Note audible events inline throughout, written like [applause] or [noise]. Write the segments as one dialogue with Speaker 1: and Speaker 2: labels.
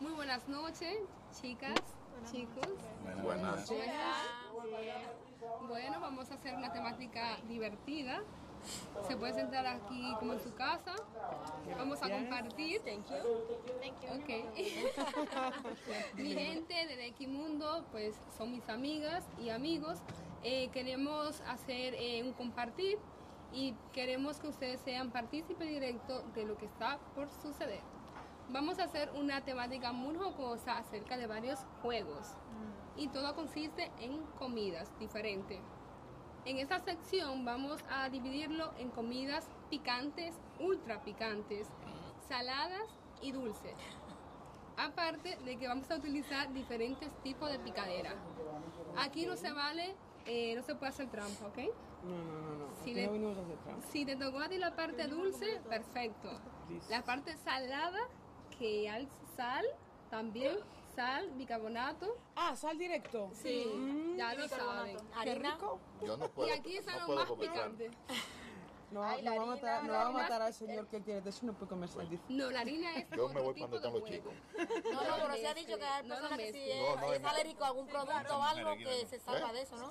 Speaker 1: Muy buenas noches, chicas, chicos.
Speaker 2: Buenas.
Speaker 1: Bueno, vamos a hacer una temática divertida. Se puede sentar aquí como en su casa. Vamos a compartir. Thank [laughs] Mi gente de Equimundo, pues son mis amigas y amigos. Eh, queremos hacer eh, un compartir y queremos que ustedes sean partícipes directo de lo que está por suceder. Vamos a hacer una temática muy jocosa acerca de varios juegos y todo consiste en comidas diferentes. En esta sección vamos a dividirlo en comidas picantes, ultra picantes, saladas y dulces. Aparte de que vamos a utilizar diferentes tipos de picadera. Aquí no se vale, eh, no se puede hacer trampa, ¿ok?
Speaker 3: No, no, no, no.
Speaker 1: Sí,
Speaker 3: Aquí
Speaker 1: le-
Speaker 3: no venimos a hacer trampa.
Speaker 1: Si te tocó a ti la parte dulce, perfecto. La parte salada, que hay sal, también sal, bicarbonato.
Speaker 3: Ah, sal directo.
Speaker 1: Sí, ya lo saben.
Speaker 3: Qué rico.
Speaker 2: Yo no
Speaker 1: Y
Speaker 2: puedo.
Speaker 1: aquí están
Speaker 2: no
Speaker 1: los más
Speaker 2: puedo comentar.
Speaker 1: picantes.
Speaker 3: No, va- no va a matar, no va a matar al señor que él tiene. De hecho, no puede comer sal directo.
Speaker 1: No, la harina es.
Speaker 2: Yo me
Speaker 1: otro
Speaker 2: voy
Speaker 1: tipo
Speaker 2: cuando están
Speaker 1: de
Speaker 2: los
Speaker 1: huevo.
Speaker 2: chicos.
Speaker 4: No, no, pero se ha dicho que hay
Speaker 1: No lo
Speaker 4: personas que si
Speaker 1: mezcles.
Speaker 4: es,
Speaker 2: No, no,
Speaker 4: es
Speaker 2: no.
Speaker 4: alérgico a algún producto o algo que
Speaker 5: ¿eh?
Speaker 4: se salva de eso, ¿no?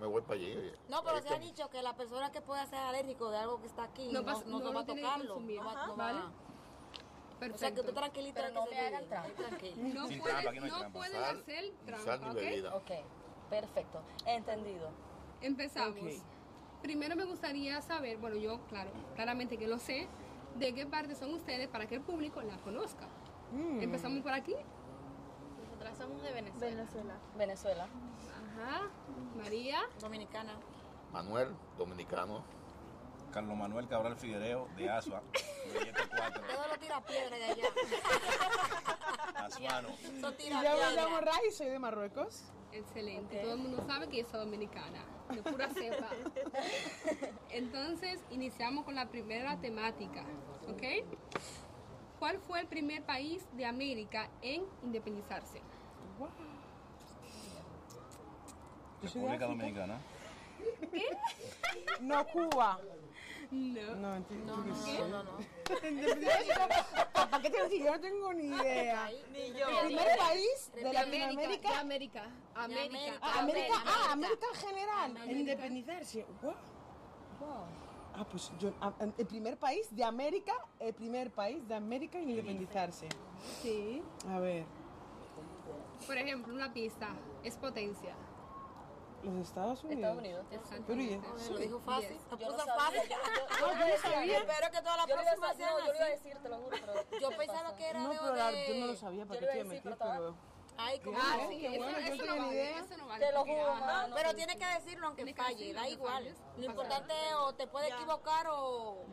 Speaker 2: Me voy para allí. eh. oye.
Speaker 4: No, pero se ha
Speaker 5: Este,
Speaker 2: Ahorita-
Speaker 4: dicho que la persona que pueda ser alérgico de algo que está aquí
Speaker 1: No
Speaker 4: no,
Speaker 1: pasa-
Speaker 4: no-
Speaker 1: no
Speaker 4: no
Speaker 1: lo
Speaker 4: va a
Speaker 1: tiene que
Speaker 4: tocarlo.
Speaker 1: consumir.
Speaker 4: No va,
Speaker 1: Ajá.
Speaker 4: no
Speaker 1: Vale.
Speaker 4: va.
Speaker 1: Perfecto.
Speaker 4: O sea, que tú tranquilita
Speaker 5: Pero
Speaker 4: que
Speaker 5: no
Speaker 4: se
Speaker 5: me hagan
Speaker 4: olvide.
Speaker 5: trampa.
Speaker 4: Tranquilo.
Speaker 1: No
Speaker 6: Sin
Speaker 1: pueden-
Speaker 6: trampa, aquí no hay
Speaker 1: no
Speaker 6: trampa.
Speaker 1: pueden
Speaker 2: Sal,
Speaker 1: hacer
Speaker 2: sal
Speaker 1: trampa,
Speaker 2: ni
Speaker 1: ¿ok?
Speaker 2: bebida.
Speaker 5: Ok, perfecto. Entendido.
Speaker 1: Empezamos.
Speaker 3: Ok.
Speaker 1: Primero me gustaría saber, bueno, yo, claro, claramente que lo sé, de qué parte son ustedes para que el público la conozca. Empezamos por aquí.
Speaker 7: Nosotras somos de Venezuela.
Speaker 5: Venezuela.
Speaker 1: Ajá. María.
Speaker 4: Dominicana.
Speaker 2: Manuel, dominicano.
Speaker 6: Carlos Manuel Cabral Figuereo de
Speaker 4: [laughs]
Speaker 6: Asua, billete 4,
Speaker 4: Todo lo tira piedra de allá.
Speaker 6: Asuano.
Speaker 4: Eso
Speaker 3: Y
Speaker 4: tira
Speaker 3: yo me llamo
Speaker 4: piedra.
Speaker 3: Ray, soy de Marruecos.
Speaker 1: Excelente.
Speaker 5: Ok.
Speaker 1: Todo el mundo sabe que yo soy dominicana, de pura cepa. Entonces, iniciamos con la primera temática, ¿ok? ¿Cuál fue el primer país de América en independizarse?
Speaker 3: Yo soy de
Speaker 6: República
Speaker 3: África.
Speaker 6: Dominicana.
Speaker 3: No, Cuba.
Speaker 1: No.
Speaker 3: No, entiendo. No,
Speaker 4: No, no, no.
Speaker 3: ¿Para qué te decir? [laughs] Yo no tengo ni idea.
Speaker 4: Ahí.
Speaker 3: El primer país de
Speaker 1: De
Speaker 3: Latinoamérica.
Speaker 1: América. América.
Speaker 4: América.
Speaker 3: Ah, América,
Speaker 4: América.
Speaker 3: ah, América en general. En independizarse. Wow. Ah, pues yo, ah, el primer país de América, el primer país de América en independizarse.
Speaker 1: Sí.
Speaker 3: A ver,
Speaker 1: Por ejemplo, una pista es potencia.
Speaker 3: los Estados Unidos.
Speaker 5: Estados Unidos.
Speaker 3: Pero
Speaker 1: Exactamente.
Speaker 3: ya.
Speaker 4: Joder, Lo dijo fácil. Lo
Speaker 5: Yo no
Speaker 4: puso
Speaker 5: sabía.
Speaker 4: fácil.
Speaker 5: Yo, yo- yo no sabía.
Speaker 4: Espero que todas las
Speaker 5: Yo lo iba a
Speaker 1: Ah,
Speaker 4: próximas
Speaker 5: decir,
Speaker 4: sean
Speaker 5: no, yo lo iba a
Speaker 4: así.
Speaker 5: decir, te lo juro, pero...
Speaker 4: Yo pensaba que era
Speaker 3: No,
Speaker 4: de...
Speaker 3: pero la- yo no lo
Speaker 4: de-
Speaker 3: sabía, ¿para
Speaker 5: yo
Speaker 3: qué
Speaker 5: lo
Speaker 3: te
Speaker 5: iba
Speaker 3: metí?
Speaker 5: a decir, pero
Speaker 3: Pero...
Speaker 4: Ay, como...
Speaker 1: Ah,
Speaker 3: Wow,
Speaker 1: sí,
Speaker 3: qué
Speaker 1: eso,
Speaker 3: bueno, yo
Speaker 1: eso
Speaker 3: no
Speaker 1: no
Speaker 3: tenía ni
Speaker 1: vale,
Speaker 3: idea.
Speaker 1: eso no vale.
Speaker 5: Te lo
Speaker 1: porque,
Speaker 5: juro,
Speaker 1: ajá,
Speaker 5: mano.
Speaker 4: Pero tienes que decirlo aunque
Speaker 1: Tienes que
Speaker 4: falle,
Speaker 1: decirlo,
Speaker 4: da
Speaker 1: aunque
Speaker 4: igual.
Speaker 1: falles.
Speaker 4: Lo importante es o te puedes equivocar o,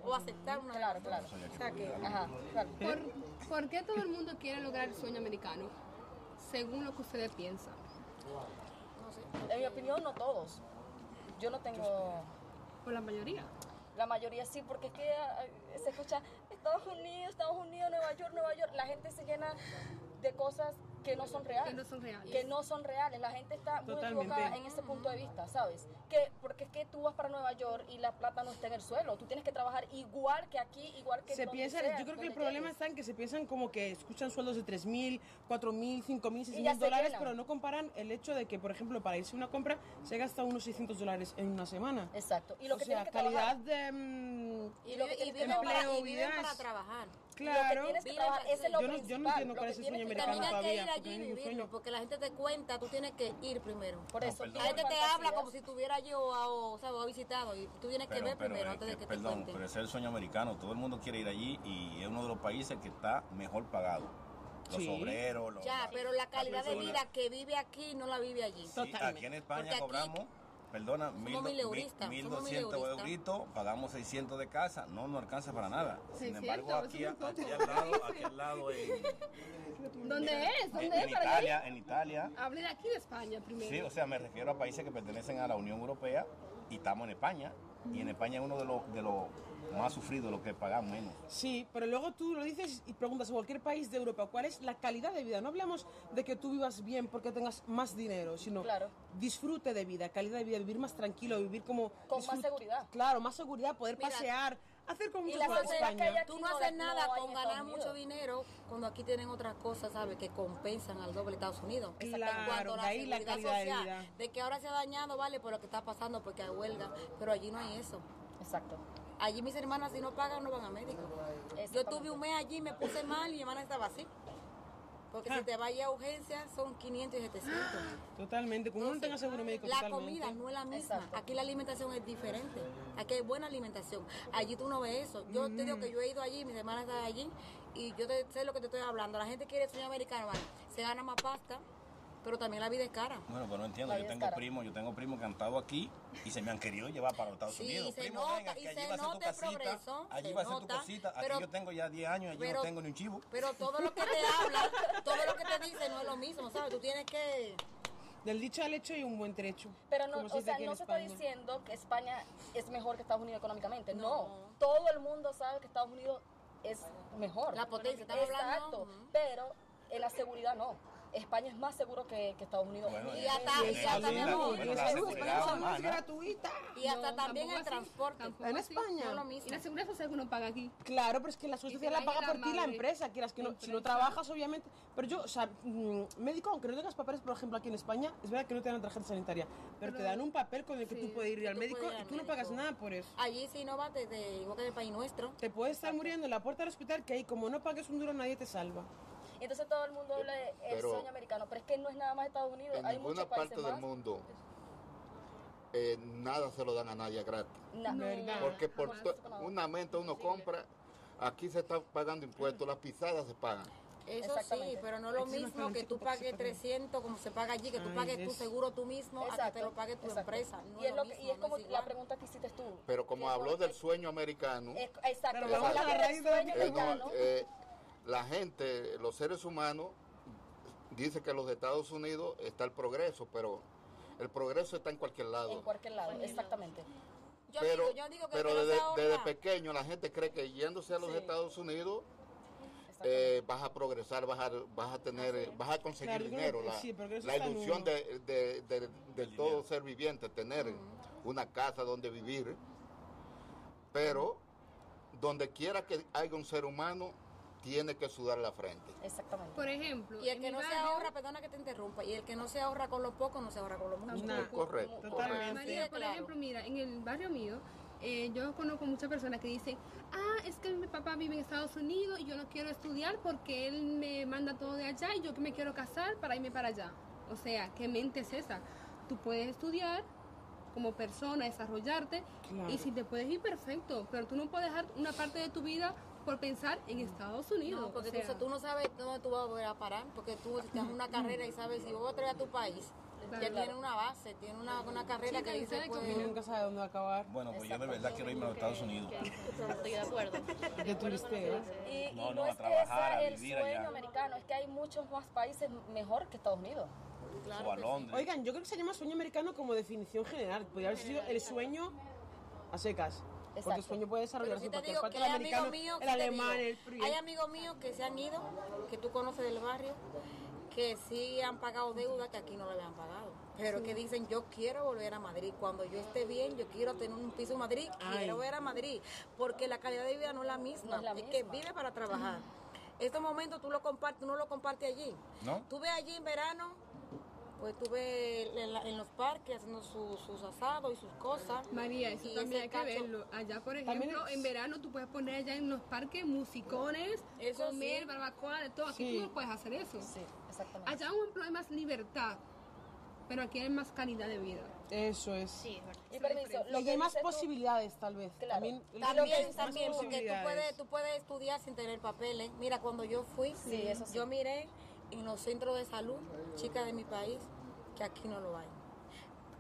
Speaker 4: o aceptar una de
Speaker 5: Claro,
Speaker 4: las dos.
Speaker 5: claro.
Speaker 6: Soy aquí.
Speaker 5: Ajá, claro.
Speaker 6: ¿Eh?
Speaker 1: ¿Por, por qué todo el mundo quiere lograr el sueño americano? Según lo que ustedes piensan.
Speaker 5: En mi opinión, no todos. Yo no tengo...
Speaker 1: Por la mayoría.
Speaker 5: La mayoría sí, porque es que ah, se escucha Estados Unidos, Estados Unidos, Nueva York, Nueva York. La gente se llena de cosas que no son reales.
Speaker 1: Que no son reales.
Speaker 5: Que no son reales. La gente está muy
Speaker 3: Totalmente.
Speaker 5: equivocada en ese punto de vista, ¿sabes? Que, porque es que tú vas para Nueva York y la plata no está en el suelo. Tú tienes que trabajar igual que aquí, igual que
Speaker 3: Se
Speaker 5: donde
Speaker 3: piensan,
Speaker 5: sea,
Speaker 3: yo creo que el
Speaker 5: donde
Speaker 3: problema
Speaker 5: llegues.
Speaker 3: está en que se piensan como que escuchan sueldos de 3 mil, 4 mil, 5 mil, 6
Speaker 5: Y ya
Speaker 3: mil
Speaker 5: se
Speaker 3: dólares,
Speaker 5: llenan.
Speaker 3: pero no comparan el hecho de que, por ejemplo, para irse a una compra se gasta unos 600 dólares en una semana.
Speaker 5: Exacto. Y lo
Speaker 3: o
Speaker 5: que
Speaker 3: sea,
Speaker 5: tienes que
Speaker 3: calidad de...
Speaker 5: trabajar-
Speaker 3: mm,
Speaker 4: Y, vi- y
Speaker 5: tienes que
Speaker 4: viven, para,
Speaker 3: empleo,
Speaker 4: y viven
Speaker 3: vidas.
Speaker 4: para trabajar.
Speaker 5: Lo que
Speaker 3: claro.
Speaker 5: tienes que
Speaker 4: Vive
Speaker 5: trabajar,
Speaker 4: para
Speaker 5: ese es lo
Speaker 3: Yo no- yo no
Speaker 5: principal.
Speaker 3: entiendo
Speaker 5: lo
Speaker 3: cuál
Speaker 5: que
Speaker 3: es el
Speaker 5: tienes
Speaker 3: sueño
Speaker 4: Y
Speaker 5: que
Speaker 4: también
Speaker 3: americano.
Speaker 5: trabajar.
Speaker 4: hay que
Speaker 3: todavía, porque no
Speaker 4: ir allí y
Speaker 3: hay ningún
Speaker 4: vivirlo,
Speaker 3: sueño.
Speaker 4: porque la gente te cuenta, tú tienes que ir primero.
Speaker 5: Por
Speaker 4: La
Speaker 6: No,
Speaker 5: eso,
Speaker 6: perdón.
Speaker 5: tienen
Speaker 4: gente te
Speaker 5: fantasías.
Speaker 4: habla como si estuviera yo o, o sea, o ha visitado y tú tienes que ver primero
Speaker 6: es
Speaker 4: antes de que te
Speaker 6: eh, perdón, pero
Speaker 4: cuenten.
Speaker 6: ese es el sueño americano. Todo el mundo quiere ir allí y es uno de los países que está mejor pagado. Los
Speaker 3: Sí.
Speaker 6: obreros, los.
Speaker 4: Ya,
Speaker 6: las-
Speaker 4: pero la
Speaker 6: las
Speaker 4: calidad de
Speaker 6: personas.
Speaker 4: vida que vive aquí no la vive allí.
Speaker 6: Sí, aquí en España
Speaker 4: Porque aquí-
Speaker 6: cobramos, perdona, mil,
Speaker 4: mil euristas,
Speaker 6: mil
Speaker 4: somos
Speaker 6: 1200
Speaker 4: mil
Speaker 6: euritos, pagamos 600 de casa, no nos alcanza para nada.
Speaker 1: Sí,
Speaker 6: Sin
Speaker 1: es
Speaker 6: embargo,
Speaker 1: cierto,
Speaker 6: aquí,
Speaker 1: es un
Speaker 6: aquí
Speaker 1: costo.
Speaker 6: al lado, aquí al lado en,
Speaker 1: ¿Dónde es?
Speaker 6: en-
Speaker 1: ¿Dónde
Speaker 6: en
Speaker 1: es? Para que-
Speaker 6: Italia, en Italia.
Speaker 1: Hable de aquí de España primero.
Speaker 6: Sí, o sea, me refiero a países que pertenecen a la Unión Europea y estamos en España. Y en España es uno de los, de los más sufridos, los que pagan menos.
Speaker 3: Sí, pero luego tú lo dices y preguntas a cualquier país de Europa cuál es la calidad de vida. No hablamos de que tú vivas bien porque tengas más dinero, sino
Speaker 5: Claro.
Speaker 3: disfrute de vida, calidad de vida, vivir más tranquilo, vivir como...
Speaker 5: Con más
Speaker 3: disfrut-
Speaker 5: seguridad.
Speaker 3: Claro, más seguridad, poder
Speaker 4: Mira,
Speaker 3: pasear, hacer con
Speaker 4: Y
Speaker 3: muchos
Speaker 4: las
Speaker 3: con
Speaker 4: haces-
Speaker 3: España.
Speaker 5: que
Speaker 4: Tú
Speaker 5: aquí
Speaker 4: no
Speaker 5: no
Speaker 4: haces
Speaker 5: hay-
Speaker 4: nada
Speaker 5: no hay en
Speaker 4: con
Speaker 5: Estados
Speaker 4: ganar mucho
Speaker 5: Unidos.
Speaker 4: dinero cuando aquí tienen otras cosas, ¿sabes? Que compensan al doble Estados Unidos.
Speaker 3: Claro,
Speaker 4: en cuanto a
Speaker 3: de ahí la
Speaker 4: seguridad
Speaker 3: calidad de
Speaker 4: social,
Speaker 3: vida.
Speaker 4: de que ahora se ha dañado, vale, por lo que está pasando, porque hay huelga. Pero allí no hay eso.
Speaker 5: Exacto.
Speaker 4: Allí mis hermanas, si no pagan, no van a médico. Yo tuve un mes allí, me puse mal y mi hermana estaba así. Porque
Speaker 3: Ah.
Speaker 4: si te vayas a urgencias, son 500
Speaker 3: [gasps]
Speaker 4: y [gasps] 700.
Speaker 3: Totalmente, como uno no tenga seguro médico,
Speaker 4: La
Speaker 3: totalmente.
Speaker 4: comida no es la misma. Aquí la alimentación es diferente. Aquí hay buena alimentación. Allí tú no ves eso. Yo te digo que yo he ido allí, mis hermanas están allí, y yo te- sé lo que te estoy hablando. La gente quiere el sueño americano, ¿vale? se gana más pasta, pero también la vida es cara.
Speaker 6: Bueno, pero no entiendo, yo tengo primos, yo tengo primos que han estado aquí y se me han querido llevar para los Estados
Speaker 4: Sí,
Speaker 6: Unidos.
Speaker 4: se
Speaker 6: Primo,
Speaker 4: nota,
Speaker 6: venga,
Speaker 4: y
Speaker 6: que allí
Speaker 4: se
Speaker 6: va a ser tu
Speaker 4: nota el
Speaker 6: casita,
Speaker 4: progreso,
Speaker 6: allí
Speaker 4: se
Speaker 6: va a ser tu
Speaker 4: nota,
Speaker 6: cosita. Aquí
Speaker 4: pero-
Speaker 6: yo tengo ya 10 años, allí
Speaker 4: pero-
Speaker 6: no tengo ni un chivo.
Speaker 4: Pero todo lo que te habla, todo lo que te dice no es lo mismo, ¿sabes? Tú tienes que...
Speaker 3: Del dicho al hecho hay un buen trecho.
Speaker 5: Pero no,
Speaker 3: como se
Speaker 5: o
Speaker 3: dice
Speaker 5: sea,
Speaker 3: aquí en
Speaker 5: no se está
Speaker 3: España.
Speaker 5: diciendo que España es mejor que Estados Unidos económicamente. No.
Speaker 4: No.
Speaker 5: Todo el mundo sabe que Estados Unidos es mejor.
Speaker 4: La potencia, estamos hablando,
Speaker 5: Exacto.
Speaker 4: ujú.
Speaker 5: Pero en la seguridad no. España es más seguro que, que Estados Unidos.
Speaker 6: Bueno, eh,
Speaker 4: Y
Speaker 6: ya,
Speaker 4: hasta-
Speaker 6: ya,
Speaker 4: y
Speaker 6: ya,
Speaker 4: hasta
Speaker 6: ya,
Speaker 4: tenemos-
Speaker 6: bueno,
Speaker 3: Y
Speaker 6: la
Speaker 3: la salud
Speaker 6: seguridad
Speaker 3: española
Speaker 6: humana.
Speaker 3: es gratuita.
Speaker 4: Y hasta
Speaker 1: No,
Speaker 4: también
Speaker 1: tampoco
Speaker 4: el
Speaker 1: así,
Speaker 4: transporte.
Speaker 1: tampoco
Speaker 3: En
Speaker 1: así.
Speaker 3: España.
Speaker 4: No es lo
Speaker 1: Y
Speaker 4: mismo.
Speaker 1: la seguridad social que uno paga aquí.
Speaker 3: Claro, pero es que la
Speaker 1: Y
Speaker 3: seguridad
Speaker 1: se
Speaker 3: social la
Speaker 1: daña
Speaker 3: paga
Speaker 1: la
Speaker 3: por ti la
Speaker 1: madre.
Speaker 3: empresa, quieras que no, si no trabajas obviamente, pero yo, o sea, mm, médico, aunque no tengas papeles, por ejemplo, aquí en España, es verdad que no te dan tarjeta sanitaria, pero, te dan un papel con el que tú puedes ir
Speaker 4: que
Speaker 3: al
Speaker 4: tú
Speaker 3: médico
Speaker 4: puedes ir
Speaker 3: y
Speaker 4: al
Speaker 3: tú no pagas
Speaker 4: médico.
Speaker 3: nada por eso.
Speaker 4: Allí si no vas desde, igual que en el país nuestro,
Speaker 3: Te puedes estar muriendo en la puerta del hospital que ahí como no pagues un duro nadie te salva.
Speaker 5: Y entonces todo el mundo habla del
Speaker 2: Pero-
Speaker 5: sueño americano. Pero es que no es nada más Estados Unidos.
Speaker 2: En
Speaker 5: Hay muchos
Speaker 2: ninguna parte
Speaker 5: países
Speaker 2: del
Speaker 5: más.
Speaker 2: mundo eh, nada se lo dan a nadie gratis.
Speaker 5: Na-
Speaker 3: ¿Verdad?
Speaker 2: Porque por
Speaker 5: jamás,
Speaker 2: to-
Speaker 5: eso no.
Speaker 2: una menta uno compra, aquí se están pagando impuestos, las pisadas se pagan.
Speaker 4: Eso sí,
Speaker 5: Exactamente.
Speaker 4: pero no lo
Speaker 3: Aquí se nos paga
Speaker 4: mismo
Speaker 3: un
Speaker 4: que tú
Speaker 3: tipo por
Speaker 4: pagues
Speaker 3: separado.
Speaker 4: 300 como se paga allí, que tú
Speaker 3: Ay,
Speaker 4: pagues tu
Speaker 3: Dios.
Speaker 4: seguro tú mismo, a que te lo pague tu
Speaker 5: exacto.
Speaker 4: empresa. No
Speaker 5: y es, lo que-
Speaker 4: mismo,
Speaker 5: y es
Speaker 4: no
Speaker 5: como
Speaker 4: igual.
Speaker 5: la pregunta que hiciste tú.
Speaker 2: Pero como
Speaker 5: Que
Speaker 2: habló
Speaker 5: porque-
Speaker 2: del sueño americano,
Speaker 5: es- exacto.
Speaker 3: Pero
Speaker 5: la
Speaker 2: vamos a
Speaker 5: palabra
Speaker 3: la
Speaker 5: del
Speaker 3: raíz de la
Speaker 5: sueño
Speaker 2: eh, no,
Speaker 5: americano.
Speaker 2: eh, la gente, los seres humanos, dicen que en los Estados Unidos está el progreso, pero el progreso está en cualquier lado.
Speaker 5: En cualquier lado, exactamente.
Speaker 4: Yo
Speaker 2: pero
Speaker 4: digo, yo digo que
Speaker 2: pero
Speaker 4: lo que no
Speaker 2: desde,
Speaker 4: se
Speaker 2: desde
Speaker 4: ahorra-
Speaker 2: pequeño la gente cree que yéndose a los Estados Unidos eh, vas a progresar, vas a, vas a tener, eh, vas a conseguir
Speaker 3: Claro, yo creo
Speaker 2: dinero,
Speaker 3: que
Speaker 2: la,
Speaker 3: sí, porque eso
Speaker 2: la
Speaker 3: está en
Speaker 2: ilusión
Speaker 3: uno.
Speaker 2: de, de- de- de todo ser viviente, tener una casa donde vivir, pero donde quiera que haya un ser humano tiene que sudar la frente.
Speaker 5: Exactamente.
Speaker 3: Pues,
Speaker 1: Por ejemplo,
Speaker 4: y el
Speaker 1: en
Speaker 4: que
Speaker 1: mi
Speaker 4: no se
Speaker 1: barrio,
Speaker 4: ahorra, perdona que te interrumpa, y el que no se ahorra con lo poco, no se ahorra con lo mucho.
Speaker 3: Nah,
Speaker 2: Correcto. correcto.
Speaker 3: totalmente.
Speaker 1: María,
Speaker 4: Sí,
Speaker 1: por
Speaker 4: claro.
Speaker 1: ejemplo, mira, en el barrio mío, eh, yo conozco muchas personas que dicen, ah, es que mi papá vive en Estados Unidos y yo no quiero estudiar porque él me manda todo de allá y yo que me quiero casar para irme para allá. O sea, ¿qué mente es esa? Tú puedes estudiar como persona, desarrollarte
Speaker 3: Claro.
Speaker 1: y si te puedes ir, perfecto, pero tú no puedes dejar una parte de tu vida por pensar en Estados Unidos.
Speaker 4: No, porque
Speaker 1: o
Speaker 4: tú-
Speaker 1: sea,
Speaker 4: tú, no sabes dónde tú vas a volver a parar, porque tú si te das una carrera y sabes, si vos traes a tu país, ya tiene una base, tiene una, una carrera
Speaker 1: Sí,
Speaker 4: que
Speaker 1: que
Speaker 4: dice,
Speaker 1: sabe
Speaker 3: Y
Speaker 4: pues,
Speaker 3: nunca sabe dónde va a acabar.
Speaker 6: Bueno, pues yo de verdad quiero irme a los Estados Unidos.
Speaker 7: Estoy de acuerdo.
Speaker 3: De turisteo.
Speaker 5: Y, y
Speaker 6: No,
Speaker 5: no,
Speaker 6: no, a
Speaker 5: es que
Speaker 6: trabajar, a
Speaker 5: sea el
Speaker 6: vivir
Speaker 5: sueño
Speaker 6: allá.
Speaker 5: americano, es que hay muchos más países mejor que Estados Unidos.
Speaker 6: O a Londres.
Speaker 3: Oigan, yo creo que se llama sueño americano como definición general. Podría haber sido el sueño a secas. Porque
Speaker 5: Exacto.
Speaker 3: el sueño puede
Speaker 4: Pero
Speaker 3: desarrollarse
Speaker 4: sí
Speaker 3: en cualquier
Speaker 4: te digo
Speaker 3: parte.
Speaker 4: que
Speaker 3: El
Speaker 4: hay amigos
Speaker 3: americano,
Speaker 4: míos
Speaker 3: el
Speaker 4: sí te
Speaker 3: alemán,
Speaker 4: digo,
Speaker 3: el
Speaker 4: hay
Speaker 3: prieto.
Speaker 4: amigos míos que se han ido, que tú conoces del barrio, que sí han pagado deuda que aquí no le habían pagado. Pero que dicen, yo quiero volver a Madrid. Cuando yo esté bien, yo quiero tener un piso en Madrid,
Speaker 3: Ay.
Speaker 4: quiero ver a Madrid. Porque la calidad de vida no es la misma.
Speaker 5: No es la
Speaker 4: que
Speaker 5: misma.
Speaker 4: vive para trabajar. Estos momentos tú lo compartes, tú no lo compartes allí.
Speaker 6: ¿No?
Speaker 4: Tú ves allí en verano, pues tú ves en, la- en los parques haciendo su- sus asados y sus cosas.
Speaker 1: María, eso
Speaker 4: Y
Speaker 1: también
Speaker 4: ese
Speaker 1: hay que
Speaker 4: cacho-
Speaker 1: verlo. Allá, por
Speaker 3: También
Speaker 1: ejemplo,
Speaker 3: es-
Speaker 1: en verano tú puedes poner allá en los parques musicones,
Speaker 4: Eso
Speaker 1: comer,
Speaker 4: sí.
Speaker 1: barbacoa, de todo. Aquí
Speaker 3: Sí.
Speaker 1: tú no puedes hacer eso.
Speaker 5: Sí, exactamente.
Speaker 1: Allá, por ejemplo, hay más libertad, pero aquí hay más calidad de vida.
Speaker 3: Eso es.
Speaker 7: Sí, es verdad.
Speaker 5: y permiso, lo
Speaker 3: Y
Speaker 5: que
Speaker 3: hay más
Speaker 5: dices tú-
Speaker 3: posibilidades, tal vez.
Speaker 5: Claro.
Speaker 3: También,
Speaker 4: También,
Speaker 3: más
Speaker 4: también, porque tú
Speaker 3: posibilidades.
Speaker 4: puedes, tú puedes estudiar sin tener papeles. Mira, cuando yo fui,
Speaker 5: Sí, eso sí.
Speaker 4: yo miré en los centros de salud, chicas de mi país, que aquí no lo hay.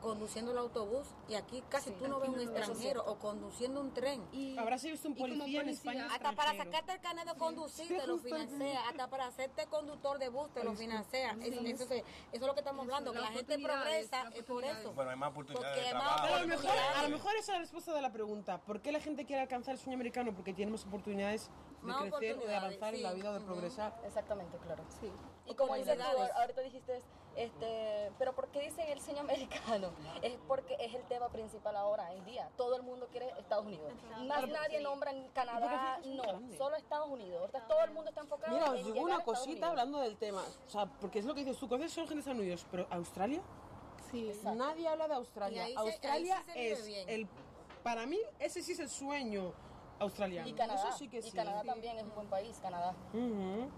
Speaker 4: Conduciendo el autobús y aquí casi tú no ves un extranjero o conduciendo un tren.
Speaker 1: Y
Speaker 3: Habrá sido visto un
Speaker 1: y como
Speaker 3: policía, en
Speaker 1: policía,
Speaker 3: España.
Speaker 4: Hasta para
Speaker 3: extranjero.
Speaker 4: sacarte el carnet de conducir te lo financia, hasta para hacerte conductor de bus te lo financia. Eso, eso se- eso es lo que estamos hablando, que la
Speaker 1: las
Speaker 4: gente
Speaker 1: oportunidades,
Speaker 4: progresa
Speaker 1: las
Speaker 4: es por eso.
Speaker 6: Bueno, hay más oportunidades
Speaker 4: Porque
Speaker 6: de
Speaker 4: más
Speaker 6: trabajo.
Speaker 3: Pero a lo, mejor,
Speaker 4: oportunidades.
Speaker 3: a lo mejor esa es la respuesta de la pregunta. ¿Por qué la gente quiere alcanzar el sueño americano? Porque tiene más oportunidades
Speaker 4: más
Speaker 3: de crecer, de
Speaker 4: oportunidades,
Speaker 3: avanzar en
Speaker 4: sí.
Speaker 3: la vida, de
Speaker 4: Ujú.
Speaker 3: progresar.
Speaker 5: Exactamente, claro.
Speaker 1: Sí.
Speaker 5: Y como dices tú,
Speaker 4: Oportunidades.
Speaker 5: ahorita dijiste, este, pero ¿por qué dicen el sueño [laughs] americano? Es porque es el tema principal ahora en día. Todo el mundo quiere Estados Unidos. Más nadie nombra en Canadá,
Speaker 3: Porque es un
Speaker 5: no,
Speaker 3: grande.
Speaker 5: solo Estados Unidos. Ahorita todo el mundo está enfocado
Speaker 3: Mira,
Speaker 5: en
Speaker 3: os digo
Speaker 5: llegar a
Speaker 3: una
Speaker 5: Estados
Speaker 3: cosita
Speaker 5: Unidos.
Speaker 3: hablando del tema. O sea, porque es lo que dices tú, cosas son genes unidos, pero Australia,
Speaker 1: Sí.
Speaker 3: nadie habla de
Speaker 4: Y
Speaker 3: Australia.
Speaker 4: ahí se-
Speaker 3: Australia
Speaker 4: ahí sí se vive
Speaker 3: es
Speaker 4: bien.
Speaker 3: el. Para mí, ese sí es el sueño australiano.
Speaker 5: Y Canadá,
Speaker 3: Eso sí que sí.
Speaker 5: y Canadá también es un buen país, Canadá.
Speaker 3: Ujú.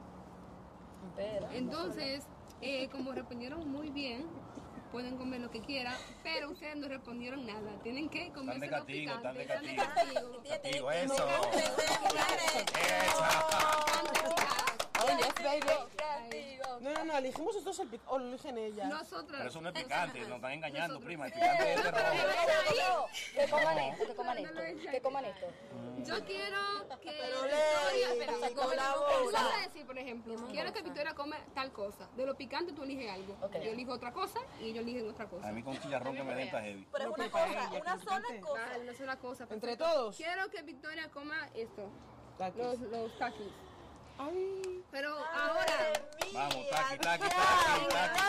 Speaker 5: Pero,
Speaker 1: Entonces, eh, como respondieron muy bien, pueden comer lo que quieran, pero ustedes no respondieron nada. Tienen que comerse
Speaker 6: de castigo,
Speaker 1: lo
Speaker 6: están
Speaker 1: picante.
Speaker 6: de
Speaker 1: están de
Speaker 6: castigo. [laughs]
Speaker 1: castigo.
Speaker 6: Contigo, eso.
Speaker 3: Oh, yes, baby.
Speaker 5: creativo.
Speaker 3: No, no, no, elegimos nosotros el pic- o lo eligen ella.
Speaker 1: Nosotros.
Speaker 6: Pero eso no es picante, nos están engañando,
Speaker 1: Nosotros.
Speaker 6: prima. El picante es de rojo.
Speaker 5: Que coman esto, que coman
Speaker 1: No, no
Speaker 5: esto,
Speaker 1: lo hice.
Speaker 5: que coman esto.
Speaker 1: Yo quiero que
Speaker 4: le-
Speaker 1: Victoria, pero
Speaker 4: sacó
Speaker 1: yo-
Speaker 4: la
Speaker 1: yo
Speaker 4: bolsa.
Speaker 1: voy a decir, por ejemplo, quiero que Victoria coma tal cosa. De lo picante tú eliges algo.
Speaker 5: Ok.
Speaker 1: Yo elijo otra cosa y ellos eligen otra cosa.
Speaker 6: A mí con chillarrón que me den está heavy.
Speaker 3: Pero una cosa, una sola cosa.
Speaker 1: Vale, una sola cosa.
Speaker 3: Entre
Speaker 1: perfecto.
Speaker 3: todos.
Speaker 1: Quiero que Victoria coma esto, los, los takis.
Speaker 3: Ay.
Speaker 1: Pero ahora,
Speaker 4: eh.
Speaker 6: Vamos, taqui, taqui, taqui, taqui,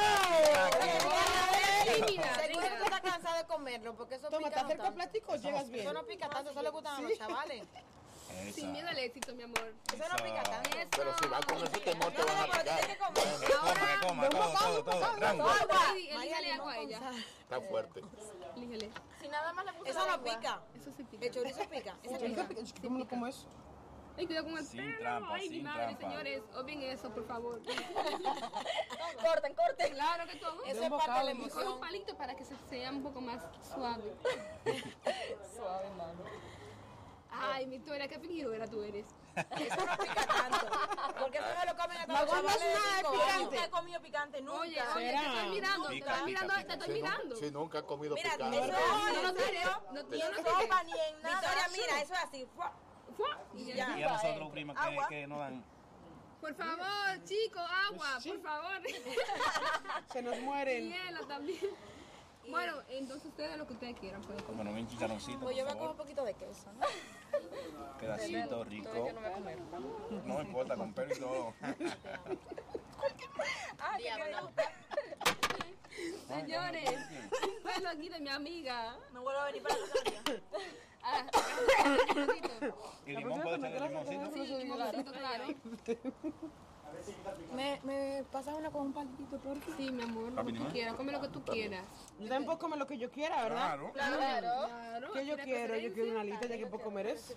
Speaker 6: taqui.
Speaker 1: tímida,
Speaker 4: Seguro
Speaker 1: venga.
Speaker 4: que está cansado de comerlo, porque eso
Speaker 3: Toma, te
Speaker 4: pica no
Speaker 3: acerca
Speaker 4: tanto.
Speaker 3: el platico, llegas bien.
Speaker 4: Eso no pica tanto, eso le gustan a los chavales.
Speaker 1: sin miedo al
Speaker 6: Esa.
Speaker 1: éxito, mi amor.
Speaker 4: Eso no pica tanto.
Speaker 1: Eso.
Speaker 2: Pero si vas con ese temor te
Speaker 4: No,
Speaker 2: van a
Speaker 4: no, pero tiene
Speaker 2: pegar.
Speaker 4: que comer.
Speaker 6: Come, coma, todo, todo, todo. Rango.
Speaker 4: Agua.
Speaker 1: Sí, Elígele agua a ella.
Speaker 2: Está fuerte.
Speaker 1: Elígele.
Speaker 5: Si nada más le gusta
Speaker 4: Eso no pica.
Speaker 1: Eso sí pica.
Speaker 4: El chorizo pica. Ese
Speaker 3: Yo nunca piqué- yo ¿Cómo, cómo
Speaker 5: [laughs]
Speaker 3: es?
Speaker 1: Ay, cuidado con el
Speaker 6: Sin
Speaker 1: pelo.
Speaker 6: trampa,
Speaker 1: Ay, mi
Speaker 6: sin
Speaker 1: madre,
Speaker 6: trampa.
Speaker 1: señores. Obvien eso, por favor.
Speaker 5: Corten, corten.
Speaker 1: Claro que todo.
Speaker 4: Eso es parte de la
Speaker 1: Y con un
Speaker 4: emoción.
Speaker 1: palito para que se sea un poco más suave.
Speaker 5: Suave, mano.
Speaker 1: Ay, Victoria, qué fingidora tú eres.
Speaker 4: Eso no pica tanto. Porque eso no lo comen hasta los
Speaker 3: Maguán no es
Speaker 4: chavales de
Speaker 3: nada de
Speaker 4: cinco
Speaker 3: picante.
Speaker 4: años.
Speaker 8: he comido picante nunca.
Speaker 1: Oye, oye, te estoy mirando, te
Speaker 6: Pica,
Speaker 1: estoy mirando,
Speaker 6: pica,
Speaker 1: te estoy
Speaker 2: Si, nu-
Speaker 1: mirando.
Speaker 2: si nunca ha comido
Speaker 8: Mira,
Speaker 2: picante.
Speaker 8: eso
Speaker 1: No, no lo
Speaker 8: no, no,
Speaker 1: tires, no, tú
Speaker 8: ni
Speaker 1: no
Speaker 8: en
Speaker 1: lo tires.
Speaker 8: sopa, ni en nada.
Speaker 4: Victoria, mira, eso es así. ¡fua!
Speaker 1: Fua, y ya.
Speaker 6: Y a nosotros, prima, que, que no dan.
Speaker 1: Por favor, chicos,
Speaker 4: Pues
Speaker 1: agua, por
Speaker 4: [laughs]
Speaker 1: favor. [laughs]
Speaker 3: Se nos mueren.
Speaker 1: Hielo también. Bueno, entonces ustedes lo que ustedes quieran pues. pueden comer.
Speaker 6: Bueno, bien chicharroncito,
Speaker 4: Pues yo
Speaker 6: por
Speaker 4: me cojo un
Speaker 6: favor.
Speaker 4: poquito de queso.
Speaker 6: Pedacito rico. No me importa, con pelo y todo.
Speaker 1: Señores, [laughs] bueno, aquí de mi amiga.
Speaker 8: No vuelvo a venir para Australia.
Speaker 1: Ah, un poquito.
Speaker 6: Y limón puede echarle limoncito.
Speaker 1: Sí, limoncito, claro.
Speaker 4: [laughs] ¿Me, me pasas una con un palito, por favor?
Speaker 1: Sí, mi amor, lo que
Speaker 6: ¿eh?
Speaker 1: tú quieras, come lo que tú quieras.
Speaker 3: Yo también puedo comer lo que yo quiera, ¿verdad?
Speaker 6: Claro.
Speaker 5: Claro.
Speaker 1: Claro,
Speaker 3: ¿Qué yo
Speaker 1: ¿quieres
Speaker 3: quiero? Yo quiero una
Speaker 1: preferencia?
Speaker 3: alita, ya que puedo comer eso.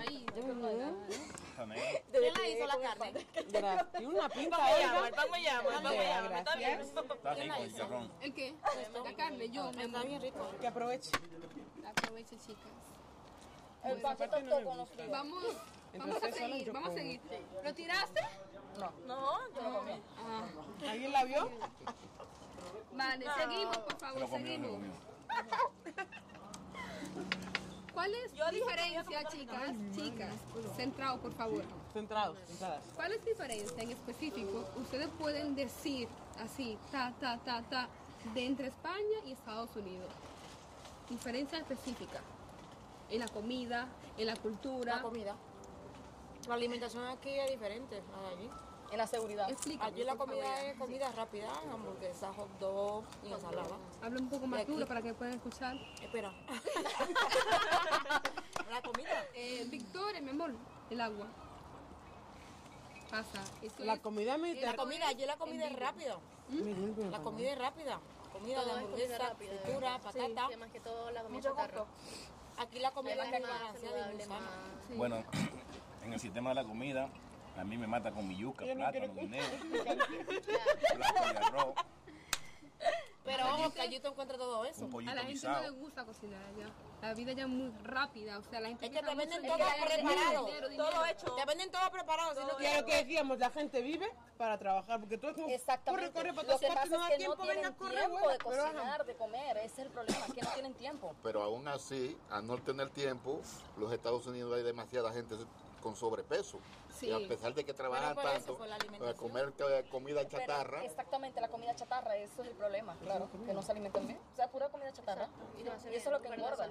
Speaker 1: Ahí, yo creo que-
Speaker 6: También.
Speaker 4: ¿Quién la hizo la carne?
Speaker 3: Gra- Tiene una pinta,
Speaker 8: Me llama,
Speaker 3: oiga.
Speaker 8: el pan me llama, el pan me
Speaker 3: Vea,
Speaker 8: llama. Está bien.
Speaker 3: Gracias.
Speaker 6: Está rico el chicharrón.
Speaker 1: ¿El qué? La carne, yo, mi
Speaker 4: Está
Speaker 1: amor.
Speaker 4: bien rico.
Speaker 3: Que aproveche.
Speaker 1: Aprovecho, chicas.
Speaker 5: El pancito todo con los fríos.
Speaker 1: Vamos, vamos a
Speaker 3: ustedes hablan,
Speaker 1: seguir,
Speaker 3: yo
Speaker 1: vamos a
Speaker 3: como.
Speaker 1: seguir. ¿Lo tiraste?
Speaker 8: No, yo no comí.
Speaker 1: Ah,
Speaker 3: ¿Alguien la vio?
Speaker 1: vale, seguimos, por
Speaker 6: Se lo
Speaker 1: favor,
Speaker 6: comió, se lo
Speaker 1: seguimos.
Speaker 6: comió.
Speaker 1: ¿Cuál es la diferencia, chicas? Chicas, centrado, por favor.
Speaker 3: Centrados, centradas.
Speaker 1: ¿Cuál es la diferencia en específico? Ustedes pueden decir así, ta, ta, ta, ta, de entre España y Estados Unidos. Diferencia específica. En la comida, en la cultura.
Speaker 4: La comida. La alimentación aquí es diferente a la de allí.
Speaker 5: En la seguridad.
Speaker 1: Explícame,
Speaker 4: Allí la
Speaker 1: por
Speaker 4: comida
Speaker 1: favor.
Speaker 4: es comida rápida, hamburguesas, hot dog y ensalada.
Speaker 1: Habla un poco
Speaker 4: Y
Speaker 1: más
Speaker 4: aquí-
Speaker 1: duro para que puedan escuchar.
Speaker 4: Espera. la comida.
Speaker 1: Eh, Victoria, mi amor, el agua. Pasa. Eso
Speaker 3: La
Speaker 1: es-
Speaker 3: comida
Speaker 4: La
Speaker 5: Eh,
Speaker 3: mediterránea.
Speaker 4: comida, allí la comida es rápida. La comida es rápida. Comida de
Speaker 7: Todo es comida
Speaker 4: hamburguesa,
Speaker 7: rápida, de
Speaker 4: fritura, patata.
Speaker 7: Que más que todo la comida
Speaker 4: Mucho
Speaker 7: chatarra.
Speaker 4: gusto. Aquí la comida
Speaker 7: Además,
Speaker 4: es
Speaker 7: más
Speaker 4: balanceada y
Speaker 7: saludable,
Speaker 4: muy sana.
Speaker 7: más-
Speaker 1: Sí.
Speaker 6: Bueno, [coughs] en el sistema de la comida, a mí me mata con mi yuca, plátano, guineo, plato de arroz,
Speaker 4: Pero vamos, que allí tú encuentras todo eso.
Speaker 6: un
Speaker 1: a la
Speaker 6: pollito
Speaker 1: gente no le
Speaker 6: guisado.
Speaker 1: gusta cocinar allá. La vida ya es muy rápida. O sea, la gente
Speaker 4: Es que
Speaker 1: piensa
Speaker 4: te venden
Speaker 1: mucho en
Speaker 4: todo
Speaker 1: que hay
Speaker 4: preparado,
Speaker 1: dinero, dinero.
Speaker 8: Todo hecho.
Speaker 4: Te venden todo preparado. Si no
Speaker 3: Y a
Speaker 4: quieres
Speaker 3: lo que decíamos, la gente vive para trabajar, porque todo es como corre,
Speaker 5: Exactamente.
Speaker 3: corre para
Speaker 5: Lo
Speaker 3: todas
Speaker 5: que
Speaker 3: partes, no
Speaker 5: pasa
Speaker 3: da
Speaker 5: es que no
Speaker 3: tiempo, venga,
Speaker 5: tienen
Speaker 3: corre,
Speaker 5: tiempo
Speaker 3: vuela,
Speaker 5: de
Speaker 3: pero ajá.
Speaker 5: cocinar, de comer. Ese es el problema, que no tienen tiempo.
Speaker 2: Pero aún así, al no tener tiempo, los Estados Unidos hay demasiada gente con sobrepeso.
Speaker 1: Sí.
Speaker 2: Y a pesar de que trabajan
Speaker 4: por eso,
Speaker 2: tanto,
Speaker 4: por la
Speaker 2: eh,
Speaker 4: alimentación.
Speaker 2: comer eh, comida
Speaker 5: Pero,
Speaker 2: chatarra,
Speaker 5: exactamente, la comida chatarra, eso es el problema, claro, que no se alimentan bien. O sea, pura comida chatarra. Y, eso es lo que engorda.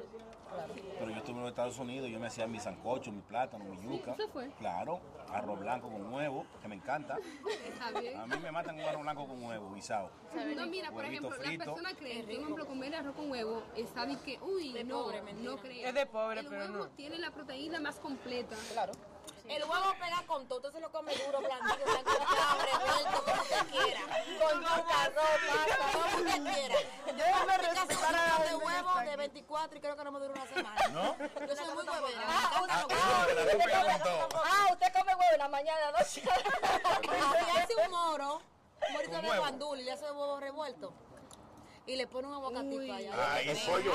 Speaker 5: Claro.
Speaker 6: Pero yo estuve en los Estados Unidos, yo me hacía mi sancocho, mi plátano, mi yuca.
Speaker 1: eso fue.
Speaker 6: Claro, arroz blanco con huevo, que me encanta.
Speaker 1: Está bien.
Speaker 6: A mí me matan un arroz blanco con huevo, guisado.
Speaker 1: No, mira, por
Speaker 6: Huevito
Speaker 1: ejemplo, la
Speaker 6: frito.
Speaker 1: persona cree, por ejemplo, comer arroz con huevo está de que, uy, no, no creo.
Speaker 3: Es de pobre,
Speaker 1: El
Speaker 3: pero
Speaker 1: huevo
Speaker 3: no.
Speaker 1: tiene la proteína más completa.
Speaker 5: Claro.
Speaker 4: El huevo pega con todo, entonces lo come duro, blandito, blanco, revuelto, como te quiera. Con yuca, ropa, como te quiera.
Speaker 3: Déjame
Speaker 4: Yo casi
Speaker 3: respetar
Speaker 4: un
Speaker 3: a la
Speaker 4: kilo de
Speaker 3: gente que
Speaker 4: huevo
Speaker 3: está
Speaker 4: de
Speaker 3: aquí.
Speaker 4: 24 y creo que no me dura una semana.
Speaker 6: [laughs] ¿No?
Speaker 4: Yo soy muy huevera. me encanta lo
Speaker 6: Ah,
Speaker 4: que-
Speaker 6: la ropa ya aumentó.
Speaker 5: Ah, usted come huevo en la mañana, [laughs] noche.
Speaker 4: Y hace un moro, un morito
Speaker 6: Con
Speaker 4: de
Speaker 6: huevo.
Speaker 4: guandul y le hace huevo revuelto. Y le pone un
Speaker 1: Uy.
Speaker 4: aguacatito allá.
Speaker 2: ay,
Speaker 6: sí.
Speaker 2: pollo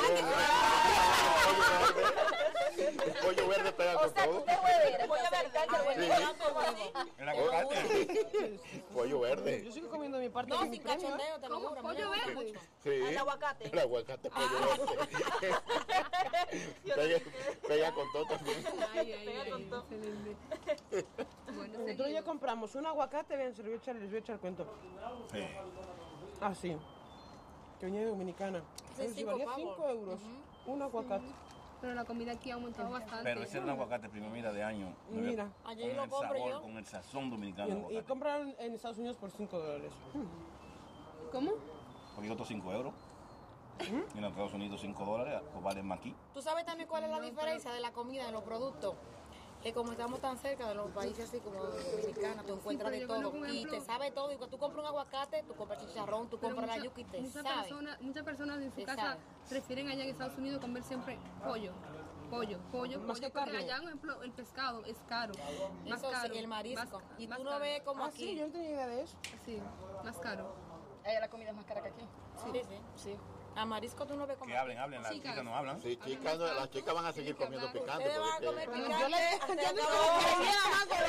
Speaker 2: verde. Pollo verde. El [laughs] pollo verde pega
Speaker 5: O
Speaker 2: con
Speaker 5: sea, que
Speaker 2: todo.
Speaker 5: usted es huevera.
Speaker 8: Voy a ver,
Speaker 4: ah,
Speaker 5: Canta huevo.
Speaker 2: Sí.
Speaker 6: El aguacate.
Speaker 2: [laughs] Pollo
Speaker 3: Yo
Speaker 2: verde.
Speaker 3: sigo comiendo mi parte
Speaker 4: No,
Speaker 3: de mi
Speaker 4: sin
Speaker 3: premio. ¿eh?
Speaker 4: cachondeo, te lo
Speaker 1: ¿Cómo?
Speaker 4: juro.
Speaker 1: ¿Pollo verde?
Speaker 2: Sí.
Speaker 8: El aguacate.
Speaker 2: El aguacate, pollo verde. [laughs] pega, pega con todo también.
Speaker 1: Ay, ay, ay, excelente.
Speaker 4: [laughs]
Speaker 1: Bueno,
Speaker 3: Nosotros ya
Speaker 1: seguimos.
Speaker 3: compramos un aguacate, bien, se lo voy a echar, les voy a echar el cuento.
Speaker 6: Sí.
Speaker 3: Así. Que venía de Dominicana.
Speaker 4: Sí,
Speaker 3: Pero si
Speaker 4: cinco
Speaker 3: valía
Speaker 4: pavos.
Speaker 3: 5 euros. Un aguacate.
Speaker 1: Pero la comida aquí ha aumentado bastante.
Speaker 6: Pero ese era un aguacate primavera de año.
Speaker 3: Mira.
Speaker 6: Con
Speaker 4: Allí lo
Speaker 6: el
Speaker 4: compro
Speaker 6: sabor,
Speaker 4: yo.
Speaker 6: con el sazón
Speaker 3: Y,
Speaker 6: dominicano.
Speaker 3: en- y
Speaker 6: aguacate.
Speaker 3: compraron en Estados Unidos por 5 dólares.
Speaker 1: ¿Cómo?
Speaker 6: Porque otros 5 euros. En los Estados Unidos 5 dólares, pues valen más aquí.
Speaker 4: Tú sabes también cuál es la diferencia de la comida, de los productos. Que como estamos tan cerca de los países así como Dominicana, tú encuentras
Speaker 1: pero
Speaker 4: de
Speaker 1: yo conozco
Speaker 4: todo
Speaker 1: un
Speaker 4: y te
Speaker 1: ejemplo-
Speaker 4: sabe todo. Y cuando tú compras un aguacate, tú compras chicharrón, tú
Speaker 1: Pero
Speaker 4: compras la
Speaker 1: mucha-
Speaker 4: yuca y te
Speaker 1: mucha
Speaker 4: sabe.
Speaker 1: persona- muchas personas en su
Speaker 4: Te
Speaker 1: casa
Speaker 4: sabe.
Speaker 1: prefieren allá en Estados Unidos comer siempre pollo, pollo, pollo,
Speaker 3: Más
Speaker 1: pollo,
Speaker 3: que
Speaker 1: porque
Speaker 3: carne.
Speaker 1: allá, por ejemplo, el pescado es caro, más
Speaker 4: Eso sí,
Speaker 1: caro.
Speaker 4: el marisco.
Speaker 1: más-
Speaker 4: y
Speaker 1: más
Speaker 4: tú no
Speaker 1: caro.
Speaker 4: ves como
Speaker 3: Ah, sí,
Speaker 4: aquí.
Speaker 3: yo no tenía idea de eso.
Speaker 1: Sí, más caro.
Speaker 5: Allá la comida es más cara que aquí.
Speaker 4: Sí, sí.
Speaker 5: Sí.
Speaker 4: A marisco tú no ves como
Speaker 6: Que hablen, hablen, las
Speaker 1: Chicas.
Speaker 6: chicas no hablan.
Speaker 2: Sí, chicas, no, las chicas van a seguir comiendo picante.
Speaker 4: Ustedes van a
Speaker 2: porque-
Speaker 4: comer
Speaker 3: Bueno,
Speaker 4: picante.
Speaker 3: yo le-
Speaker 4: hasta
Speaker 3: yo no-
Speaker 4: acabar. [laughs]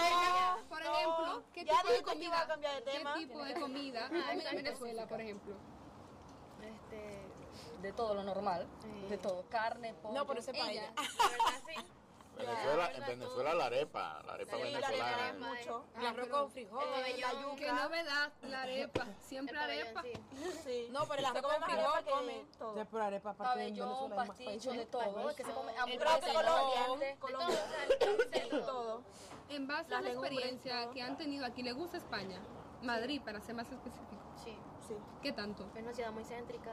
Speaker 1: Por ejemplo, ¿qué
Speaker 8: ya
Speaker 1: tipo de
Speaker 8: dijo que iba
Speaker 1: comida?
Speaker 8: a cambiar de tema.
Speaker 1: ¿Qué tipo de comida? comen en Venezuela, por ejemplo.
Speaker 7: [laughs] Este,
Speaker 5: De todo lo normal. De todo. Carne, pollo.
Speaker 4: No, pero ese para
Speaker 7: ella,
Speaker 4: ella.
Speaker 7: la verdad sí.
Speaker 2: Venezuela, en Venezuela la arepa, la arepa
Speaker 8: Sí, la
Speaker 2: venezolana.
Speaker 8: arepa, mucho.
Speaker 1: Ah,
Speaker 4: El arroz con frijol.
Speaker 7: El pabellón.
Speaker 1: Qué novedad, la arepa, siempre arepa.
Speaker 7: Sí.
Speaker 8: Sí.
Speaker 4: No, pero el arroz con frijol come.
Speaker 3: Ya, pero arepa, aparte de Venezuela, hay
Speaker 5: Pabellón,
Speaker 3: más
Speaker 5: pasticho,
Speaker 3: países,
Speaker 5: de
Speaker 3: ¿no?
Speaker 5: todo. Es que se come hamburguesa,
Speaker 8: Colón,
Speaker 5: variante.
Speaker 8: Colón,
Speaker 7: [laughs]
Speaker 8: todo.
Speaker 1: En base a la experiencia que han tenido aquí, ¿le gusta España? Madrid, para ser más específico.
Speaker 7: Sí.
Speaker 1: ¿Qué tanto?
Speaker 7: Es una ciudad muy céntrica.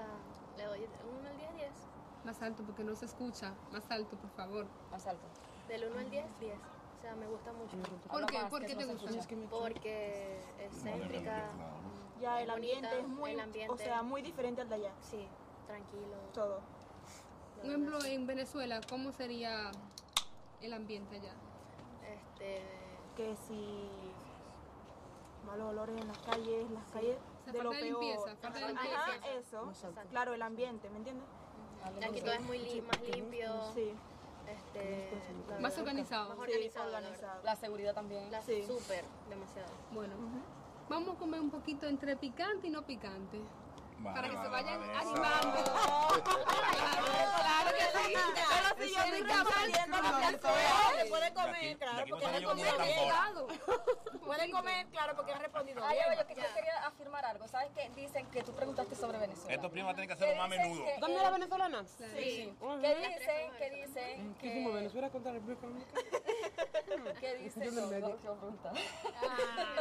Speaker 7: Le doy un 1 al 10, 10.
Speaker 1: Más alto, porque no se escucha. Más alto, por favor.
Speaker 5: Más alto.
Speaker 7: Del 1 al 10, 10. O sea, me gusta mucho.
Speaker 1: ¿Por
Speaker 5: Habla
Speaker 1: qué?
Speaker 5: más,
Speaker 1: ¿Por
Speaker 5: que
Speaker 1: qué
Speaker 5: eso
Speaker 1: te
Speaker 5: no se
Speaker 1: gusta?
Speaker 5: escucha.
Speaker 7: Porque es céntrica. Mm.
Speaker 8: Ya el
Speaker 7: Es bonita,
Speaker 8: ambiente es muy,
Speaker 7: el ambiente.
Speaker 8: o sea, muy diferente al de allá.
Speaker 7: Sí, tranquilo.
Speaker 8: Todo.
Speaker 1: Por ejemplo, en Venezuela, ¿cómo sería el ambiente allá?
Speaker 7: Este.
Speaker 8: Que si malos olores en las calles, las calles
Speaker 1: O sea,
Speaker 8: de lo
Speaker 1: falta de
Speaker 8: peor.
Speaker 1: limpieza, falta de
Speaker 8: Ajá,
Speaker 1: limpieza.
Speaker 8: eso. Claro, el ambiente, ¿me entiendes?
Speaker 7: Aquí todo es muy li- más limpio.
Speaker 8: Sí.
Speaker 7: Este, la
Speaker 1: Más
Speaker 7: verdad,
Speaker 1: organizado.
Speaker 7: Más
Speaker 8: Sí,
Speaker 7: organizado. la verdad.
Speaker 8: organizado.
Speaker 5: La seguridad también.
Speaker 7: La
Speaker 8: Sí.
Speaker 7: súper, demasiado.
Speaker 1: Bueno, vamos a comer un poquito entre picante y no picante. para que se vayan animando. claro que sí.
Speaker 8: Pero si yo estoy
Speaker 1: Tienen que hablar
Speaker 8: resolviendo la
Speaker 1: claro.
Speaker 8: persona, se puede
Speaker 6: De aquí-
Speaker 8: comer,
Speaker 6: de
Speaker 8: claro,
Speaker 6: aquí no
Speaker 8: porque
Speaker 6: sale
Speaker 8: han
Speaker 6: yo
Speaker 8: respondido
Speaker 6: ni
Speaker 8: bien.
Speaker 6: tampoco.
Speaker 1: Cuidado. Un
Speaker 4: Pueden
Speaker 1: poquito.
Speaker 4: comer, claro, porque han respondido
Speaker 5: Ay,
Speaker 4: bien.
Speaker 5: yo, que- yo quería afirmar algo. ¿Sabes qué? Dicen que tú preguntaste sobre Venezuela.
Speaker 6: Estos primos tienen que hacerlo más a
Speaker 5: Dicen
Speaker 6: menudo.
Speaker 5: que-
Speaker 3: ¿Dame la venezolana?
Speaker 5: Sí.
Speaker 3: Ujú. Mm,
Speaker 5: ¿Qué dicen? ¿Qué dicen?
Speaker 3: ¿Qué hicimos? ¿Venezuela contra República Dominicana?
Speaker 5: ¿Qué dicen?
Speaker 3: me
Speaker 5: No,
Speaker 3: medio.
Speaker 5: no, qué pregunta.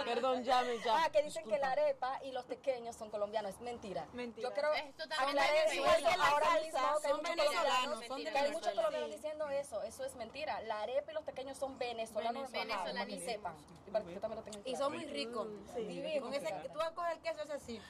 Speaker 3: Perdón, llame ya.
Speaker 5: Ah, que dicen que la arepa y los tequeños son colombianos. Es mentira.
Speaker 8: Mentira.
Speaker 5: Yo creo
Speaker 7: Es totalmente
Speaker 5: aclarar eso,
Speaker 7: mentira.
Speaker 5: eso
Speaker 7: Igual que la
Speaker 5: ahora
Speaker 8: salsa,
Speaker 5: mismo, que hay
Speaker 4: son
Speaker 5: muchos
Speaker 4: venezolanos,
Speaker 5: colombianos,
Speaker 4: son de
Speaker 5: que hay muchos
Speaker 4: Venezuela.
Speaker 5: colombianos diciendo eso. Eso es mentira. La arepa y los tequeños son venezolanos.
Speaker 7: Venezolanos.
Speaker 5: bajados, para que sepan. Y para que yo también lo tengan
Speaker 4: Y
Speaker 5: claro.
Speaker 4: son muy ricos.
Speaker 5: Divinos,
Speaker 4: Con ese,
Speaker 5: claro.
Speaker 4: tú vas a coger el queso ese así.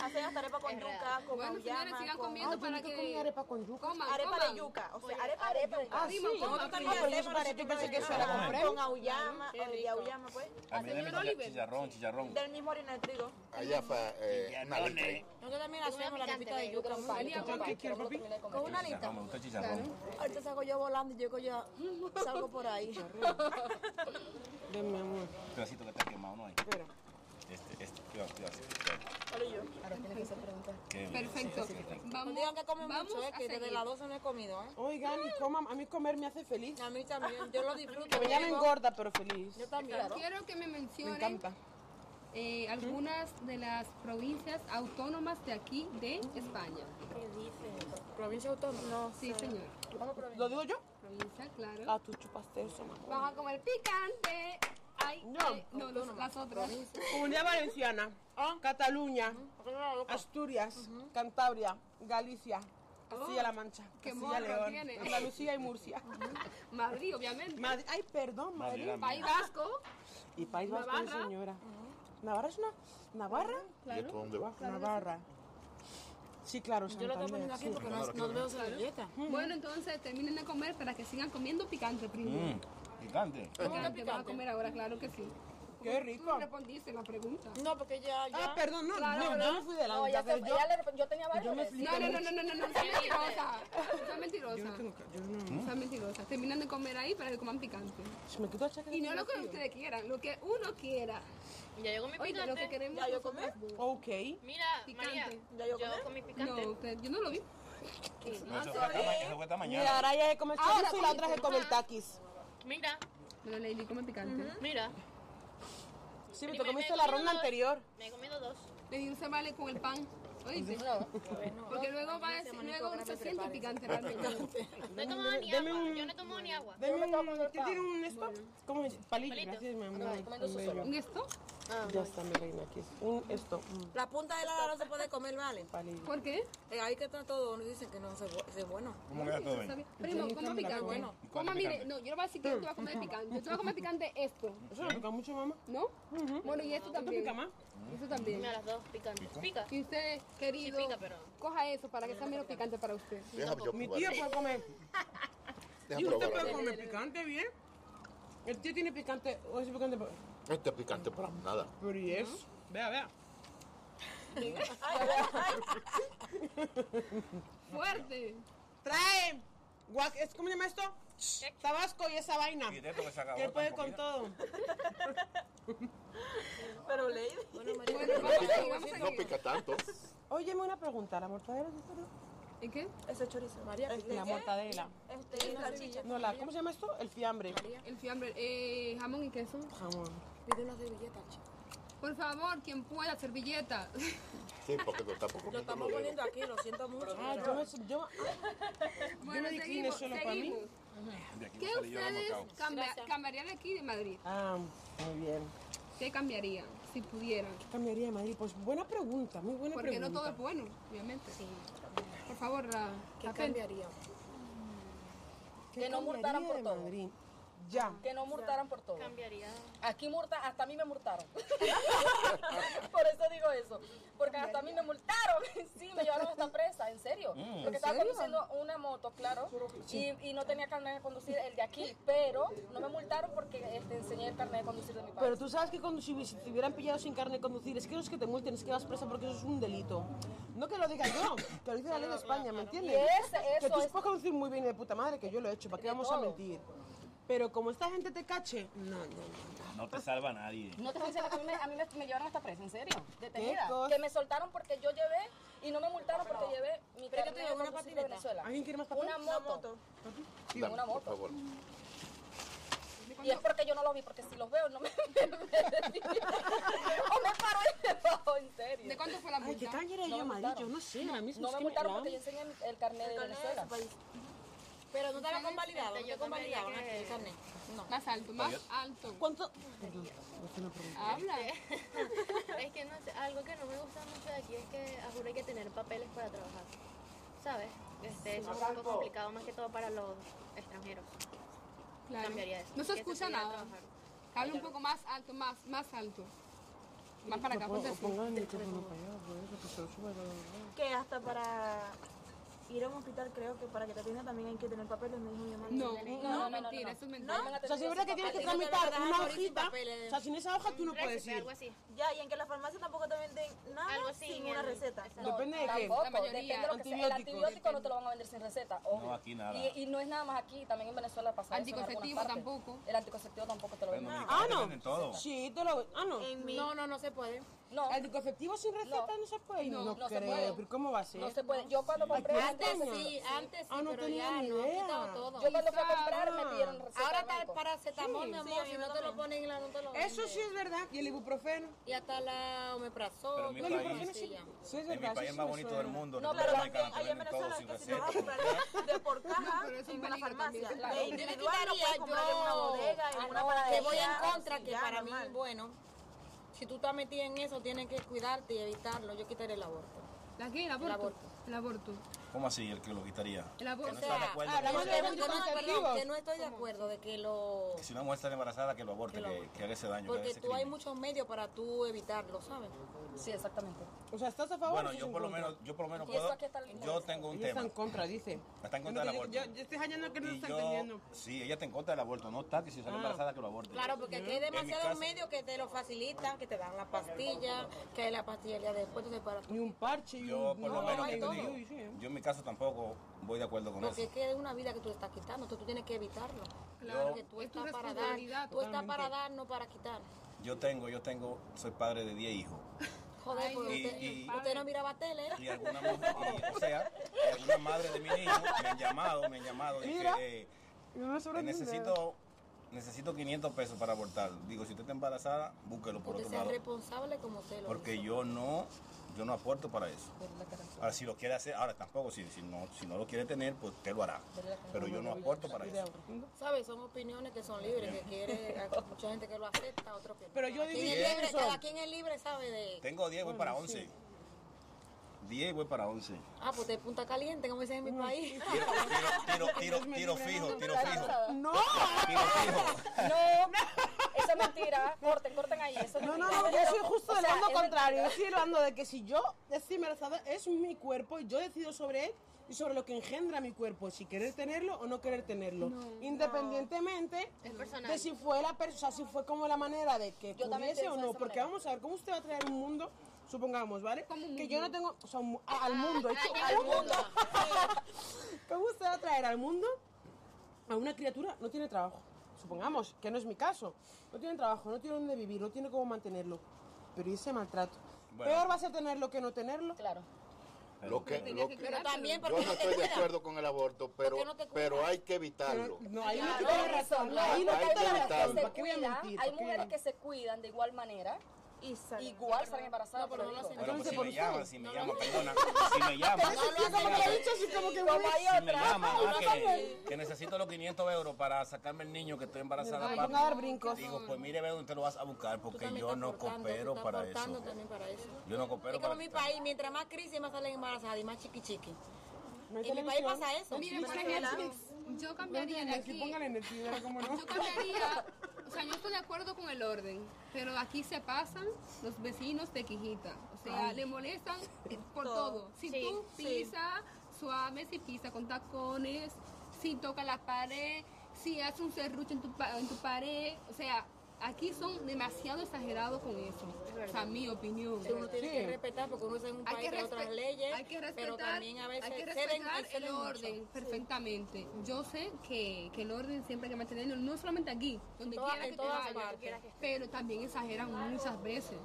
Speaker 8: Hacen hasta arepa con yuca, con
Speaker 1: Bueno, señores,
Speaker 8: auyama,
Speaker 1: sigan
Speaker 8: con
Speaker 1: comiendo para
Speaker 3: nunca comí
Speaker 1: que
Speaker 3: arepa con yuca.
Speaker 1: coman,
Speaker 8: arepa
Speaker 1: coman.
Speaker 8: de yuca. O sea, arepa de
Speaker 5: Arepa de-
Speaker 8: yuca.
Speaker 3: Ah, sí.
Speaker 1: Primo,
Speaker 3: Ah,
Speaker 1: coman.
Speaker 3: pero yo pensé- yo pensé que eso era con
Speaker 8: Con
Speaker 3: premio.
Speaker 8: auyama, o de auyama, pues.
Speaker 6: A mí
Speaker 1: señor
Speaker 6: me toca
Speaker 1: Oliver.
Speaker 6: chicharrón, chicharrón.
Speaker 8: Del mismo harina de trigo.
Speaker 2: Allá fa, eh, una
Speaker 6: Chicharrones.
Speaker 2: leche.
Speaker 4: Nosotros también hacemos la arepita de yuca. muy rica.
Speaker 1: Venía
Speaker 3: ¿Qué quieres, papi?
Speaker 4: Con una
Speaker 6: Chicharrón,
Speaker 4: lita.
Speaker 6: me gusta el chicharrón.
Speaker 4: Ahorita salgo yo volando y llego yo, salgo por ahí. [laughs]
Speaker 3: Ven, mi amor.
Speaker 6: Un pedacito que está quemado, ¿no hay?
Speaker 3: Espera.
Speaker 6: este, este, ¿qué va- qué va a hacer? Bueno,
Speaker 5: Ahora tiene que hacer preguntas.
Speaker 6: qué-
Speaker 1: Perfecto.
Speaker 6: sí, sí, sí.
Speaker 1: Vamos,
Speaker 4: No digan que comen
Speaker 1: vamos
Speaker 4: mucho, eh,
Speaker 1: a
Speaker 4: que desde
Speaker 1: seguir.
Speaker 4: las 12 no he comido. Eh.
Speaker 3: Oigan, y coman, a mí comer me hace feliz.
Speaker 4: A mí también, yo lo disfruto.
Speaker 3: Que ya me
Speaker 4: digo,
Speaker 3: engorda, pero feliz.
Speaker 4: Yo también.
Speaker 1: Quiero que me
Speaker 3: Me
Speaker 1: mencionen
Speaker 3: encanta.
Speaker 1: eh, algunas de las provincias autónomas de aquí de España.
Speaker 4: Provincia autónoma. No.
Speaker 1: Sí, señor.
Speaker 3: ¿Lo digo yo?
Speaker 1: Provincia, claro.
Speaker 3: Ah, tú chupaste eso, mamá.
Speaker 1: Vamos a comer picante. Ay,
Speaker 3: No,
Speaker 1: ay, no, los- las otras.
Speaker 3: Comunidad Valenciana,
Speaker 1: Ah.
Speaker 3: Cataluña,
Speaker 1: Mm,
Speaker 3: Asturias, Cantabria, Galicia, Castilla-La Mancha,
Speaker 1: Ah, Qué morro
Speaker 3: Castilla-León,
Speaker 1: tiene.
Speaker 3: Andalucía
Speaker 1: [laughs]
Speaker 3: y Murcia.
Speaker 1: Madrid, obviamente.
Speaker 3: Madrid, ay, perdón, Madrid.
Speaker 6: Madrid,
Speaker 1: País Vasco.
Speaker 3: Y País Vasco, sí,
Speaker 1: Navarra.
Speaker 3: señora. ¿Navarra es una? ¿Navarra? oh,
Speaker 2: ¿Y esto dónde va?
Speaker 3: Navarra. Sí, claro,
Speaker 4: Yo lo estoy
Speaker 3: Santander,
Speaker 4: poniendo aquí
Speaker 3: sí.
Speaker 4: porque no, no veo esa dieta.
Speaker 1: Bueno, entonces terminen de comer para que sigan comiendo picante primero.
Speaker 6: Mm, picante.
Speaker 1: Picante, van a comer ahora, claro que sí.
Speaker 3: Qué
Speaker 1: Tú
Speaker 3: rico.
Speaker 1: respondiste la pregunta.
Speaker 4: No, porque ya,
Speaker 3: Ah,
Speaker 4: ya.
Speaker 3: perdón, no, no, yo me fui de la
Speaker 5: No, ya
Speaker 3: onda,
Speaker 5: se,
Speaker 3: pero yo,
Speaker 5: ella le- yo tenía varios.
Speaker 3: yo me
Speaker 1: No,
Speaker 3: explico
Speaker 1: no, no,
Speaker 3: mucho.
Speaker 1: no, no, no, no, son mentirosas. Son
Speaker 3: Yo
Speaker 1: mentirosas.
Speaker 3: no tengo ca- yo no-
Speaker 1: Son mentirosas. Terminan de comer ahí para que coman picante.
Speaker 3: Se me quitó el chaqueta.
Speaker 1: Y no lo que ustedes quieran, lo que uno quiera.
Speaker 7: Ya llegó mi
Speaker 1: Oiga, lo que
Speaker 7: picante.
Speaker 1: queremos es comer.
Speaker 3: Ok.
Speaker 7: Mira, María,
Speaker 1: Picante.
Speaker 7: yo con mi picante.
Speaker 1: No, usted- yo no lo vi.
Speaker 6: No, eso fue esta ma- eso fue esta
Speaker 3: Mira,
Speaker 6: mañana.
Speaker 3: ahora ella se come
Speaker 1: Ahora
Speaker 3: chorizo y la
Speaker 1: comiste.
Speaker 3: otra se come el taquis.
Speaker 7: Mira,
Speaker 1: Pero Lady come picante.
Speaker 7: mira.
Speaker 3: Sí, pero
Speaker 7: Y
Speaker 3: te
Speaker 7: me- me
Speaker 3: comiste
Speaker 7: he
Speaker 3: la
Speaker 7: comido
Speaker 3: ronda
Speaker 7: dos.
Speaker 3: anterior.
Speaker 7: Me he comido dos.
Speaker 1: Le di un vale con el pan. ¿Oíste? Porque luego va a decir- luego se siente el picante realmente.
Speaker 7: No he tomado ni
Speaker 3: deme
Speaker 7: agua.
Speaker 3: un-
Speaker 7: Yo no he tomado ni agua.
Speaker 3: Deme un... ¿Qué tiene un stop? ¿Cómo es? Palillo,
Speaker 7: Palito.
Speaker 3: gracias, mi amor. Tan bello.
Speaker 1: ¿Un esto?
Speaker 3: Ya está, mi reina, aquí es un esto, un
Speaker 4: La punta de la no se puede comer, vale.
Speaker 3: palillo.
Speaker 1: ¿Por qué?
Speaker 4: Eh, ahí que está todo, nos dicen que no se bu- se es bueno.
Speaker 6: ¿Cómo
Speaker 3: Ah,
Speaker 6: queda todo bien?
Speaker 1: Primo, coma picante.
Speaker 6: ¿Y cuánto
Speaker 1: Coma, mire,
Speaker 6: picante?
Speaker 1: no, yo le voy a decir que tú vas a comer picante. Yo te voy a comer picante esto,
Speaker 3: Eso no pica mucho, mamá.
Speaker 1: ¿no? Bueno, y esto
Speaker 3: ¿Cuánto
Speaker 1: también.
Speaker 3: pica más?
Speaker 1: Y Eso también.
Speaker 7: Dime a las dos picantes. Pica.
Speaker 1: Y usted, querido,
Speaker 7: pica, pero-
Speaker 1: coja eso para que sea menos picante para usted.
Speaker 2: Déjame yo
Speaker 3: Mi
Speaker 2: probar.
Speaker 3: tío puede comer.
Speaker 2: Deja
Speaker 3: Y usted
Speaker 2: probar
Speaker 3: puede
Speaker 2: algo.
Speaker 3: comer picante, bien. El tío tiene picante, o es picante, pero-
Speaker 2: Este picante para nada.
Speaker 3: pero y es. Vea, vea.
Speaker 1: ¡Fuerte!
Speaker 3: Trae. guac- es- ¿Cómo se llama esto? Tabasco y esa vaina.
Speaker 6: Y de esto que se acabó
Speaker 3: Que él puede
Speaker 6: tan
Speaker 3: con
Speaker 6: comida.
Speaker 3: todo.
Speaker 1: Bueno,
Speaker 2: No
Speaker 1: vamos
Speaker 2: pica,
Speaker 1: a ir, vamos a
Speaker 2: no
Speaker 1: ir.
Speaker 2: pica tanto.
Speaker 3: Óyeme una pregunta, ¿la mortadela es esto?
Speaker 1: ¿Y qué?
Speaker 3: La mortadela. No, la, ¿cómo se llama esto? El fiambre.
Speaker 1: El fiambre, eh, jamón y queso.
Speaker 3: Jamón.
Speaker 4: Pide una servilleta, chico.
Speaker 1: Por favor, quien pueda, servilleta. [laughs]
Speaker 2: Sí, porque lo estamos comiendo.
Speaker 4: Lo estamos
Speaker 2: luego.
Speaker 4: poniendo aquí, lo siento mucho.
Speaker 3: Ah, yo me... Yo,
Speaker 5: [laughs]
Speaker 1: Bueno,
Speaker 3: me declino
Speaker 1: seguimos,
Speaker 3: solo para mí.
Speaker 1: seguimos.
Speaker 6: De aquí no
Speaker 1: ¿Qué
Speaker 6: salí yo del
Speaker 1: ustedes
Speaker 6: mercado.
Speaker 1: cambia- cambiarían de aquí de Madrid?
Speaker 3: ah, muy bien.
Speaker 1: ¿Qué cambiarían si pudieran?
Speaker 3: Cambiaría de Madrid. Pues buena pregunta, muy buena
Speaker 1: Porque no
Speaker 3: pregunta.
Speaker 1: todo es bueno, obviamente. Por favor, la, la pen.
Speaker 3: ¿Qué
Speaker 5: Que no multaran
Speaker 3: cambiaría
Speaker 5: por
Speaker 3: de
Speaker 5: todo.
Speaker 3: Madrid? Ya.
Speaker 5: Que no multaran por todo.
Speaker 7: Cambiaría.
Speaker 5: Aquí multa, hasta a mí me multaron. [laughs] por eso digo eso. Porque hasta a mí me multaron. [laughs] sí, me llevaron hasta presa, Mm, en serio. Porque estaba conduciendo una moto, claro. Y, y no tenía carnet de conducir el de aquí. Pero no me multaron porque este, enseñé el carnet de conducir de mi padre.
Speaker 3: Pero tú sabes que cuando, si, si te hubieran pillado sin carne de conducir, es que no es que te multen, es que vas presa porque eso es un delito. No que lo diga yo, que lo dice la ley de España, ¿me entiendes?
Speaker 5: Y ese-
Speaker 3: que
Speaker 5: eso
Speaker 3: tú
Speaker 5: es-
Speaker 3: puedes conducir muy bien y de puta madre, que yo lo he hecho, ¿para qué
Speaker 5: De
Speaker 3: vamos a
Speaker 5: todo.
Speaker 3: mentir? Pero como esta gente te cache, no, no, no.
Speaker 6: No te salva nadie.
Speaker 5: No te estoy diciendo que a mí, me, a mí me- me llevaron hasta presa, en serio. Detenida.
Speaker 3: cosa?
Speaker 5: Que me soltaron porque yo llevé y no me multaron porque llevé mi
Speaker 4: Pero que
Speaker 5: carnet
Speaker 4: te
Speaker 5: de
Speaker 4: llevó una
Speaker 5: conducir de
Speaker 4: patineta.
Speaker 5: Venezuela.
Speaker 3: ¿Alguien quiere más papel?
Speaker 5: Una moto.
Speaker 2: Dame,
Speaker 5: una
Speaker 2: por
Speaker 5: moto.
Speaker 2: favor.
Speaker 5: Y es porque yo Pues no los vi, porque si los veo no me, [laughs] me, me- o me paro y me bajo, en serio.
Speaker 1: ¿De cuánto fue la
Speaker 3: Ay, ¿qué
Speaker 1: multa?
Speaker 3: cañera
Speaker 5: No
Speaker 3: yo,
Speaker 5: me
Speaker 3: Madrid? Yo
Speaker 5: multaron.
Speaker 3: no sé, ahora mismo
Speaker 5: No
Speaker 3: es
Speaker 5: me
Speaker 3: que
Speaker 5: multaron
Speaker 3: la-
Speaker 5: porque yo enseñé mi- el carnet de Venezuela.
Speaker 4: pues, Pero no te habían convalidado, no te
Speaker 7: Yo
Speaker 4: convalidaron
Speaker 7: cambiaría
Speaker 4: aquí el carnet. No.
Speaker 1: Más alto, más alto.
Speaker 3: ¿Cuánto? Perdón, es una pregunta.
Speaker 2: [laughs]
Speaker 1: Habla.
Speaker 7: [laughs] Es que no sé, algo que no me gusta mucho de aquí es que a juro hay que tener papeles para trabajar. ¿Sabes? Este, eso es un poco complicado más que todo para los extranjeros.
Speaker 1: Claro.
Speaker 7: Cambiaría eso.
Speaker 1: No se
Speaker 7: Que
Speaker 1: escucha
Speaker 7: pudiera
Speaker 1: nada.
Speaker 7: trabajar.
Speaker 1: Habla un poco más alto, más, más alto. Más para acá,
Speaker 3: O
Speaker 1: ponte así.
Speaker 3: pues, pongan el micrófono para allá, por eso, que se lo suba.
Speaker 8: Que hasta para ir a un hospital creo que para que te atiendan también hay que tener papeles, me dijo mi hermano.
Speaker 1: No,
Speaker 8: Yo
Speaker 1: no,
Speaker 5: no, no,
Speaker 1: mentira,
Speaker 5: no.
Speaker 1: eso es mentira.
Speaker 5: No, me han
Speaker 3: O sea, si es
Speaker 5: atendido
Speaker 3: verdad que
Speaker 5: sin
Speaker 3: tienes que
Speaker 5: papel.
Speaker 3: tramitar
Speaker 4: verdad,
Speaker 3: una
Speaker 4: ahorita sin
Speaker 3: hojita,
Speaker 4: papeles.
Speaker 3: o sea, sin esa hoja tú no puedes
Speaker 7: Recipe,
Speaker 3: ir.
Speaker 7: algo así.
Speaker 8: Ya, y en que la farmacia tampoco te venden nada
Speaker 7: Algo sin
Speaker 8: sin, una
Speaker 7: el-
Speaker 8: receta.
Speaker 7: exacto.
Speaker 5: No,
Speaker 3: Depende de qué.
Speaker 5: tampoco,
Speaker 1: La mayoría,
Speaker 5: depende de lo que sea. El
Speaker 3: antibiótico.
Speaker 5: antibiótico no te lo van a vender sin receta, obvio.
Speaker 6: No, aquí nada.
Speaker 5: Y, y no es nada más aquí, también en Venezuela pasa eso en algunas
Speaker 1: Anticonceptivo
Speaker 5: partes.
Speaker 1: tampoco.
Speaker 5: El anticonceptivo tampoco te lo
Speaker 6: Pero en
Speaker 5: venden.
Speaker 6: Dominicana
Speaker 3: Ah,
Speaker 6: te venden todo.
Speaker 3: no. Sí, te lo. Ah, no.
Speaker 8: En mi,
Speaker 7: No, no, no se puede.
Speaker 5: No,
Speaker 3: ¿El anticonceptivo sin receta no, se puede?
Speaker 5: No,
Speaker 3: No,
Speaker 5: no se
Speaker 3: creo.
Speaker 5: puede.
Speaker 3: ¿Pero cómo va a ser?
Speaker 5: no se puede. Yo cuando compré el
Speaker 4: Antes
Speaker 5: anticonceptivo-
Speaker 4: sí, antes sí,
Speaker 3: Ah, no
Speaker 4: pero
Speaker 3: tenía
Speaker 4: ya
Speaker 3: ni
Speaker 4: no,
Speaker 3: idea.
Speaker 4: quitado todo.
Speaker 5: Yo cuando fui a comprar me pidieron receta.
Speaker 4: Ahora
Speaker 5: de
Speaker 4: está el
Speaker 5: médico.
Speaker 4: paracetamol, mi amor, si no te lo ponen, la- no te lo
Speaker 3: Eso
Speaker 4: venden.
Speaker 3: sí es verdad. ¿Y el ibuprofeno?
Speaker 4: Y hasta la
Speaker 6: Pero
Speaker 4: omeprazol.
Speaker 6: en mi
Speaker 4: todo
Speaker 6: país-
Speaker 4: lo que
Speaker 6: Omeprazol
Speaker 4: se llama.
Speaker 3: Sí, es verdad.
Speaker 6: En mi país
Speaker 3: sí
Speaker 6: más
Speaker 3: me
Speaker 6: bonito
Speaker 3: suena.
Speaker 6: del mundo,
Speaker 8: No,
Speaker 6: no,
Speaker 8: pero
Speaker 6: Dominicana,
Speaker 8: también
Speaker 6: te
Speaker 8: hay en
Speaker 6: venden todo
Speaker 8: Venezuela
Speaker 6: sin
Speaker 8: que si te
Speaker 6: receta.
Speaker 8: vas a comprar de por caja
Speaker 1: pero es un
Speaker 8: en una
Speaker 1: peligro
Speaker 8: farmacia.
Speaker 1: también,
Speaker 8: De individual lo
Speaker 4: quitaría
Speaker 8: puedes comprar en una
Speaker 4: pues, yo-
Speaker 8: bodega, en
Speaker 4: Ah,
Speaker 8: una
Speaker 4: no,
Speaker 8: panadería.
Speaker 4: que voy en contra,
Speaker 8: sí,
Speaker 4: que
Speaker 8: ya,
Speaker 4: para mí,
Speaker 8: normal.
Speaker 4: bueno, si tú estás metida en eso, tienes que cuidarte y evitarlo. Yo quitaré el aborto.
Speaker 1: ¿La qué? ¿El aborto? El aborto.
Speaker 6: ¿Cómo así el que lo quitaría?
Speaker 1: El aborto.
Speaker 6: Que no está de acuerdo.
Speaker 3: ahora
Speaker 6: que-
Speaker 3: vamos
Speaker 4: Que
Speaker 3: a
Speaker 4: no,
Speaker 3: ver
Speaker 4: que no,
Speaker 3: anticonceptivos.
Speaker 4: perdón, que no estoy de acuerdo de que lo...
Speaker 6: que si una mujer está embarazada, que lo aborte,
Speaker 4: Que lo
Speaker 6: que,
Speaker 4: aborte.
Speaker 6: que haga ese daño. que haga
Speaker 4: Porque
Speaker 6: ese
Speaker 4: tú hay
Speaker 6: crimen.
Speaker 4: muchos medios para tú evitarlo, ¿sabes?
Speaker 5: Sí, exactamente.
Speaker 3: O sea, ¿estás a favor o
Speaker 6: Bueno,
Speaker 3: estás
Speaker 6: yo
Speaker 3: en
Speaker 6: por lo
Speaker 3: contra?
Speaker 6: menos, yo por lo menos
Speaker 5: Y eso
Speaker 6: puedo.
Speaker 5: aquí está el-
Speaker 6: Yo tengo un
Speaker 3: Ella está
Speaker 6: tema.
Speaker 3: en contra, dice.
Speaker 6: Está en contra
Speaker 3: Como
Speaker 6: del
Speaker 3: que Yo,
Speaker 6: aborto.
Speaker 3: yo, yo estoy hallando que no
Speaker 6: Y
Speaker 3: está
Speaker 6: yo,
Speaker 3: entendiendo.
Speaker 6: sí, ella está en contra del aborto, no está que si sale
Speaker 3: Ah.
Speaker 6: embarazada que lo aborte.
Speaker 4: Claro, porque aquí hay
Speaker 6: En mi
Speaker 4: demasiados
Speaker 6: caso-
Speaker 4: medios que te lo facilitan, que te dan la pastilla, que hay la pastilla el día después, entonces para tú.
Speaker 3: Ni un parche, y
Speaker 6: Yo
Speaker 3: un...
Speaker 6: por lo
Speaker 4: No,
Speaker 6: menos
Speaker 4: hay
Speaker 6: yo te
Speaker 4: todo.
Speaker 6: digo,
Speaker 3: Uy, sí, ¿eh?
Speaker 6: yo en mi caso tampoco voy de acuerdo con
Speaker 4: Porque
Speaker 6: eso.
Speaker 4: es que es una vida que tú estás quitando, entonces tú tienes que evitarlo.
Speaker 1: Claro,
Speaker 4: Porque tú
Speaker 1: es tu
Speaker 4: estás para dar,
Speaker 1: responsabilidad
Speaker 4: tú estás para
Speaker 3: totalmente.
Speaker 4: dar, no para quitar.
Speaker 6: Yo tengo, yo tengo, soy padre de 10 hijos.
Speaker 4: Joder,
Speaker 1: Ay,
Speaker 4: porque
Speaker 6: Dios
Speaker 4: usted,
Speaker 6: mío,
Speaker 4: usted
Speaker 1: padre.
Speaker 4: no miraba tele. ¿eh?
Speaker 6: Y alguna mujer, y, o sea, y alguna madre de mi niño me han llamado, me han llamado y
Speaker 3: Mira.
Speaker 6: que eh,
Speaker 3: Yo me
Speaker 6: eh,
Speaker 3: sorprende.
Speaker 6: necesito, necesito 500 pesos para abortar. Digo, si usted está embarazada, búsquelo por
Speaker 4: Usted
Speaker 6: otro
Speaker 4: sea
Speaker 6: lado.
Speaker 4: responsable como usted lo
Speaker 6: Porque
Speaker 4: hizo.
Speaker 6: yo no, yo no aporto para eso. Ahora, si lo quiere hacer, ahora tampoco, si, si, no, si no lo quiere tener, pues usted lo hará. Pero yo no aporto para eso.
Speaker 4: ¿Sabes? Son opiniones que son libres, que quiere hay mucha gente que lo acepta, otro que no.
Speaker 3: Pero yo
Speaker 4: Cada quien es
Speaker 6: diría
Speaker 4: libre,
Speaker 3: eso.
Speaker 4: cada quien es libre, sabe de.
Speaker 6: Tengo 10, voy para 11. 10, voy para 11.
Speaker 4: Ah, pues de punta caliente, como dicen en
Speaker 5: Mm.
Speaker 4: mi país.
Speaker 6: Tiro, tiro, tiro, tiro, tiro fijo, tiro fijo.
Speaker 3: No,
Speaker 6: Tiro fijo.
Speaker 5: No, [laughs] eso es mentira. Corten, corten ahí. Eso es
Speaker 3: no, no, no,
Speaker 5: mentira.
Speaker 3: yo soy justo
Speaker 5: O
Speaker 3: del
Speaker 5: sea,
Speaker 3: bando
Speaker 5: es
Speaker 3: contrario. Yo
Speaker 5: mentira.
Speaker 3: estoy hablando de que si yo estoy embarazada, es mi cuerpo y yo decido sobre él y sobre lo que engendra mi cuerpo, si querer tenerlo o no querer tenerlo. Independientemente
Speaker 7: Es personal.
Speaker 3: de si fue la persona, si fue como la manera de que
Speaker 5: Yo también
Speaker 3: tuviese
Speaker 5: pienso
Speaker 3: o
Speaker 5: de
Speaker 3: no.
Speaker 5: esa
Speaker 3: Porque
Speaker 5: manera.
Speaker 3: vamos a ver cómo usted va a traer un mundo, supongamos, ¿vale?
Speaker 1: Como un
Speaker 3: Que
Speaker 1: mundo.
Speaker 3: yo no tengo, o sea, un mu- a- al mundo, he dicho, al mundo. ¿Cómo usted va a traer al mundo a una criatura no tiene trabajo? Supongamos que no es mi caso. No tiene trabajo, no tiene dónde vivir, no tiene cómo mantenerlo. Pero ¿y ese maltrato?
Speaker 6: Bueno.
Speaker 3: Peor va a ser tenerlo que no tenerlo.
Speaker 5: Claro.
Speaker 2: Lo que, lo que-
Speaker 4: Pero también
Speaker 2: yo
Speaker 4: porque no
Speaker 2: no
Speaker 4: te
Speaker 2: estoy de
Speaker 4: cuidan.
Speaker 2: acuerdo con el aborto, pero,
Speaker 4: no te cuidan?
Speaker 2: pero hay que evitarlo.
Speaker 3: Pero no, ahí no
Speaker 5: Claro,
Speaker 3: quita la
Speaker 5: eso,
Speaker 3: razón.
Speaker 5: no,
Speaker 3: Ahí no
Speaker 2: hay
Speaker 3: quita
Speaker 2: que
Speaker 3: la
Speaker 2: evitarlo.
Speaker 3: razón.
Speaker 5: Se
Speaker 3: ¿Para qué voy a
Speaker 5: cuidan,
Speaker 3: mentir?
Speaker 5: hay
Speaker 3: ¿Para qué voy a
Speaker 5: mujeres
Speaker 3: mentir?
Speaker 5: que se cuidan de igual manera.
Speaker 8: Y salen.
Speaker 5: Igual salen embarazadas.
Speaker 4: No, pero
Speaker 5: te
Speaker 4: no
Speaker 5: lo
Speaker 4: lo
Speaker 5: digo.
Speaker 6: Bueno,
Speaker 3: Entonces,
Speaker 6: pues si
Speaker 3: ¿por
Speaker 6: me
Speaker 3: qué?
Speaker 6: llaman, si me llaman, perdona, si me llaman,
Speaker 3: Pero eso sí es como que he dicho, así como que...
Speaker 5: Como hay
Speaker 6: si me
Speaker 5: otra.
Speaker 6: llaman, ah, que, que necesito los 500 euros para sacarme el niño que estoy embarazada,
Speaker 3: Ay,
Speaker 6: papi.
Speaker 3: van a dar brincos.
Speaker 6: Digo, pues mire, ve dónde te lo vas a buscar,
Speaker 4: Tú
Speaker 6: porque
Speaker 4: también
Speaker 6: yo
Speaker 4: estás
Speaker 6: no
Speaker 4: aportando,
Speaker 6: coopero
Speaker 4: tú estás
Speaker 6: para
Speaker 4: aportando
Speaker 6: eso.
Speaker 4: también para eso.
Speaker 6: Yo no coopero
Speaker 4: es como
Speaker 6: para
Speaker 4: en mi
Speaker 6: eso.
Speaker 4: país, mientras más crisis, más salen embarazadas y más chiqui chiqui.
Speaker 3: No hay
Speaker 4: En mi país
Speaker 3: televisión.
Speaker 4: pasa eso.
Speaker 1: Miren, por ejemplo, yo cambiaría de
Speaker 3: Aquí
Speaker 1: aquí.
Speaker 3: póngale en el Twitter, cómo no.
Speaker 1: Yo cambiaría, o sea, yo estoy de acuerdo con el orden, pero aquí se pasan los vecinos de Quijita. O sea, le molestan por todo. Si
Speaker 7: Sí,
Speaker 1: tú pisas suave, si pisa con tacones, si toca la pared, si hace un serrucho en tu, pa- en tu pared, o sea, aquí son demasiado exagerados con eso. O sea, mi opinión.
Speaker 4: Uno tiene que respetar porque uno está en un
Speaker 1: Hay
Speaker 4: país
Speaker 1: que,
Speaker 4: de otras
Speaker 1: respe-
Speaker 4: leyes,
Speaker 1: hay que respetar,
Speaker 4: pero también a veces
Speaker 1: hay que
Speaker 4: ceden-
Speaker 1: respetar el
Speaker 4: ceden mucho.
Speaker 1: orden perfectamente. Yo sé que, que el orden siempre hay que mantenerlo, no solamente aquí, donde
Speaker 4: Todas-
Speaker 1: quiera
Speaker 4: en
Speaker 1: que te
Speaker 4: todas
Speaker 1: vayas,
Speaker 4: partes.
Speaker 1: pero también exageran muchas veces.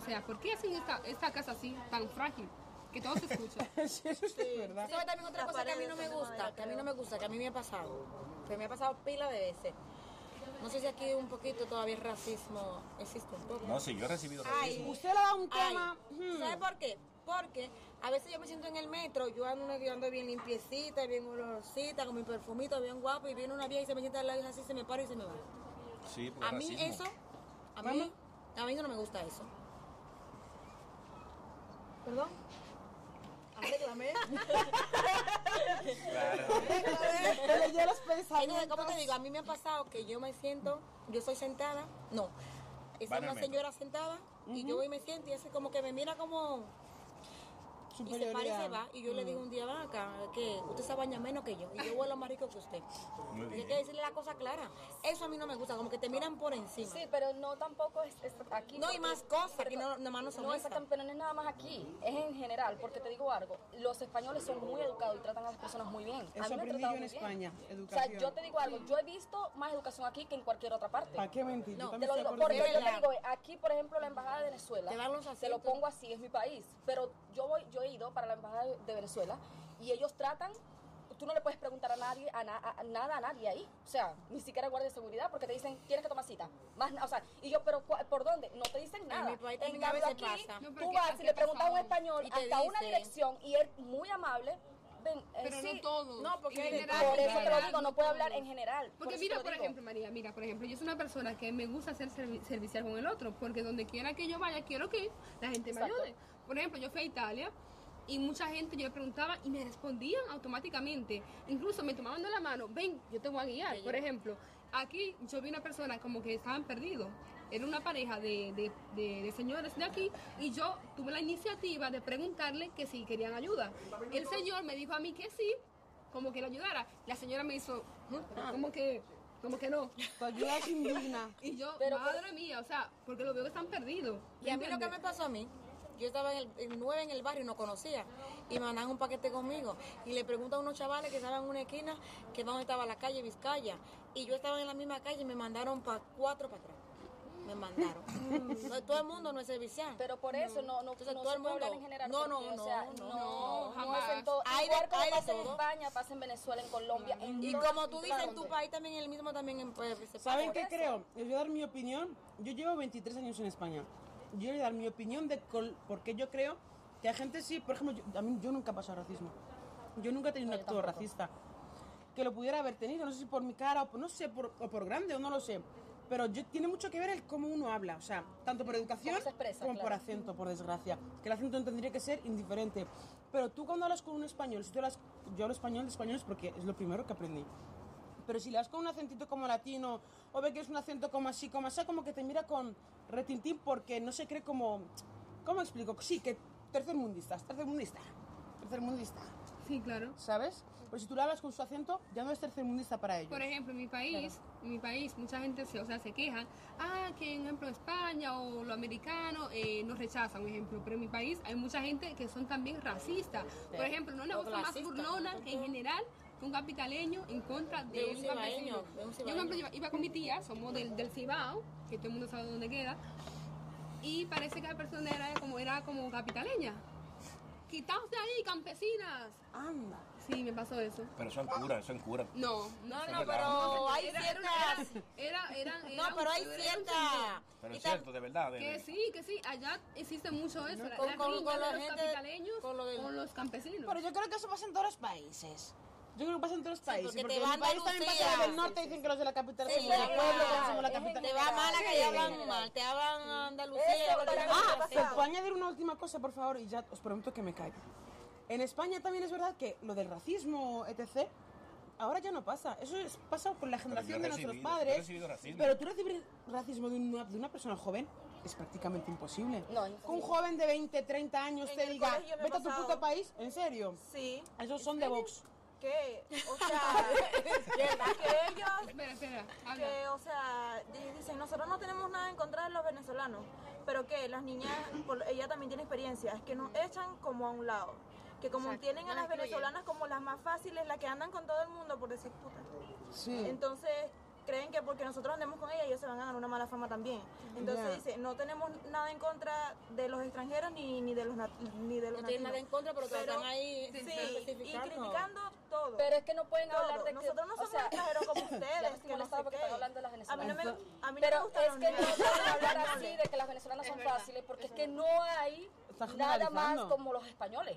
Speaker 1: O sea, ¿por qué hacen esta, esta casa así, tan frágil, que todo se escucha?
Speaker 3: Sí, eso sí es verdad.
Speaker 4: ¿Sabes también otra cosa que a mí no me gusta? Que a mí no me gusta, que a mí me ha pasado. Que me ha pasado pila de veces. No sé si aquí un poquito todavía el racismo existe un poco.
Speaker 6: No, si yo he recibido
Speaker 4: Ay,
Speaker 6: racismo.
Speaker 3: Usted le da un
Speaker 4: ay.
Speaker 3: tema... hmm,
Speaker 4: ¿Sabe por qué? Porque a veces yo me siento en el metro, yo ando, yo ando bien limpiecita, bien olorcita, con mi perfumito, bien guapo, y viene una vieja y se me sienta al lado y así se me para y se me va.
Speaker 6: Sí, porque
Speaker 4: A mí
Speaker 6: racismo.
Speaker 4: eso, a mí, a mí no me gusta eso. ¿Perdón? Arréglame.
Speaker 3: Te leyó [laughs] los
Speaker 4: Entonces,
Speaker 3: pensamientos.
Speaker 4: ¿cómo te digo? A mí me ha pasado que yo me siento, yo soy sentada, no, está
Speaker 6: Van al
Speaker 4: una
Speaker 6: metro.
Speaker 4: señora sentada y yo voy y me siento y así como que me mira como, y se para y se va. Y yo le digo un día, "Ven acá, que usted se baña menos que yo. Y yo vuelo más rico que usted.
Speaker 6: Muy
Speaker 4: Y hay
Speaker 6: bien.
Speaker 4: que decirle la cosa clara. Eso a mí no me gusta, como que te miran por encima.
Speaker 5: Sí, pero no tampoco es, es aquí.
Speaker 4: No, y
Speaker 5: porque-
Speaker 4: más cosas, que no- nomás no son esas.
Speaker 5: exactam- pero no es nada más aquí, es en general, porque te digo algo, los españoles son muy educados y tratan a las personas muy bien. a
Speaker 3: Eso
Speaker 5: mí me han
Speaker 3: aprendí
Speaker 5: tratado
Speaker 3: yo en
Speaker 5: muy bien.
Speaker 3: España,
Speaker 5: O sea,
Speaker 3: educación.
Speaker 5: yo te digo algo, yo he visto más educación aquí que en cualquier otra parte.
Speaker 3: ¿Para qué mentir?
Speaker 4: No,
Speaker 3: Yo
Speaker 5: Te
Speaker 3: también
Speaker 5: lo
Speaker 3: estoy
Speaker 5: digo,
Speaker 3: de
Speaker 5: porque
Speaker 3: acuerdo.
Speaker 5: yo
Speaker 4: Venezuela.
Speaker 5: te digo, eh, aquí por ejemplo la embajada de Venezuela,
Speaker 4: Te dan los
Speaker 5: te lo
Speaker 4: acentos.
Speaker 5: pongo así, es mi país, pero yo voy, yo he ido para la embajada de- de Venezuela y ellos tratan, tú no le puedes preguntar a nadie, a, na- a- a nada a nadie ahí, o sea, ni siquiera guardia de seguridad porque te dicen tienes que tomar cita, más, na- o sea, y yo, pero cua- ¿por dónde? No te dicen nada.
Speaker 4: mi país también
Speaker 5: cambio
Speaker 4: a veces pasa.
Speaker 5: tú
Speaker 1: No, pero aquí-
Speaker 5: vas
Speaker 1: aquí
Speaker 5: y le
Speaker 1: ha
Speaker 5: preguntas a un
Speaker 1: pasado.
Speaker 5: español
Speaker 4: Y te
Speaker 5: hasta una
Speaker 4: dice-
Speaker 5: dirección y él muy amable, ven, eh,
Speaker 1: Pero
Speaker 5: sí,
Speaker 1: no todos.
Speaker 4: No, porque
Speaker 1: En
Speaker 4: hay de
Speaker 1: general,
Speaker 5: por
Speaker 1: en
Speaker 5: eso te lo
Speaker 1: general,
Speaker 5: digo, no puedo hablar en general. por
Speaker 1: Porque
Speaker 5: eso
Speaker 1: mira,
Speaker 5: te lo
Speaker 1: por
Speaker 5: digo.
Speaker 1: ejemplo, María, mira, por ejemplo, yo soy una persona que me gusta ser servi- servicial con el otro, porque donde quiera que yo vaya, quiero que la gente me
Speaker 5: Exacto.
Speaker 1: ayude. Por ejemplo, yo fui a Italia y mucha gente yo le preguntaba y me respondían automáticamente. Incluso me tomaban de la mano, ven, yo te voy a guiar. Por ejemplo, aquí yo vi una persona como que estaban perdidos. Era una pareja de, de- de- de señores de aquí y yo tuve la iniciativa de preguntarle que si querían ayuda. El señor me dijo a mí que sí, como que lo ayudara. La señora me hizo,
Speaker 4: Ah.
Speaker 1: "Ujú", como que, como que no.
Speaker 3: Tu
Speaker 4: Pues
Speaker 3: ayuda es indigna.
Speaker 1: Y yo,
Speaker 5: Pero-
Speaker 1: madre mía, o sea, porque lo veo que están perdidos.
Speaker 4: Y a mí lo que me
Speaker 1: ¿entiendes?
Speaker 4: pasó a mí, yo estaba en el, en nueve en el barrio y no conocía. Y me mandan un paquete conmigo. Y le pregunto a unos chavales que estaban en una esquina que dónde estaba la calle Vizcaya. Y yo estaba en la misma calle y me mandaron para cuatro para atrás. Me mandaron. No, todo el mundo no es servicial.
Speaker 5: Pero por eso no, no,
Speaker 4: Entonces,
Speaker 5: no
Speaker 4: todo
Speaker 5: se
Speaker 4: el
Speaker 5: puede hablar
Speaker 4: mundo.
Speaker 5: en general.
Speaker 4: No,
Speaker 5: porque,
Speaker 4: no, no,
Speaker 5: o sea,
Speaker 4: no,
Speaker 5: no,
Speaker 1: no,
Speaker 5: no
Speaker 1: jamás.
Speaker 5: es en todo.
Speaker 4: Hay de-
Speaker 5: Igual como
Speaker 4: hay de
Speaker 5: pasa en
Speaker 4: todo.
Speaker 5: España, pasa en Venezuela, en Colombia. En
Speaker 4: y
Speaker 5: todos-
Speaker 4: como tú
Speaker 5: en
Speaker 4: dices, en
Speaker 5: todas
Speaker 4: tu
Speaker 5: partes.
Speaker 4: país también el mismo también en, pues, se pasa.
Speaker 3: ¿Saben qué creo? Les voy a dar mi opinión. Yo llevo 23 años en España. Yo voy a dar mi opinión de col- porque yo creo que a gente sí, por ejemplo, yo, a mí yo nunca he pasado racismo. Yo nunca he tenido un acto racista. Que lo pudiera haber tenido, no sé si por mi cara o por, no sé, por, o por grande o no lo sé. Pero yo- tiene mucho que ver el cómo uno habla, o sea, tanto por educación
Speaker 5: Cómo se expresa,
Speaker 3: como por
Speaker 5: claro.
Speaker 3: acento, por desgracia. Que el acento tendría que ser indiferente. Pero tú cuando hablas con un español, si tú hablas, yo hablo español de españoles porque es lo primero que aprendí. Pero si le das con un acentito como latino, o ve que es un acento como así, como así, como que te mira con retintín porque no se cree como. ¿Cómo explico? Sí, que tercermundistas, tercermundista, tercermundista,
Speaker 1: Sí, claro.
Speaker 3: ¿sabes? Pero si tú le hablas con su acento, ya no es tercermundista para ellos.
Speaker 1: Por ejemplo, en mi país, en mi país, mucha gente se, o sea, se queja, ah, que en ejemplo España o los americanos eh, nos rechazan, un ejemplo, pero en mi país hay mucha gente que son también racistas. Por ejemplo, no una
Speaker 4: O
Speaker 1: cosa más
Speaker 4: clasista.
Speaker 1: burlona que en general que un capitaleño en contra de,
Speaker 4: De un
Speaker 1: un campesino.
Speaker 4: cibaeño, de un
Speaker 1: Yo, por ejemplo, iba, iba con mi tía, somos del, del Cibao, que todo el mundo sabe dónde queda, y parece que la persona era como, era como capitaleña. Quitaos de ahí, campesinas.
Speaker 3: Anda.
Speaker 1: Sí, me pasó eso.
Speaker 6: Pero eso en cura, eso en cura.
Speaker 1: No, no,
Speaker 6: no, pero
Speaker 4: hay
Speaker 1: era,
Speaker 4: ciertas-
Speaker 1: Era, era, era-
Speaker 4: No,
Speaker 1: era un-
Speaker 4: pero hay
Speaker 1: era un
Speaker 4: cierta.
Speaker 6: Pero
Speaker 4: y
Speaker 6: es
Speaker 4: tam-
Speaker 6: cierto, de verdad. de-
Speaker 1: sentido. Que
Speaker 6: de-
Speaker 1: sí, que sí, allá existe mucho eso. la-
Speaker 4: Con-
Speaker 1: la
Speaker 4: con-
Speaker 1: riña
Speaker 4: con
Speaker 1: de
Speaker 4: la
Speaker 1: los
Speaker 4: gente-
Speaker 1: capitaleños
Speaker 4: con lo del-
Speaker 1: con los campesinos.
Speaker 3: Pero yo creo que eso pasa en todos los países. Yo creo que pasa en todos los países.
Speaker 4: porque
Speaker 3: porque
Speaker 4: te va
Speaker 3: en mi país también
Speaker 4: Andalucía.
Speaker 3: pasa lo del norte, dicen que los de la capital
Speaker 4: Sí,
Speaker 3: somos del
Speaker 4: claro.
Speaker 3: pueblo, que no somos la
Speaker 5: Es en
Speaker 3: capital.
Speaker 4: Te va a Málaga y
Speaker 5: Sí.
Speaker 4: hablan mal, te hablan a Andalucía.
Speaker 5: Eso,
Speaker 4: hablan-
Speaker 5: para mí,
Speaker 4: Ah,
Speaker 5: pasa.
Speaker 3: ¿Se puedo Eh, añadir una última cosa, por favor? Y ya os prometo que me callo. En España también es verdad que lo del racismo, etc., ahora ya no pasa. Eso es pasado con la generación
Speaker 6: yo he
Speaker 3: de nuestros
Speaker 6: recibido- yo he
Speaker 3: padres.
Speaker 6: recibido racismo.
Speaker 3: Pero tú recibir racismo de una, de una persona joven es prácticamente imposible.
Speaker 5: No, imposible.
Speaker 3: Que un joven de 20, 30 años
Speaker 8: En
Speaker 3: te
Speaker 8: el
Speaker 3: diga,
Speaker 8: colegio me ha
Speaker 3: vete a tu
Speaker 8: pasado".
Speaker 3: puto país, ¿en serio?
Speaker 8: Sí.
Speaker 3: Esos son de Vox.
Speaker 8: ¿Qué? O sea, [laughs] que ellos
Speaker 1: Espera, espera, habla.
Speaker 4: Eh,
Speaker 8: que, o sea, di- dicen, nosotros no tenemos nada en contra de los venezolanos, pero que las niñas, por- ella también tiene experiencia, es que nos echan como a un lado, que como tienen
Speaker 7: no
Speaker 8: a las
Speaker 7: las incluyen.
Speaker 8: venezolanas como las más fáciles, las que andan con todo el mundo, por decir puta.
Speaker 3: Sí.
Speaker 8: Entonces creen que porque nosotros andemos con ella, ellos se van a ganar una mala fama también. Entonces
Speaker 3: Ya.
Speaker 8: dice, no tenemos nada en contra de los extranjeros ni, ni de los nat- ni de los
Speaker 4: No tienen nada en
Speaker 8: nativos".
Speaker 4: contra, pero te
Speaker 8: Pero-
Speaker 4: están ahí [laughs]
Speaker 8: Sí, y
Speaker 4: especificando.
Speaker 8: criticando todo.
Speaker 5: Pero es que no pueden
Speaker 8: Todo.
Speaker 5: hablar de que-
Speaker 8: Nosotros no
Speaker 5: o
Speaker 8: somos
Speaker 5: sea,
Speaker 8: extranjeros
Speaker 5: [laughs]
Speaker 8: como
Speaker 5: [coughs] ya me
Speaker 8: ustedes,
Speaker 5: estoy
Speaker 8: que no sé
Speaker 5: molestando porque
Speaker 8: qué.
Speaker 5: están hablando de las
Speaker 8: A mí no me,
Speaker 5: venezolanas.
Speaker 8: a mí no me
Speaker 5: Pero
Speaker 8: gustan
Speaker 5: es
Speaker 8: los
Speaker 5: que no
Speaker 8: niños.
Speaker 5: pueden hablar así de que las venezolanas
Speaker 7: Es
Speaker 5: son
Speaker 7: verdad.
Speaker 5: fáciles porque es que no hay
Speaker 3: Estás
Speaker 5: nada más
Speaker 3: generalizando.
Speaker 5: como los españoles.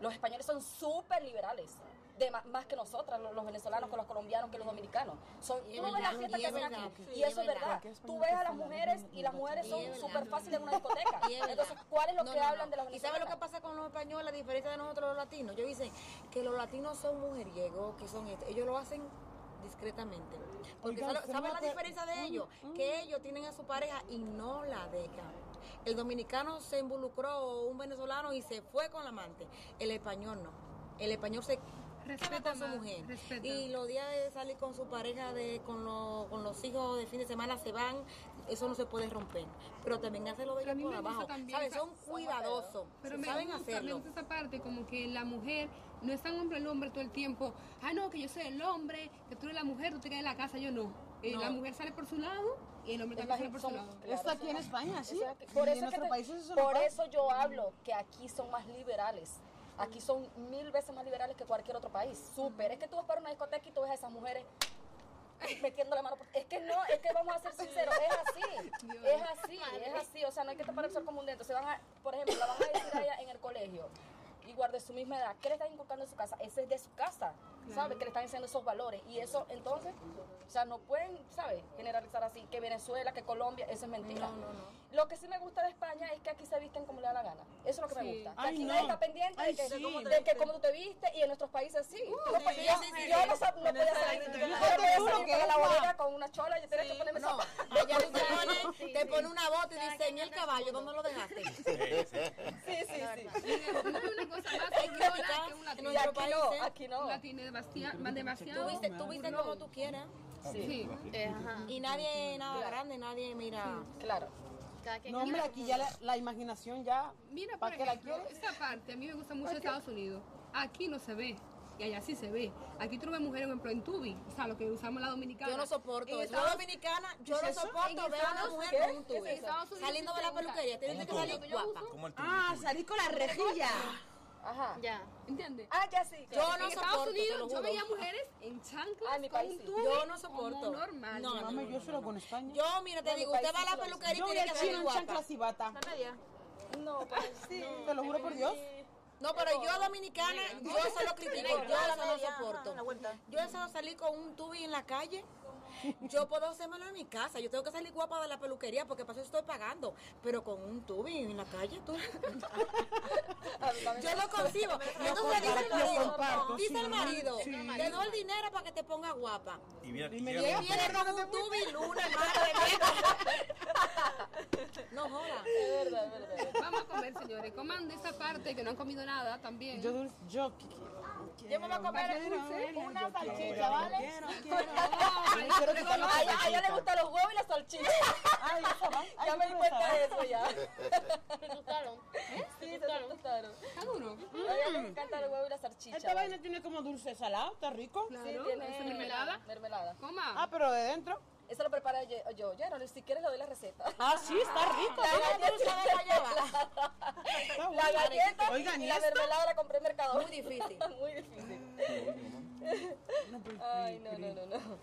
Speaker 5: Los españoles son súper liberales. de ma- más que nosotras, los, los venezolanos, que los colombianos, que los dominicanos. Son,
Speaker 4: Y es
Speaker 5: tú no ves
Speaker 4: verdad,
Speaker 5: las fiestas
Speaker 4: y
Speaker 5: que
Speaker 4: es
Speaker 5: hacen
Speaker 4: verdad,
Speaker 5: aquí.
Speaker 4: sí,
Speaker 5: Y
Speaker 4: y es
Speaker 5: eso es
Speaker 4: verdad.
Speaker 5: verdad.
Speaker 3: Porque es
Speaker 5: Tú
Speaker 3: español
Speaker 5: ves
Speaker 3: que
Speaker 5: a las
Speaker 3: habla
Speaker 5: mujeres
Speaker 3: bien,
Speaker 5: y las
Speaker 3: bien,
Speaker 5: mujeres
Speaker 4: bien.
Speaker 5: son
Speaker 4: Y es verdad.
Speaker 5: súper fáciles en una discoteca.
Speaker 4: Y es verdad.
Speaker 5: Entonces, ¿cuál es lo
Speaker 4: No,
Speaker 5: que
Speaker 4: no, no.
Speaker 5: hablan de los
Speaker 4: ¿Y sabes lo que
Speaker 5: venezolanos?
Speaker 4: pasa con los españoles, la diferencia de nosotros los latinos? Yo dicen que los latinos son mujeriegos, que son esto. Ellos lo hacen discretamente. Porque
Speaker 3: Oigan,
Speaker 4: ¿sabes
Speaker 3: se me
Speaker 4: la
Speaker 1: mm,
Speaker 3: hace-
Speaker 4: diferencia de ellos? Que ellos tienen a su pareja y no la dejan. El dominicano se involucró, o un venezolano, y se fue con la amante. El español no. El español se respeta a su
Speaker 1: más,
Speaker 4: mujer.
Speaker 1: respeta.
Speaker 4: Y los días de salir con su pareja, de, con, lo- con los hijos de fin de semana, se van. Eso no se puede romper. Pero también hace lo de
Speaker 1: Pero a mí
Speaker 4: ellos por
Speaker 1: me gusta
Speaker 4: abajo.
Speaker 1: también
Speaker 4: ¿Sabes?
Speaker 1: esa-
Speaker 4: Son cuidadosos.
Speaker 1: Pero me
Speaker 4: saben
Speaker 1: gusta, me
Speaker 4: hacerlo.
Speaker 1: gusta esa parte, como que la mujer no es tan hombre el hombre todo el tiempo. Ah, no, que yo soy el hombre, que tú eres la mujer, tú te quedas en la casa, yo no. Eh,
Speaker 4: No.
Speaker 1: La mujer sale por su lado y el hombre también sale por su lado.
Speaker 5: Claro,
Speaker 3: aquí en España, ¿Ah, sí.
Speaker 5: Exacto.
Speaker 3: Y
Speaker 5: Por,
Speaker 3: en
Speaker 5: eso, es que
Speaker 3: otros
Speaker 5: te-
Speaker 3: países eso no
Speaker 5: por
Speaker 3: pasa.
Speaker 5: eso yo hablo que aquí son más liberales. Aquí son mil veces más liberales que cualquier otro país. Súper. Es que tú vas para una discoteca y tú ves a esas mujeres [laughs] metiendo la mano. por- Es que no, es que vamos a ser sinceros, es así. Es así, es así. O sea, no hay que tapar el sol como un dedo. Se van a, por ejemplo, la van a decir a ella en el colegio. Igual de su misma edad, ¿qué le están inculcando en su casa? Ese es de su casa, ¿sabe? Que le están diciendo esos valores. Y eso, entonces, o sea, no pueden, ¿sabe? Generalizar así, que Venezuela, que Colombia, eso es mentira. Lo que sí me gusta de España es que aquí se visten como le da la gana. Eso es lo que me gusta. Que
Speaker 3: Ay,
Speaker 5: aquí
Speaker 3: no.
Speaker 5: nadie está pendiente
Speaker 3: Ay,
Speaker 5: de que,
Speaker 3: sí.
Speaker 5: cómo te- de que cómo tú te vistes y en nuestros países Uh, sí. Tú no puedes- yo, yo no, sab- no podía salir, yo no
Speaker 3: Yo te
Speaker 5: podía
Speaker 3: juro
Speaker 5: salir
Speaker 3: que
Speaker 5: para la
Speaker 3: es más.
Speaker 5: bodega con una chola, yo tenía que ponerme
Speaker 4: No,
Speaker 5: zapatos.
Speaker 4: allá te
Speaker 7: Sí,
Speaker 4: pone,
Speaker 7: sí.
Speaker 4: te pone una bota y
Speaker 7: Cada
Speaker 4: dice,
Speaker 7: quien
Speaker 4: ¿y el
Speaker 7: anda en su
Speaker 4: caballo
Speaker 7: mundo".
Speaker 4: dónde lo dejaste?
Speaker 7: normal.
Speaker 1: Mira, no hay una cosa
Speaker 4: [laughs]
Speaker 1: más señora que un latino.
Speaker 4: No,
Speaker 5: Y
Speaker 4: yo-
Speaker 5: aquí no, aquí
Speaker 1: Un
Speaker 5: no.
Speaker 1: latino es bastia- más
Speaker 4: Tú
Speaker 1: demasiado.
Speaker 4: viste, tú viste como tú quieras.
Speaker 5: Sí,
Speaker 1: Sí.
Speaker 7: Eh, ajá.
Speaker 4: Y nadie, nada grande, nadie mira.
Speaker 5: claro.
Speaker 7: Cada quien
Speaker 3: No, hombre, aquí ya la, la imaginación ya.
Speaker 1: Mira, por
Speaker 3: ¿Para qué la
Speaker 1: ejemplo,
Speaker 3: quieres?
Speaker 1: esta parte, a mí me gusta mucho Estados Unidos. Aquí no se ve. Y allá sí se ve. Aquí tú no ves mujeres, por ejemplo, en tubi. O sea, lo que usamos la dominicana.
Speaker 4: Yo no soporto
Speaker 1: En
Speaker 4: eso. Yo
Speaker 1: Estados-
Speaker 4: dominicana, yo no
Speaker 1: eso?
Speaker 4: soporto
Speaker 1: ¿En
Speaker 4: ver a una
Speaker 1: Estados-
Speaker 4: mujer
Speaker 1: qué?
Speaker 4: con
Speaker 1: ¿En
Speaker 4: un
Speaker 1: Estados
Speaker 4: tubo.
Speaker 1: Unidos
Speaker 4: Saliendo de
Speaker 1: se
Speaker 4: la
Speaker 1: usa?
Speaker 4: peluquería, tienes que
Speaker 1: Como
Speaker 4: salir
Speaker 1: todo.
Speaker 4: guapa.
Speaker 6: ¿Cómo el tuyo?
Speaker 3: Ah, salí con la rejilla.
Speaker 5: Ajá.
Speaker 7: Ya.
Speaker 1: ¿Entiendes?
Speaker 5: Ah, ya sí.
Speaker 4: Yo
Speaker 1: en
Speaker 4: no
Speaker 1: Estados
Speaker 4: soporto, te lo
Speaker 1: Unidos yo veía
Speaker 4: juro.
Speaker 1: mujeres en chanclas
Speaker 5: Ah, mi
Speaker 1: con
Speaker 5: país
Speaker 1: un
Speaker 5: sí.
Speaker 1: tubi
Speaker 4: Yo no soporto.
Speaker 1: como normal.
Speaker 4: No, no,
Speaker 3: Mami, yo solo con España.
Speaker 4: Yo, mira, te
Speaker 5: No, mi
Speaker 4: digo,
Speaker 5: país
Speaker 4: usted va
Speaker 5: sí
Speaker 4: a la
Speaker 5: lo hace.
Speaker 4: peluquería y
Speaker 3: Yo voy
Speaker 4: tiene
Speaker 3: al
Speaker 4: que
Speaker 3: chino
Speaker 4: salir
Speaker 3: en
Speaker 4: guapa.
Speaker 3: chanclas y bata.
Speaker 5: No, pues sí.
Speaker 3: Te lo juro por Dios.
Speaker 4: No, pero yo dominicana, yo eso lo critico, yo eso no soporto. Yo eso de salir con un tubi en la calle, yo puedo hacérmelo en mi casa, yo tengo que salir guapa de la peluquería porque para eso estoy pagando, pero con un tubi en la calle, tú. yo lo concibo. Entonces dice el
Speaker 3: comparto, yo comparto,
Speaker 4: marido,
Speaker 3: sí,
Speaker 4: dice el
Speaker 3: no,
Speaker 4: marido,
Speaker 3: sí.
Speaker 4: te doy el dinero para que te ponga guapa.
Speaker 6: Y mira,
Speaker 3: Y me
Speaker 6: mira-
Speaker 3: llega-
Speaker 4: Viene con un tubi, luna, madre mía. No joda.
Speaker 1: [laughs] Vamos a comer, señores. Coman de esa parte que no han comido nada también.
Speaker 3: Yo, dulce- yo,
Speaker 5: Yo me voy a comer una salchicha, ¿vale?
Speaker 3: [laughs]
Speaker 1: Ay,
Speaker 3: quiero
Speaker 1: luego
Speaker 3: quitarlo.
Speaker 1: no.
Speaker 5: A ella, a ella le gustan los huevos y las [laughs] salchichas.
Speaker 3: Ay, esa va. Ay,
Speaker 5: ya me di
Speaker 3: esa
Speaker 5: cuenta
Speaker 3: va.
Speaker 5: de eso [laughs] ya.
Speaker 7: ¿Te gustaron?
Speaker 5: ¿Eh? Sí, te gustaron.
Speaker 1: ¿Está duro?
Speaker 5: A ella le encantan los huevos y las salchichas.
Speaker 3: Esta vaina tiene como dulce salado, está rico.
Speaker 5: Sí,
Speaker 1: Claro,
Speaker 5: tiene
Speaker 1: esa mermelada.
Speaker 5: Mermelada.
Speaker 1: Coma.
Speaker 3: Ah, pero de dentro.
Speaker 5: Eso lo prepara yo. yo. Ya, no, si quieres le doy la receta.
Speaker 3: Ah, sí, está rico.
Speaker 4: La dulce de guayaba.
Speaker 3: Está bueno.
Speaker 5: [laughs] La galleta
Speaker 3: Oigan,
Speaker 5: y
Speaker 3: ¿y
Speaker 5: la
Speaker 3: esto?
Speaker 5: mermelada la compré en Mercado.
Speaker 4: Muy difícil.
Speaker 5: [laughs] Muy difícil. Ay, no, no, no, no.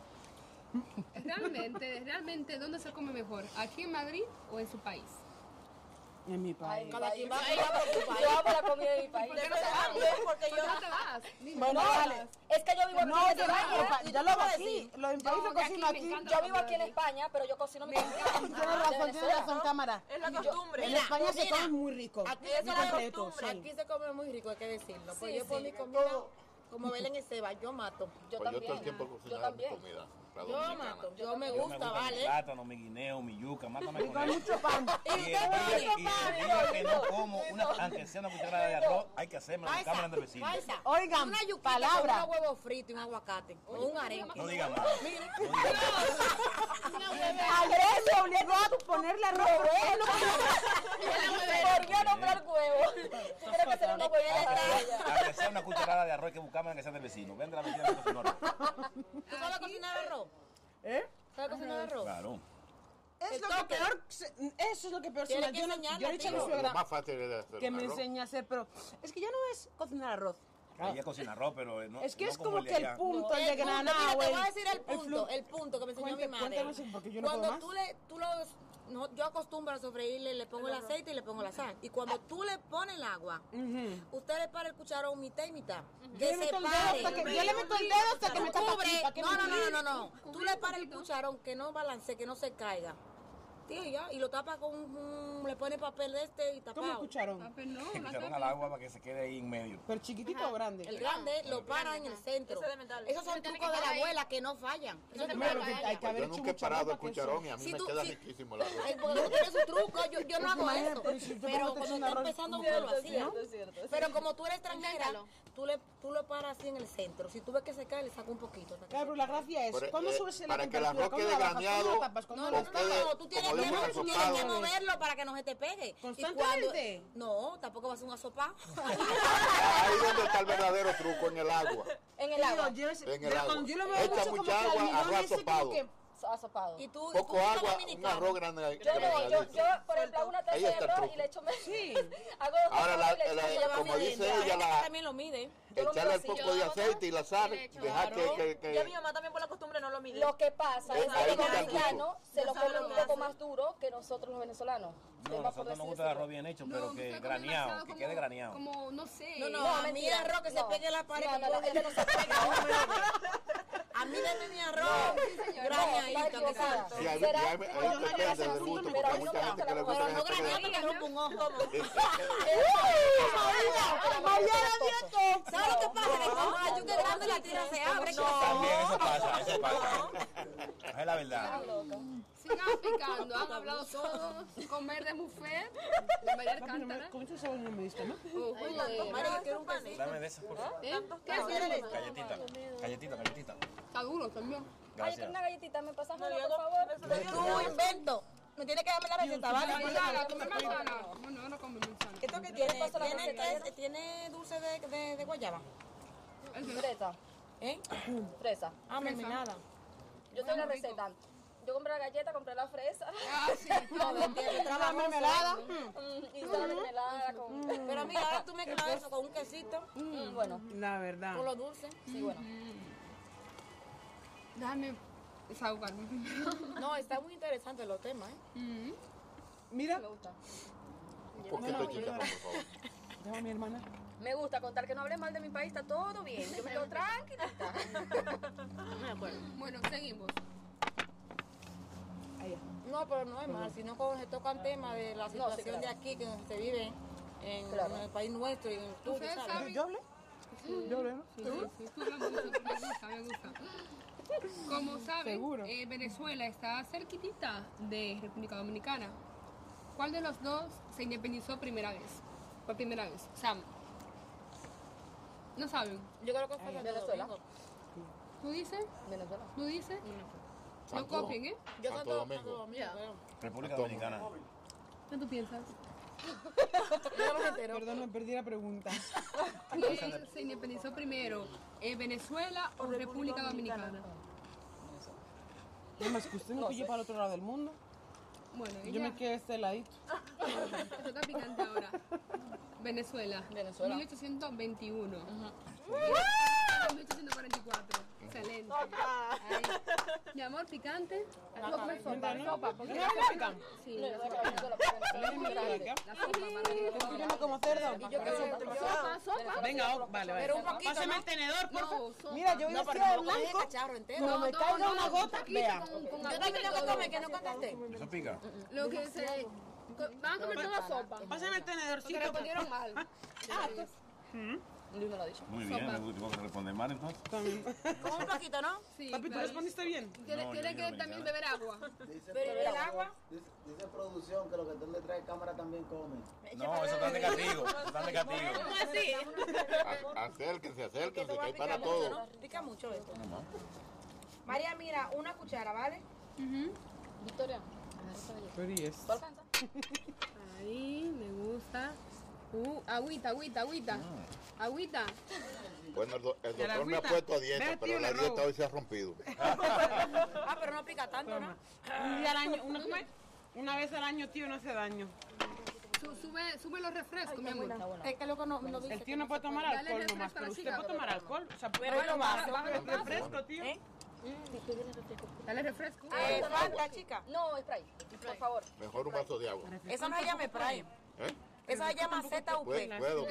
Speaker 1: Realmente, realmente, ¿dónde se come mejor? ¿Aquí en Madrid o en su país?
Speaker 3: En mi
Speaker 5: Ay,
Speaker 3: país.
Speaker 5: mi
Speaker 4: quien
Speaker 5: país.
Speaker 4: va- va a preocupar.
Speaker 5: Yo amo la comida de mi país.
Speaker 1: ¿Por qué no Pues te vas? Mira,
Speaker 3: Bueno,
Speaker 5: No,
Speaker 3: vale.
Speaker 5: es que yo vivo aquí
Speaker 3: No,
Speaker 5: en
Speaker 3: yo no,
Speaker 5: España.
Speaker 3: pa- ya lo hago aquí. Lo en país
Speaker 1: No,
Speaker 3: lo
Speaker 1: que aquí
Speaker 3: cocino
Speaker 1: me
Speaker 3: aquí.
Speaker 1: encanta.
Speaker 5: Yo vivo aquí en España, pero yo cocino mi comida.
Speaker 3: Tienes razón, tienes razón, cámara.
Speaker 4: [laughs]
Speaker 8: Es la costumbre.
Speaker 3: En
Speaker 4: Eh, Mira, pues
Speaker 3: España se
Speaker 4: mira.
Speaker 3: come muy rico.
Speaker 4: Aquí,
Speaker 3: Muy
Speaker 4: eso es la
Speaker 3: completo,
Speaker 4: costumbre,
Speaker 3: sí.
Speaker 4: aquí se come muy rico, hay que decirlo. Pues
Speaker 5: Sí,
Speaker 4: yo por
Speaker 5: sí.
Speaker 4: mi comida, como Belén Esteba, yo mato.
Speaker 2: Pues yo
Speaker 5: Yo
Speaker 2: todo
Speaker 5: también.
Speaker 2: el tiempo cocinaba mi
Speaker 5: también.
Speaker 2: comida, la
Speaker 4: Yo
Speaker 2: dominicana.
Speaker 4: mato. Yo me
Speaker 6: yo me
Speaker 4: gusta,
Speaker 6: gusta mi
Speaker 4: ¿vale?
Speaker 6: plátano, mi guineo, mi
Speaker 4: [laughs]
Speaker 6: yuca, mátame con
Speaker 3: Con
Speaker 6: eso.
Speaker 3: mucho pan.
Speaker 6: Y el día, y el día que no como, una, aunque sea una cucharada de arroz, hay que hacerme la cámara de vecino.
Speaker 4: paisa.
Speaker 3: Oigan,
Speaker 4: una yuquita
Speaker 3: palabra.
Speaker 4: con un huevo frito y un aguacate, o un arenque.
Speaker 6: No diga más. No diga más.
Speaker 3: Andrés se obligó a ponerle arroz. Él no
Speaker 4: [laughs]
Speaker 5: ¿Por qué nombrar huevo? Yo creo que sería una huevada.
Speaker 6: Aunque sea una cucharada de arroz que buscamos, aunque sea del vecino. Vendrá la vecina de los
Speaker 4: ¿Tú sabes cocinar arroz?
Speaker 3: ¿Eh?
Speaker 4: ¿Sabes cocinar arroz?
Speaker 6: Claro.
Speaker 3: Es
Speaker 4: El
Speaker 3: lo que
Speaker 4: toque.
Speaker 3: peor, se- eso es lo que peor se
Speaker 4: Tiene
Speaker 3: me-
Speaker 4: que
Speaker 3: Yo, no,
Speaker 4: enseñarla,
Speaker 3: yo le he dicho a mi
Speaker 4: tío.
Speaker 2: Lo, lo
Speaker 3: suegra
Speaker 2: más fácil era hacer
Speaker 3: que me
Speaker 2: arroz.
Speaker 3: enseñe a hacer, pero es que ya no es cocinar arroz.
Speaker 6: Ella cocina arroz, pero eh, no.
Speaker 3: Es que
Speaker 6: no
Speaker 3: es como
Speaker 6: de
Speaker 3: que el
Speaker 6: allá.
Speaker 3: punto, el de
Speaker 4: El punto, mira,
Speaker 3: granado.
Speaker 4: te voy a decir el
Speaker 3: el
Speaker 4: punto,
Speaker 3: flu-
Speaker 4: el punto que me enseñó
Speaker 3: Cuente-
Speaker 4: mi madre.
Speaker 3: cuéntame eso, porque yo no
Speaker 4: cuando
Speaker 3: puedo
Speaker 4: tú
Speaker 3: más.
Speaker 4: le, tú los, no, yo acostumbro a sofreírle, le pongo el aceite y le pongo la sal. Y cuando tú le pones el agua, usted le para el cucharón mitad y mitad.
Speaker 3: Yo
Speaker 4: Que
Speaker 3: le
Speaker 4: se
Speaker 3: meto el dedo hasta
Speaker 4: pare.
Speaker 3: que- yo le meto el dedo hasta que me tapa
Speaker 4: Cubre.
Speaker 3: aquí, para que
Speaker 4: No,
Speaker 3: me
Speaker 4: no, no,
Speaker 3: cubre.
Speaker 4: no, no. Tú le paras el cucharón, que no balance, que no se caiga. Tío, ya, y lo tapa con un, le pone papel de este y
Speaker 3: ¿Cómo
Speaker 4: tapado.
Speaker 1: Ah,
Speaker 3: escucharon?
Speaker 1: pero no,
Speaker 6: [laughs] Que
Speaker 1: la
Speaker 6: echaron
Speaker 1: tapa.
Speaker 6: al agua para que se quede ahí en medio.
Speaker 3: ¿Pero chiquitito o grande?
Speaker 4: Ah, El grande lo para en el centro.
Speaker 8: Ese de metal.
Speaker 4: Esos son
Speaker 7: Pero tiene que
Speaker 4: trucos de la
Speaker 7: estar ahí.
Speaker 4: abuela que no fallan. Eso
Speaker 7: te
Speaker 3: Claro,
Speaker 4: es
Speaker 7: puedes
Speaker 3: que
Speaker 7: pagar
Speaker 3: hay
Speaker 7: ya.
Speaker 3: que haber
Speaker 2: Yo
Speaker 3: hecho
Speaker 2: nunca he
Speaker 3: mucha
Speaker 2: parado
Speaker 3: ropa
Speaker 2: el
Speaker 3: que eso-
Speaker 2: cucharón y a mí
Speaker 4: Si
Speaker 2: me
Speaker 4: tú-
Speaker 2: queda
Speaker 4: si-
Speaker 2: riquísimo la
Speaker 4: Ay, porque tú tienes un truco, yo, yo no hago
Speaker 3: Imagínate,
Speaker 4: eso.
Speaker 3: pero si yo te
Speaker 4: Pero
Speaker 3: pongo
Speaker 4: cuando
Speaker 3: un
Speaker 4: estás
Speaker 3: arroz-
Speaker 4: empezando, uno lo
Speaker 8: Cierto,
Speaker 4: hacía.
Speaker 8: cierto, cierto.
Speaker 4: Pero como tú eres extranjera,
Speaker 7: Inténtalo.
Speaker 4: tú, le, tú lo paras así en el centro. Si tú ves que se cae, le saca un poquito. hasta que
Speaker 3: Claro, pero la gracia es,
Speaker 2: Por-
Speaker 3: ¿cómo
Speaker 2: eh,
Speaker 3: subes la
Speaker 2: para que el
Speaker 3: temperatura?
Speaker 2: arroz
Speaker 3: ¿Cómo
Speaker 2: quede
Speaker 3: la bajas? ¿Cómo la
Speaker 2: grañado,
Speaker 3: tapas? ¿Cómo la
Speaker 4: No, no,
Speaker 2: o
Speaker 4: no,
Speaker 3: tapas?
Speaker 2: quede-
Speaker 4: no, tú tienes
Speaker 2: como
Speaker 4: que,
Speaker 2: dicen,
Speaker 4: tú tienes
Speaker 2: azotado.
Speaker 4: que moverlo para que no se te pegue. Y
Speaker 3: ¿Constantemente?
Speaker 4: cuando- no, tampoco vas a hacer
Speaker 3: [laughs]
Speaker 4: una sopa.
Speaker 2: Ahí donde está el verdadero truco, en el agua.
Speaker 5: En el agua.
Speaker 3: Yo,
Speaker 2: En el agua.
Speaker 3: yo lo veo
Speaker 2: Echa
Speaker 3: mucho como
Speaker 2: mucha
Speaker 3: que
Speaker 2: agua,
Speaker 3: almidón
Speaker 2: arroz
Speaker 3: ese como
Speaker 2: asopado.
Speaker 3: que-
Speaker 5: Asopado.
Speaker 4: Y tú, y tú
Speaker 2: Poco
Speaker 4: eres
Speaker 2: agua, un
Speaker 4: dominicana.
Speaker 2: arroz grande.
Speaker 5: Yo no, yo, yo, por ejemplo, hago una taza
Speaker 2: Ahí
Speaker 5: de
Speaker 2: está el
Speaker 5: arroz
Speaker 2: truco.
Speaker 5: y le echo menos.
Speaker 3: Sí.
Speaker 5: Hago dos
Speaker 2: Ahora, la-
Speaker 5: tazas y le
Speaker 2: la-
Speaker 5: echo
Speaker 4: Ella
Speaker 5: menos.
Speaker 4: va
Speaker 2: como
Speaker 4: midiendo,
Speaker 2: dice
Speaker 4: hay
Speaker 2: ella,
Speaker 4: gente
Speaker 2: la-
Speaker 4: que también lo mide.
Speaker 2: Echarle el
Speaker 5: Yo lo
Speaker 2: poco de
Speaker 7: hago así.
Speaker 2: aceite y la sal,
Speaker 7: Y le echo
Speaker 2: dejar que,
Speaker 7: arroz.
Speaker 2: que- que-
Speaker 8: Ya mi
Speaker 2: [laughs]
Speaker 8: mamá también por la costumbre no lo mide.
Speaker 5: Lo que pasa es
Speaker 2: Eh, ahí
Speaker 5: que los
Speaker 2: está el
Speaker 5: dominicanos
Speaker 2: truco.
Speaker 5: se lo
Speaker 8: Ya sabe
Speaker 5: comen
Speaker 8: lo
Speaker 5: un
Speaker 8: que
Speaker 5: poco
Speaker 8: hace.
Speaker 5: más duro que nosotros los venezolanos.
Speaker 6: No, a
Speaker 5: Vamos por
Speaker 6: nosotros nos
Speaker 5: decir
Speaker 6: gusta el
Speaker 5: eso.
Speaker 6: arroz bien hecho, pero
Speaker 1: No,
Speaker 6: que
Speaker 1: usted come
Speaker 6: graneado,
Speaker 1: demasiado
Speaker 6: que
Speaker 1: como-
Speaker 6: quede graneado.
Speaker 1: Como, no sé.
Speaker 4: No, no,
Speaker 5: No,
Speaker 4: a mí el
Speaker 5: mentira.
Speaker 4: arroz que
Speaker 5: No.
Speaker 4: se pegue en la pared.
Speaker 5: No, no,
Speaker 4: con
Speaker 5: no,
Speaker 4: pollo.
Speaker 5: este no se pega.
Speaker 4: A mí deme mi arroz.
Speaker 5: está
Speaker 4: Graneadito, que
Speaker 5: equivocada.
Speaker 4: sea.
Speaker 2: Sí, hay,
Speaker 5: Será-
Speaker 2: y hay- hay
Speaker 5: Pero
Speaker 2: gente que
Speaker 5: no
Speaker 2: es del gusto, porque
Speaker 5: me
Speaker 2: hay mucha
Speaker 5: gusta
Speaker 2: gente que le
Speaker 5: la
Speaker 2: gusta
Speaker 4: Pero no
Speaker 2: ese
Speaker 4: graneado
Speaker 2: pedazo.
Speaker 4: porque rompe un ojo.
Speaker 2: eh,
Speaker 4: ¿Sabes lo que pasa? Que cuando la yuca es grande la tierra se abre.
Speaker 6: También eso pasa, eso pasa. Es la verdad.
Speaker 1: Sigan picando, han hablado todos. Comer de buffet, comer
Speaker 3: Papi, no me-
Speaker 1: alcántara.
Speaker 3: ¿Cómo tú sabes no me diste, no?
Speaker 1: o jugo de-
Speaker 4: María, yo quiero un quesito.
Speaker 6: Dame de esas, por favor.
Speaker 1: ¿Eh? ¿Qué haces?
Speaker 6: Galletita, galletita, galletita.
Speaker 1: Está duro también.
Speaker 5: Ay,
Speaker 6: Gracias.
Speaker 5: una galletita, ¿me pasas una, por favor?
Speaker 4: Tú invento. Me tienes que darme la receta, ¿vale?
Speaker 1: Manzana, comer manzana. Bueno, yo no como manzana.
Speaker 4: ¿Esto que tiene? ¿Tiene, tes- tiene dulce de, de, de guayaba?
Speaker 5: Fresa,
Speaker 4: ¿Eh?
Speaker 5: [clears throat] fresa.
Speaker 4: Ah, mermelada.
Speaker 5: Yo tengo la receta. Yo compré la galleta, compré la fresa [laughs]
Speaker 1: Ah, sí.
Speaker 4: No, no, tiene
Speaker 3: La
Speaker 4: trabajo.
Speaker 3: mermelada.
Speaker 5: y hice la mermelada con...
Speaker 4: Pero mira, ahora
Speaker 8: [laughs]
Speaker 4: tú mezclas eso con un quesito,
Speaker 5: Mm, [laughs] Bueno,
Speaker 3: La verdad.
Speaker 4: con lo dulce.
Speaker 5: sí, bueno.
Speaker 1: Déjame desahogarme.
Speaker 4: No, está muy interesante los temas, ¿eh?
Speaker 1: Mm.
Speaker 3: Mira,
Speaker 5: Me gusta.
Speaker 2: Un poquito de chicharrón, por favor.
Speaker 3: tengo a mi hermana.
Speaker 5: Me gusta contar que no hables mal de mi país, está todo bien. Yo
Speaker 4: [laughs]
Speaker 5: me quedo tranquilita.
Speaker 7: No me acuerdo.
Speaker 1: Bueno, seguimos.
Speaker 3: Ahí.
Speaker 4: No, pero no es mal, sino que se tocan temas de la
Speaker 5: claro.
Speaker 4: situación de aquí que se vive en,
Speaker 5: Claro.
Speaker 4: en el país nuestro y en el tuyo,
Speaker 1: Ustedes
Speaker 4: ¿sabes?
Speaker 1: saben-
Speaker 3: ¿Yo hablé? Yo hablé, ¿no?
Speaker 1: Sí, sí, tú hablas mucho, me gusta, me gusta. Como saben,
Speaker 3: Seguro.
Speaker 1: eh, Venezuela está cerquitita de República Dominicana. ¿Cuál de los dos se independizó primera vez? Por primera vez. Sam. No saben.
Speaker 4: Yo creo que fue Santo
Speaker 5: Venezuela.
Speaker 4: Domingo.
Speaker 1: ¿Tú dices?
Speaker 5: Venezuela.
Speaker 1: ¿Tú dices? No
Speaker 2: Santo
Speaker 1: copien, ¿eh?
Speaker 4: Yo
Speaker 2: Santo
Speaker 4: Santo
Speaker 2: Domingo.
Speaker 4: Santo Domingo. creo.
Speaker 6: República Dominicana.
Speaker 1: ¿Qué tú piensas?
Speaker 3: Perdón, me perdí la
Speaker 4: [laughs]
Speaker 3: pregunta.
Speaker 1: ¿Quién se independizó primero? eh, ¿Venezuela o República Dominicana?
Speaker 3: No más que usted no pille para el otro lado del mundo.
Speaker 1: Bueno,
Speaker 3: Yo me
Speaker 1: ella
Speaker 3: quedé este ladito.
Speaker 1: toca picante ahora. Venezuela.
Speaker 5: Venezuela.
Speaker 1: 1821. 1844. Excelente. Ay. Mi amor, picante. No comer sopa. Sopa, porque
Speaker 3: ¿No me pican?
Speaker 1: sí,
Speaker 5: Yo
Speaker 1: la
Speaker 5: soy
Speaker 1: sopa.
Speaker 5: de Venezuela, porque Venezuela es muy grande.
Speaker 3: ¿Qué?
Speaker 1: La sopa, para
Speaker 3: ¿Tú yo me como cerdo?
Speaker 1: Sopa, sopa.
Speaker 3: Venga, oh, vale, vale.
Speaker 4: Pero un poquito,
Speaker 3: Pásame
Speaker 4: ¿no?
Speaker 3: el tenedor, por favor.
Speaker 1: No, sopa.
Speaker 3: Mira, yo voy a
Speaker 4: No,
Speaker 3: decir
Speaker 4: pero no
Speaker 3: de
Speaker 4: lo comes el
Speaker 3: blanco.
Speaker 4: cacharro entero.
Speaker 3: Como me caiga una gota,
Speaker 1: poquito
Speaker 3: vea.
Speaker 1: con- con
Speaker 4: Yo
Speaker 1: agüita
Speaker 4: también
Speaker 1: y
Speaker 4: tengo que
Speaker 1: todo.
Speaker 4: comer, que no contesté.
Speaker 6: ¿Eso pica?
Speaker 1: Lo que se... co- Van a comer toda sopa.
Speaker 3: Pásame el
Speaker 1: Porque lo
Speaker 3: tenedorcito.
Speaker 1: comieron mal.
Speaker 5: Luis me lo ha dicho.
Speaker 6: Muy bien, me gusta. ¿Tengo que responder mal entonces?
Speaker 4: Como un poquito, ¿no?
Speaker 1: Sí,
Speaker 3: Papi, ¿tú
Speaker 1: pero-
Speaker 3: respondiste bien?
Speaker 1: Tiene,
Speaker 6: No,
Speaker 1: tiene
Speaker 6: yo- yo
Speaker 1: que
Speaker 6: me
Speaker 1: también
Speaker 6: llamo.
Speaker 1: beber agua.
Speaker 9: Dice,
Speaker 4: Pero el agua,
Speaker 9: dice- dice producción que lo que tú le traes cámara también come.
Speaker 6: No, eso está de castigo. Eso está de castigo.
Speaker 2: A- Acérquense, acérquense, que hay para
Speaker 4: mucho,
Speaker 2: todo.
Speaker 4: ¿no? Pica mucho esto.
Speaker 10: María, mira, una cuchara, ¿vale?
Speaker 5: Victoria,
Speaker 3: Pero y es.
Speaker 5: ¿tú alcanzas?
Speaker 1: Ahí, me gusta. Uh, agüita, agüita, agüita.
Speaker 6: Ah.
Speaker 1: Agüita.
Speaker 2: Bueno, el, do- el
Speaker 3: la
Speaker 2: doctor me ha
Speaker 3: agüita.
Speaker 2: puesto a
Speaker 3: Ve,
Speaker 2: dieta,
Speaker 3: tío,
Speaker 2: pero
Speaker 3: le
Speaker 2: la dieta
Speaker 3: robo.
Speaker 2: hoy se ha rompido.
Speaker 4: Ah, pero no pica tanto, ¿no?
Speaker 3: Un día al año, una, ¿cómo es? una vez al año, tío, no hace daño.
Speaker 1: Su- sube, sube los refrescos, mi amor.
Speaker 4: Es que loco no, no
Speaker 3: El
Speaker 4: dice.
Speaker 3: tío no puede tomar
Speaker 1: Dale
Speaker 3: alcohol
Speaker 1: refresco
Speaker 3: nomás,
Speaker 1: a la
Speaker 3: pero usted
Speaker 1: chica,
Speaker 3: puede tomar alcohol. O sea,
Speaker 4: Pero
Speaker 3: puede
Speaker 4: no
Speaker 3: tomar
Speaker 4: pasa.
Speaker 3: baja el refresco, tío.
Speaker 4: ¿Eh?
Speaker 1: Dale refresco.
Speaker 4: Eh, Fanta, chica.
Speaker 5: No, spray, por favor.
Speaker 2: Mejor un vaso de agua.
Speaker 4: Esa no se llama Prime.
Speaker 2: ¿Eh?
Speaker 4: Esa se llama ZUP.
Speaker 2: Puedo, puedo,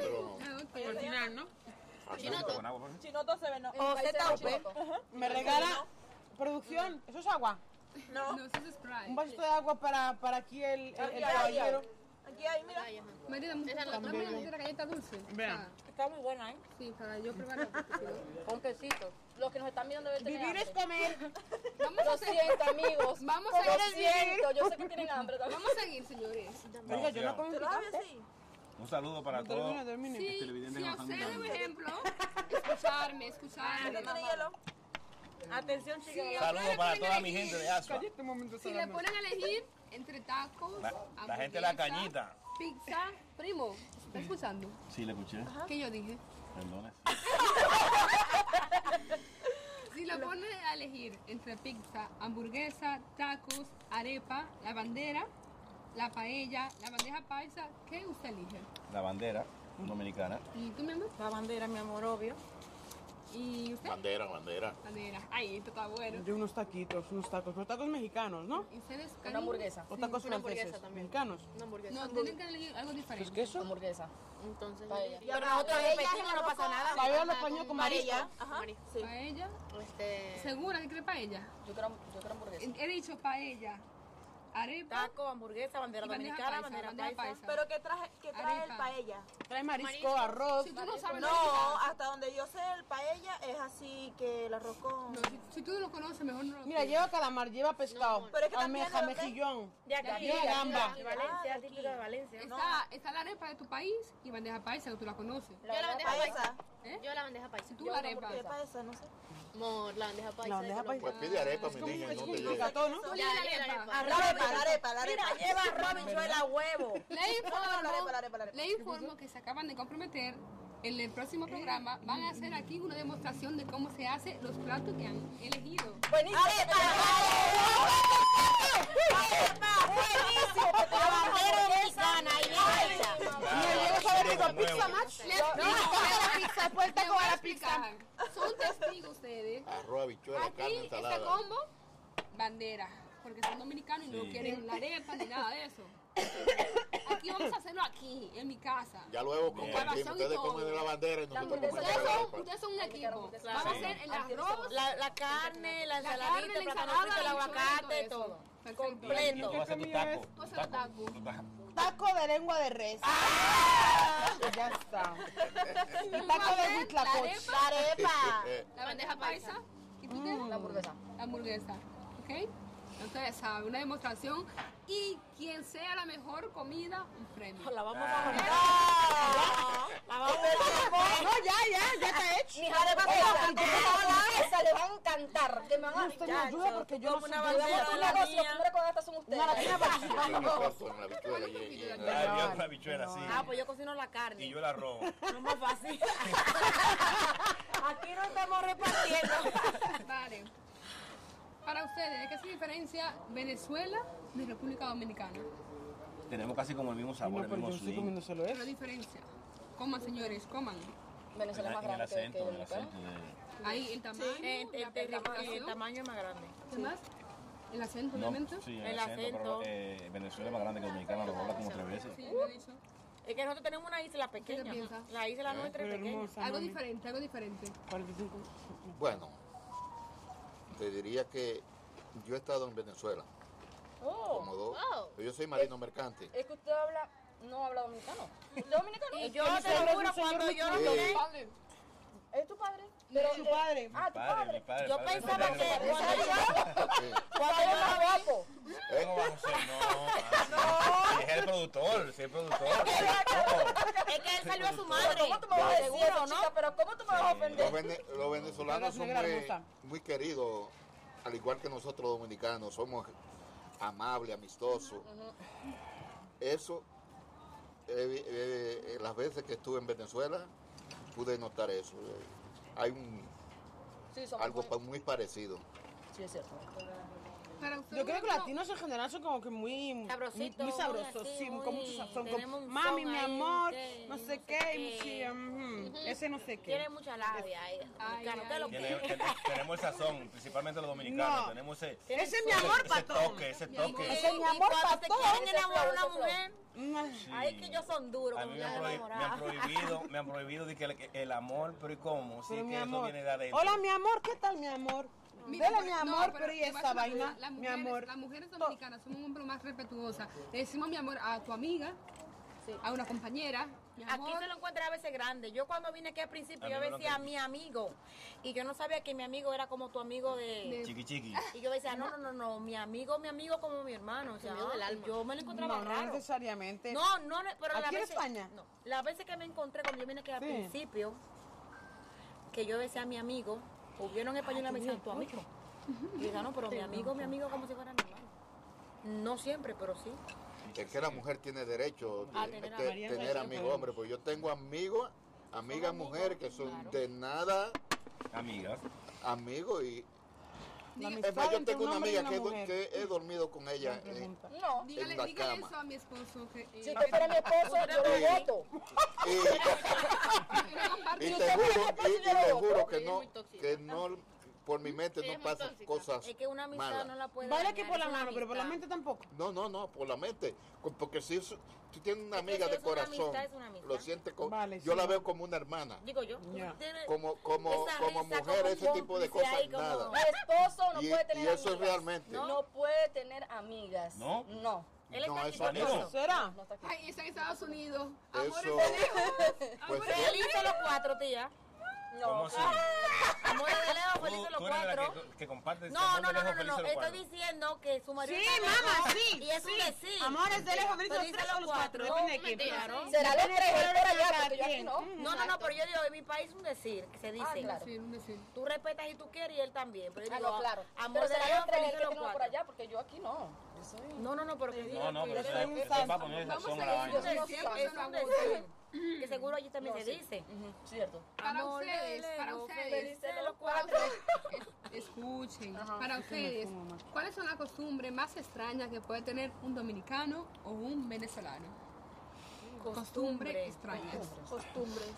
Speaker 2: pero no.
Speaker 1: Ah, ok.
Speaker 3: Al final, ¿no?
Speaker 6: Con agua, por favor.
Speaker 4: Oh,
Speaker 8: Chinoto se ve, no.
Speaker 4: O
Speaker 5: Países
Speaker 4: ZUP.
Speaker 5: de Chico.
Speaker 3: Me regala producción. ¿Eso es agua?
Speaker 1: No. No, eso es Sprite.
Speaker 3: Un vasito de agua para, para aquí el, el- el
Speaker 1: Aquí hay,
Speaker 3: caballero.
Speaker 8: Aquí hay, mira.
Speaker 1: Marida, mucho
Speaker 8: Esa es la
Speaker 1: dame
Speaker 8: otra.
Speaker 1: una de la galleta dulce.
Speaker 3: Vean.
Speaker 8: Está muy buena, ¿eh?
Speaker 1: Sí, para yo probarla.
Speaker 6: [laughs]
Speaker 5: Con quesito. Los que nos están viendo deben tener
Speaker 1: Vivir
Speaker 5: hambre.
Speaker 1: es
Speaker 3: comer.
Speaker 1: Vamos
Speaker 5: Lo siento, amigos.
Speaker 1: Vamos
Speaker 5: Lo
Speaker 1: a seguir el
Speaker 5: siento,
Speaker 1: video.
Speaker 5: yo sé que tienen hambre también.
Speaker 1: Vamos a seguir, señores.
Speaker 6: [laughs] Oiga, yo no como
Speaker 8: ¿Te lo sabes así?
Speaker 6: Un saludo para
Speaker 3: No, termina,
Speaker 6: todos
Speaker 3: termina.
Speaker 6: los
Speaker 1: Sí,
Speaker 6: televidentes
Speaker 1: si
Speaker 6: que
Speaker 1: a
Speaker 6: nos están
Speaker 1: ustedes, por
Speaker 6: mirando.
Speaker 1: ejemplo, escucharme,
Speaker 8: Ah,
Speaker 1: escucharme.
Speaker 8: no tiene
Speaker 1: mamá.
Speaker 8: hielo. Atención, chicos.
Speaker 1: Sí,
Speaker 6: Saludos
Speaker 1: ahora
Speaker 6: para
Speaker 1: ponen a
Speaker 6: toda mi
Speaker 1: elegir.
Speaker 6: gente de Asua.
Speaker 3: Cállate un momento,
Speaker 1: Si le
Speaker 3: Solano.
Speaker 1: ponen a elegir entre tacos,
Speaker 6: La, la gente de la
Speaker 1: hamburguesa,
Speaker 6: cañita.
Speaker 1: Pizza, primo, ¿está escuchando?
Speaker 6: Sí, le escuché.
Speaker 8: ¿Ah?
Speaker 1: ¿Qué yo dije?
Speaker 6: Perdone.
Speaker 1: Si lo ponen a elegir entre pizza, hamburguesa, tacos, arepa, la bandera, la paella, la bandeja paisa, ¿qué usted elige?
Speaker 6: La bandera dominicana.
Speaker 1: ¿Y tú, mi amor?
Speaker 8: La bandera, mi amor, obvio.
Speaker 1: ¿Y usted?
Speaker 6: Bandera, bandera.
Speaker 1: Bandera. Ay, esto está bueno.
Speaker 3: De unos taquitos, unos tacos. Los tacos mexicanos, ¿no?
Speaker 1: ¿Y ustedes?
Speaker 5: Una
Speaker 1: cariño?
Speaker 5: hamburguesa.
Speaker 3: O tacos
Speaker 7: una hamburguesa
Speaker 3: franceses.
Speaker 7: también.
Speaker 3: Mexicanos.
Speaker 7: Una hamburguesa.
Speaker 1: No, tienen que elegir algo diferente.
Speaker 3: ¿Es queso?
Speaker 5: Hamburguesa.
Speaker 7: Entonces,
Speaker 5: Paella.
Speaker 7: yo-
Speaker 8: Pero nosotros repetimos, no pasa nada.
Speaker 3: Paella en español con
Speaker 8: Paella.
Speaker 3: marisco.
Speaker 8: Ajá.
Speaker 7: Marisco.
Speaker 8: Sí.
Speaker 1: ¿Paella?
Speaker 7: Este,
Speaker 1: ¿Segura que cree paella?
Speaker 5: Yo quiero, yo quiero hamburguesa.
Speaker 1: He dicho paella, arepa,
Speaker 8: Taco, hamburguesa, bandera
Speaker 1: Y bandeja paisa,
Speaker 8: dominicana, bandera
Speaker 1: bandeja
Speaker 8: paisa.
Speaker 1: paisa.
Speaker 8: Pero ¿qué traje, qué trae
Speaker 1: Arepa.
Speaker 8: el paella?
Speaker 3: Trae marisco, arroz.
Speaker 1: Si tú no sabes,
Speaker 8: No, hasta donde yo sé, el paella es así que el arroz con...
Speaker 1: No, si, si tú no lo conoces, mejor no lo
Speaker 3: Mira,
Speaker 1: pidas.
Speaker 3: lleva calamar, lleva pescado,
Speaker 8: Pero es que también
Speaker 3: almeja,
Speaker 8: lo que-
Speaker 3: mejillón.
Speaker 7: de acá,
Speaker 1: Lleva
Speaker 7: de
Speaker 3: gamba.
Speaker 7: de Valencia, típica de Valencia.
Speaker 1: Está, está la arepa de tu país y bandeja paisa, que tú la conoces.
Speaker 7: Yo la bandeja paisa.
Speaker 8: paisa.
Speaker 1: ¿Eh?
Speaker 7: Yo la bandeja paisa.
Speaker 1: Si tú la arepa.
Speaker 8: ¿Qué paisa? No sé.
Speaker 7: Amor, la bandeja paisa.
Speaker 3: La
Speaker 7: de
Speaker 3: bandeja
Speaker 7: Colombia.
Speaker 2: Pues pide arepa, mi niña, y
Speaker 3: Es
Speaker 2: no
Speaker 3: como
Speaker 2: te
Speaker 3: un
Speaker 2: llega.
Speaker 3: ricatón, ¿no?
Speaker 1: Tú le das
Speaker 7: La- la
Speaker 1: la
Speaker 7: arepa.
Speaker 1: arepa.
Speaker 8: La arepa, la arepa, la arepa. Mira, lleva arroz, habichuela, [laughs] huevo.
Speaker 1: Le
Speaker 8: La arepa, la
Speaker 1: informo,
Speaker 8: arepa, la arepa.
Speaker 1: le informo que se acaban de comprometer. En el próximo programa van a hacer aquí una demostración de cómo se hace los platos que han elegido.
Speaker 5: Buenísimo.
Speaker 8: ¡Arepa! ¡Arepa! ¡Buenísimo! La bandera mexicana y
Speaker 3: Mira, lleva saber rico, pizza más.
Speaker 1: Les explico,
Speaker 3: Pizza puerta
Speaker 1: les voy
Speaker 3: con
Speaker 1: a
Speaker 3: la pizza.
Speaker 1: explicar. Son testigos
Speaker 2: [laughs]
Speaker 1: ustedes.
Speaker 2: Arroz, habichuela, carne,
Speaker 1: Aquí este
Speaker 2: ensalada.
Speaker 1: combo, bandera, porque son dominicanos y no quieren la arepa ni nada de eso. Aquí vamos a hacerlo aquí, en mi casa.
Speaker 2: Ya luego compartimos.
Speaker 1: Corazón y
Speaker 2: Ustedes
Speaker 1: todo.
Speaker 2: comen de la bandera y nosotros comemos de
Speaker 1: Ustedes
Speaker 2: la
Speaker 1: son,
Speaker 2: arepa.
Speaker 1: ustedes son un equipo. Vamos a hacer el arroz, la,
Speaker 8: La, la carne, la
Speaker 1: carne,
Speaker 8: ensaladita,
Speaker 1: la
Speaker 8: el plátano
Speaker 1: ensalada,
Speaker 8: frito, el
Speaker 1: la
Speaker 8: aguacate,
Speaker 1: habichuela,
Speaker 8: todo.
Speaker 1: Perfecto.
Speaker 6: Y tú
Speaker 8: Completo.
Speaker 6: vas a hacer tu
Speaker 3: Esta mía
Speaker 6: taco.
Speaker 3: es-
Speaker 6: tu
Speaker 1: Vas a hacer
Speaker 6: taco,
Speaker 1: taco.
Speaker 6: tu taco.
Speaker 3: Taco de lengua de res.
Speaker 8: Ah.
Speaker 3: Ah, Ya está. Y taco de huitlacoche.
Speaker 6: [laughs]
Speaker 8: La arepa.
Speaker 2: Eh,
Speaker 1: la bandeja paisa y tú tienes
Speaker 5: La hamburguesa.
Speaker 1: la hamburguesa. ¿Ok? Ustedes saben, una demostración. Y quien sea la mejor comida, un premio.
Speaker 8: La vamos a montar. La vamos a montar.
Speaker 3: No, ya, ya, ya está hecho.
Speaker 5: Mis arepas me
Speaker 3: Oh,
Speaker 5: van a esa le van a encantar. Que me van a
Speaker 3: Usted me ayuda porque yo no
Speaker 8: Como
Speaker 3: soy
Speaker 8: una
Speaker 3: yo.
Speaker 8: bandera.
Speaker 5: Los negocios, los primeros con estas son
Speaker 3: Una
Speaker 5: ustedes.
Speaker 3: latina
Speaker 2: yo soy un experto en la habichuela y- y en la-
Speaker 6: Ay, Dios, la bichuela, sí.
Speaker 8: Ah, pues yo cocino la
Speaker 6: Y
Speaker 8: carne.
Speaker 6: yo la robo.
Speaker 8: No es más fácil. Aquí no estamos [laughs] repartiendo.
Speaker 1: Vale. Para ustedes, ¿de qué se diferencia Venezuela de República Dominicana?
Speaker 6: Tenemos casi como el mismo
Speaker 3: No,
Speaker 6: sabor, el
Speaker 3: pero pues, yo
Speaker 6: mismo
Speaker 3: no estoy
Speaker 6: swing.
Speaker 3: comiéndoselo,
Speaker 1: Pero
Speaker 3: ¿eh?
Speaker 1: diferencia. Coman, señores, coman.
Speaker 5: Venezuela es más
Speaker 6: En el
Speaker 5: grande que- que
Speaker 6: acento, en el
Speaker 5: Dominicana.
Speaker 6: acento de...
Speaker 1: Ahí el tamaño,
Speaker 8: El,
Speaker 1: la
Speaker 8: el- el- el
Speaker 1: presentación,
Speaker 8: tamaño es más grande.
Speaker 1: ¿qué más? El acento,
Speaker 6: No,
Speaker 1: obviamente.
Speaker 6: sí, el,
Speaker 8: El
Speaker 6: acento, pero
Speaker 8: acento.
Speaker 6: eh, Venezuela es más grande que Dominicana, lo habla como tres veces.
Speaker 1: Sí, lo he dicho.
Speaker 8: Es que nosotros tenemos una isla
Speaker 1: ¿Qué
Speaker 8: pequeña.
Speaker 1: te piensas?
Speaker 8: La isla
Speaker 6: ¿Eh?
Speaker 8: nuestra es
Speaker 3: Pero
Speaker 8: pequeña.
Speaker 3: hermosa.
Speaker 1: Algo
Speaker 3: mami.
Speaker 1: diferente, algo diferente.
Speaker 3: 45.
Speaker 2: Bueno, te diría que yo he estado en Venezuela
Speaker 5: Oh,
Speaker 2: como dos.
Speaker 7: wow.
Speaker 2: pero Yo soy marino mercante.
Speaker 5: es que usted habla, no habla dominicano. ¿Dominicano?
Speaker 8: Y
Speaker 3: Pero
Speaker 8: yo te
Speaker 3: usted
Speaker 8: lo
Speaker 3: es
Speaker 8: juro,
Speaker 3: un señor
Speaker 8: cuando yo lo
Speaker 2: muy
Speaker 8: miré,
Speaker 5: ¿Es tu padre?
Speaker 3: Es su padre.
Speaker 5: Ah, tu padre.
Speaker 6: mi padre.
Speaker 8: yo
Speaker 6: padre de
Speaker 8: pensaba
Speaker 6: Pedro.
Speaker 8: que cuando yo,
Speaker 2: Sí.
Speaker 8: cuando yo lo vi,
Speaker 5: Guapo.
Speaker 2: ¿Eh?
Speaker 6: ¿Cómo vas a ser? No, así. Si es el productor, si es el productor. No.
Speaker 8: es que él salió a su madre.
Speaker 5: ¿Cómo tú me vas a decir
Speaker 8: Seguro,
Speaker 5: eso,
Speaker 8: ¿no?
Speaker 5: chica? Pero ¿cómo tú me vas
Speaker 2: Eh,
Speaker 5: a
Speaker 2: Los,
Speaker 5: ofender?
Speaker 2: vene- los venezolanos
Speaker 3: Eres
Speaker 2: son
Speaker 3: negra
Speaker 2: muy,
Speaker 3: hermosa.
Speaker 2: muy queridos, al igual que nosotros los dominicanos, somos amables, amistosos. Eso, eh, eh, eh, las veces que estuve en Venezuela, pude notar eso. Eh, Hay un,
Speaker 5: Sí, somos
Speaker 2: algo
Speaker 5: muy-
Speaker 2: pa- muy parecido.
Speaker 5: Sí, es cierto.
Speaker 1: Para ustedes,
Speaker 3: Yo creo que
Speaker 1: no-
Speaker 3: los latinos en general son como que muy
Speaker 8: Sabrositos,
Speaker 3: muy
Speaker 8: muy
Speaker 3: sabrosos,
Speaker 8: así,
Speaker 3: sí,
Speaker 8: muy-
Speaker 3: con mucho sazón,
Speaker 8: tenemos
Speaker 3: como
Speaker 8: un
Speaker 3: mami,
Speaker 8: son
Speaker 3: mi
Speaker 8: ahí,
Speaker 3: amor,
Speaker 8: que
Speaker 3: no
Speaker 8: no
Speaker 3: sé
Speaker 8: sé
Speaker 3: qué,
Speaker 8: qué.
Speaker 3: sí, ujú, ese no sé
Speaker 8: Tiene
Speaker 3: qué.
Speaker 8: mucha labia. ahí,
Speaker 1: Ay,
Speaker 8: claro, que
Speaker 1: ay.
Speaker 8: lo
Speaker 6: Tiene-
Speaker 8: que-
Speaker 6: tiene- tenemos el sazón, principalmente los dominicanos.
Speaker 3: No.
Speaker 6: Tenemos ese, ese,
Speaker 3: Ese es mi amor,
Speaker 6: ese
Speaker 3: patón.
Speaker 6: toque, ese
Speaker 1: Mi amor.
Speaker 6: toque.
Speaker 3: Ese es
Speaker 8: Y
Speaker 3: mi amor
Speaker 8: cuando
Speaker 3: para
Speaker 8: se
Speaker 3: todos.
Speaker 8: quieren enamorar a
Speaker 5: Ese
Speaker 8: una
Speaker 5: flow, ese
Speaker 8: mujer,
Speaker 3: Mm,
Speaker 6: Sí.
Speaker 8: ay, que ellos son duros
Speaker 6: A
Speaker 8: cuando
Speaker 6: mí
Speaker 8: se
Speaker 6: me han,
Speaker 8: quieren
Speaker 6: prohi- me han
Speaker 8: enamorar.
Speaker 6: prohibido, me han prohibido de que el, el amor, pero ¿y cómo? Si
Speaker 3: Pero
Speaker 6: es
Speaker 3: mi
Speaker 6: que eso
Speaker 3: amor.
Speaker 6: viene de adentro.
Speaker 3: Hola, mi amor, ¿qué tal, mi amor?
Speaker 1: Mira,
Speaker 3: Dele,
Speaker 1: por-
Speaker 3: mi amor, pero y
Speaker 1: te voy a
Speaker 3: esa
Speaker 1: decir una
Speaker 3: vaina,
Speaker 1: cosa, las
Speaker 3: mi
Speaker 1: mujeres-
Speaker 3: amor.
Speaker 1: Las mujeres dominicanas somos un poco más respetuosas. Le decimos mi amor a tu amiga, a una compañera. Mi amor,
Speaker 4: Aquí se lo encuentra a veces grande. Yo cuando vine aquí al principio,
Speaker 1: A
Speaker 4: yo
Speaker 1: mí me lo
Speaker 4: decía a
Speaker 1: han
Speaker 4: mi amigo. Y yo no sabía que mi amigo era como tu amigo de...
Speaker 6: Chiqui chiqui.
Speaker 4: Y yo decía, no, no, no, no, mi amigo, mi amigo como mi hermano. O sea,
Speaker 3: amigo del alma.
Speaker 4: yo me lo encontraba
Speaker 3: No, no
Speaker 4: raro.
Speaker 3: necesariamente.
Speaker 4: No, no, no, pero la
Speaker 3: ¿Aquí en
Speaker 4: veces,
Speaker 3: España?
Speaker 4: No, las veces que me encontré cuando yo vine aquí al
Speaker 3: Sí.
Speaker 4: principio, que yo decía a mi amigo, hubieron españoles me decían, tu amigo. Y yo decía, no, pero mi amigo, mi amigo, como si fuera mi hermano. No siempre, pero sí.
Speaker 2: Es que la mujer tiene derecho
Speaker 4: A
Speaker 2: de-
Speaker 4: tener a
Speaker 2: de
Speaker 4: María en
Speaker 2: tener
Speaker 4: cualquier
Speaker 2: amigos
Speaker 4: pueblo.
Speaker 2: hombres, pues yo tengo amigos, amigas mujeres que son de nada
Speaker 6: amigas,
Speaker 2: amigos y
Speaker 1: La
Speaker 2: es
Speaker 1: amistad
Speaker 2: más, yo
Speaker 1: entre
Speaker 2: tengo
Speaker 1: un
Speaker 2: una
Speaker 1: hombre y una
Speaker 2: amiga que, he do-
Speaker 1: mujer.
Speaker 2: que he dormido con ella. eh,
Speaker 5: No.
Speaker 1: Dígale,
Speaker 2: la
Speaker 1: dígale
Speaker 2: cama.
Speaker 1: eso a mi esposo. Que, eh,
Speaker 5: Si usted fuera mi esposo, yo lo voto.
Speaker 4: [laughs]
Speaker 2: Y te
Speaker 5: Si usted fuera mi
Speaker 2: juro,
Speaker 5: esposo,
Speaker 2: y- y
Speaker 5: yo lo
Speaker 2: te
Speaker 5: voto.
Speaker 2: juro que no, que no, por mi mente
Speaker 4: Sí, es
Speaker 2: no
Speaker 4: muy
Speaker 2: pasan
Speaker 4: tóxica.
Speaker 2: cosas
Speaker 4: Es que una amistad
Speaker 2: malas.
Speaker 4: no la puede
Speaker 3: Vale que
Speaker 4: dañar,
Speaker 3: por la
Speaker 4: es una
Speaker 3: mano, pero por la
Speaker 4: amistad.
Speaker 3: mente tampoco.
Speaker 2: No, no, no, por la mente. con- Porque si es- tú tienes una
Speaker 4: Es que
Speaker 2: amiga
Speaker 4: si
Speaker 2: de
Speaker 4: es una
Speaker 2: corazón,
Speaker 4: amistad, es una amistad.
Speaker 2: lo siente co-
Speaker 4: Vale,
Speaker 2: yo
Speaker 4: sí.
Speaker 2: la veo como una hermana.
Speaker 4: Digo yo.
Speaker 2: Ya.
Speaker 4: Tiene
Speaker 2: Como, como,
Speaker 4: esa
Speaker 2: como
Speaker 4: risa,
Speaker 2: mujer,
Speaker 4: como
Speaker 2: ese tipo de cosas,
Speaker 4: ahí, como-
Speaker 2: nada.
Speaker 5: Mi esposo no
Speaker 2: Y- e-
Speaker 5: puede
Speaker 2: y
Speaker 5: tener
Speaker 2: eso es
Speaker 5: amigas.
Speaker 2: realmente.
Speaker 5: No. puede tener amigas.
Speaker 2: No.
Speaker 5: No.
Speaker 2: Él No, está aquí eso con no. nosotros.
Speaker 3: ¿Será?
Speaker 5: No está aquí.
Speaker 1: Ay, está en Estados Unidos.
Speaker 2: Eso, pues,
Speaker 4: Felices los cuatro, tía.
Speaker 5: No.
Speaker 6: ¿Cómo así?
Speaker 4: Amores de Leo,
Speaker 6: Tú,
Speaker 4: felices los
Speaker 6: tú eres la
Speaker 4: cuatro.
Speaker 6: que, que comparte
Speaker 4: No, no, no, no, no, no. Estoy diciendo que su marido.
Speaker 3: Sí,
Speaker 4: está
Speaker 3: mamá,
Speaker 4: loco
Speaker 3: sí,
Speaker 4: Y es un
Speaker 3: sí.
Speaker 4: decir.
Speaker 3: Amores de lejos, felices los
Speaker 4: Felices
Speaker 3: tres o los cuatro,
Speaker 4: No,
Speaker 3: depende de quién.
Speaker 4: mentira,
Speaker 3: Claro.
Speaker 4: ¿no?
Speaker 3: Será los tres,
Speaker 4: Depende
Speaker 3: pero
Speaker 4: de
Speaker 3: allá,
Speaker 4: cada
Speaker 3: porque yo aquí
Speaker 4: quien.
Speaker 3: no.
Speaker 4: No, no, no, pero yo digo, en mi país es un decir que se dice.
Speaker 5: Ah, claro.
Speaker 4: Tú respetas y tú quieres y él también. Pero yo
Speaker 5: Ah,
Speaker 4: digo,
Speaker 5: no, claro.
Speaker 4: Amores
Speaker 5: Pero
Speaker 4: de
Speaker 5: será
Speaker 4: Leo,
Speaker 5: la entrega
Speaker 4: felices
Speaker 5: que
Speaker 4: los
Speaker 5: tenemos por
Speaker 4: cuatro.
Speaker 5: allá, porque yo aquí no. Yo soy...
Speaker 4: No, no, no, pero que
Speaker 6: No, no, pero eso es- eso es para poner sazón a la
Speaker 4: Es un
Speaker 6: vaina.
Speaker 4: decir, es un decir, Que seguro allí también se dice.
Speaker 5: Cierto.
Speaker 1: Para
Speaker 4: Amor de
Speaker 1: ustedes, para
Speaker 4: Leo,
Speaker 1: ustedes,
Speaker 4: felices los
Speaker 1: para
Speaker 4: cuatro.
Speaker 1: ustedes, es- escuchen, para
Speaker 3: Es que me
Speaker 1: ustedes,
Speaker 3: fumo, mamá.
Speaker 1: ¿cuáles son las costumbres más extrañas que puede tener un dominicano o un venezolano? Costumbre extraña.
Speaker 8: Costumbres.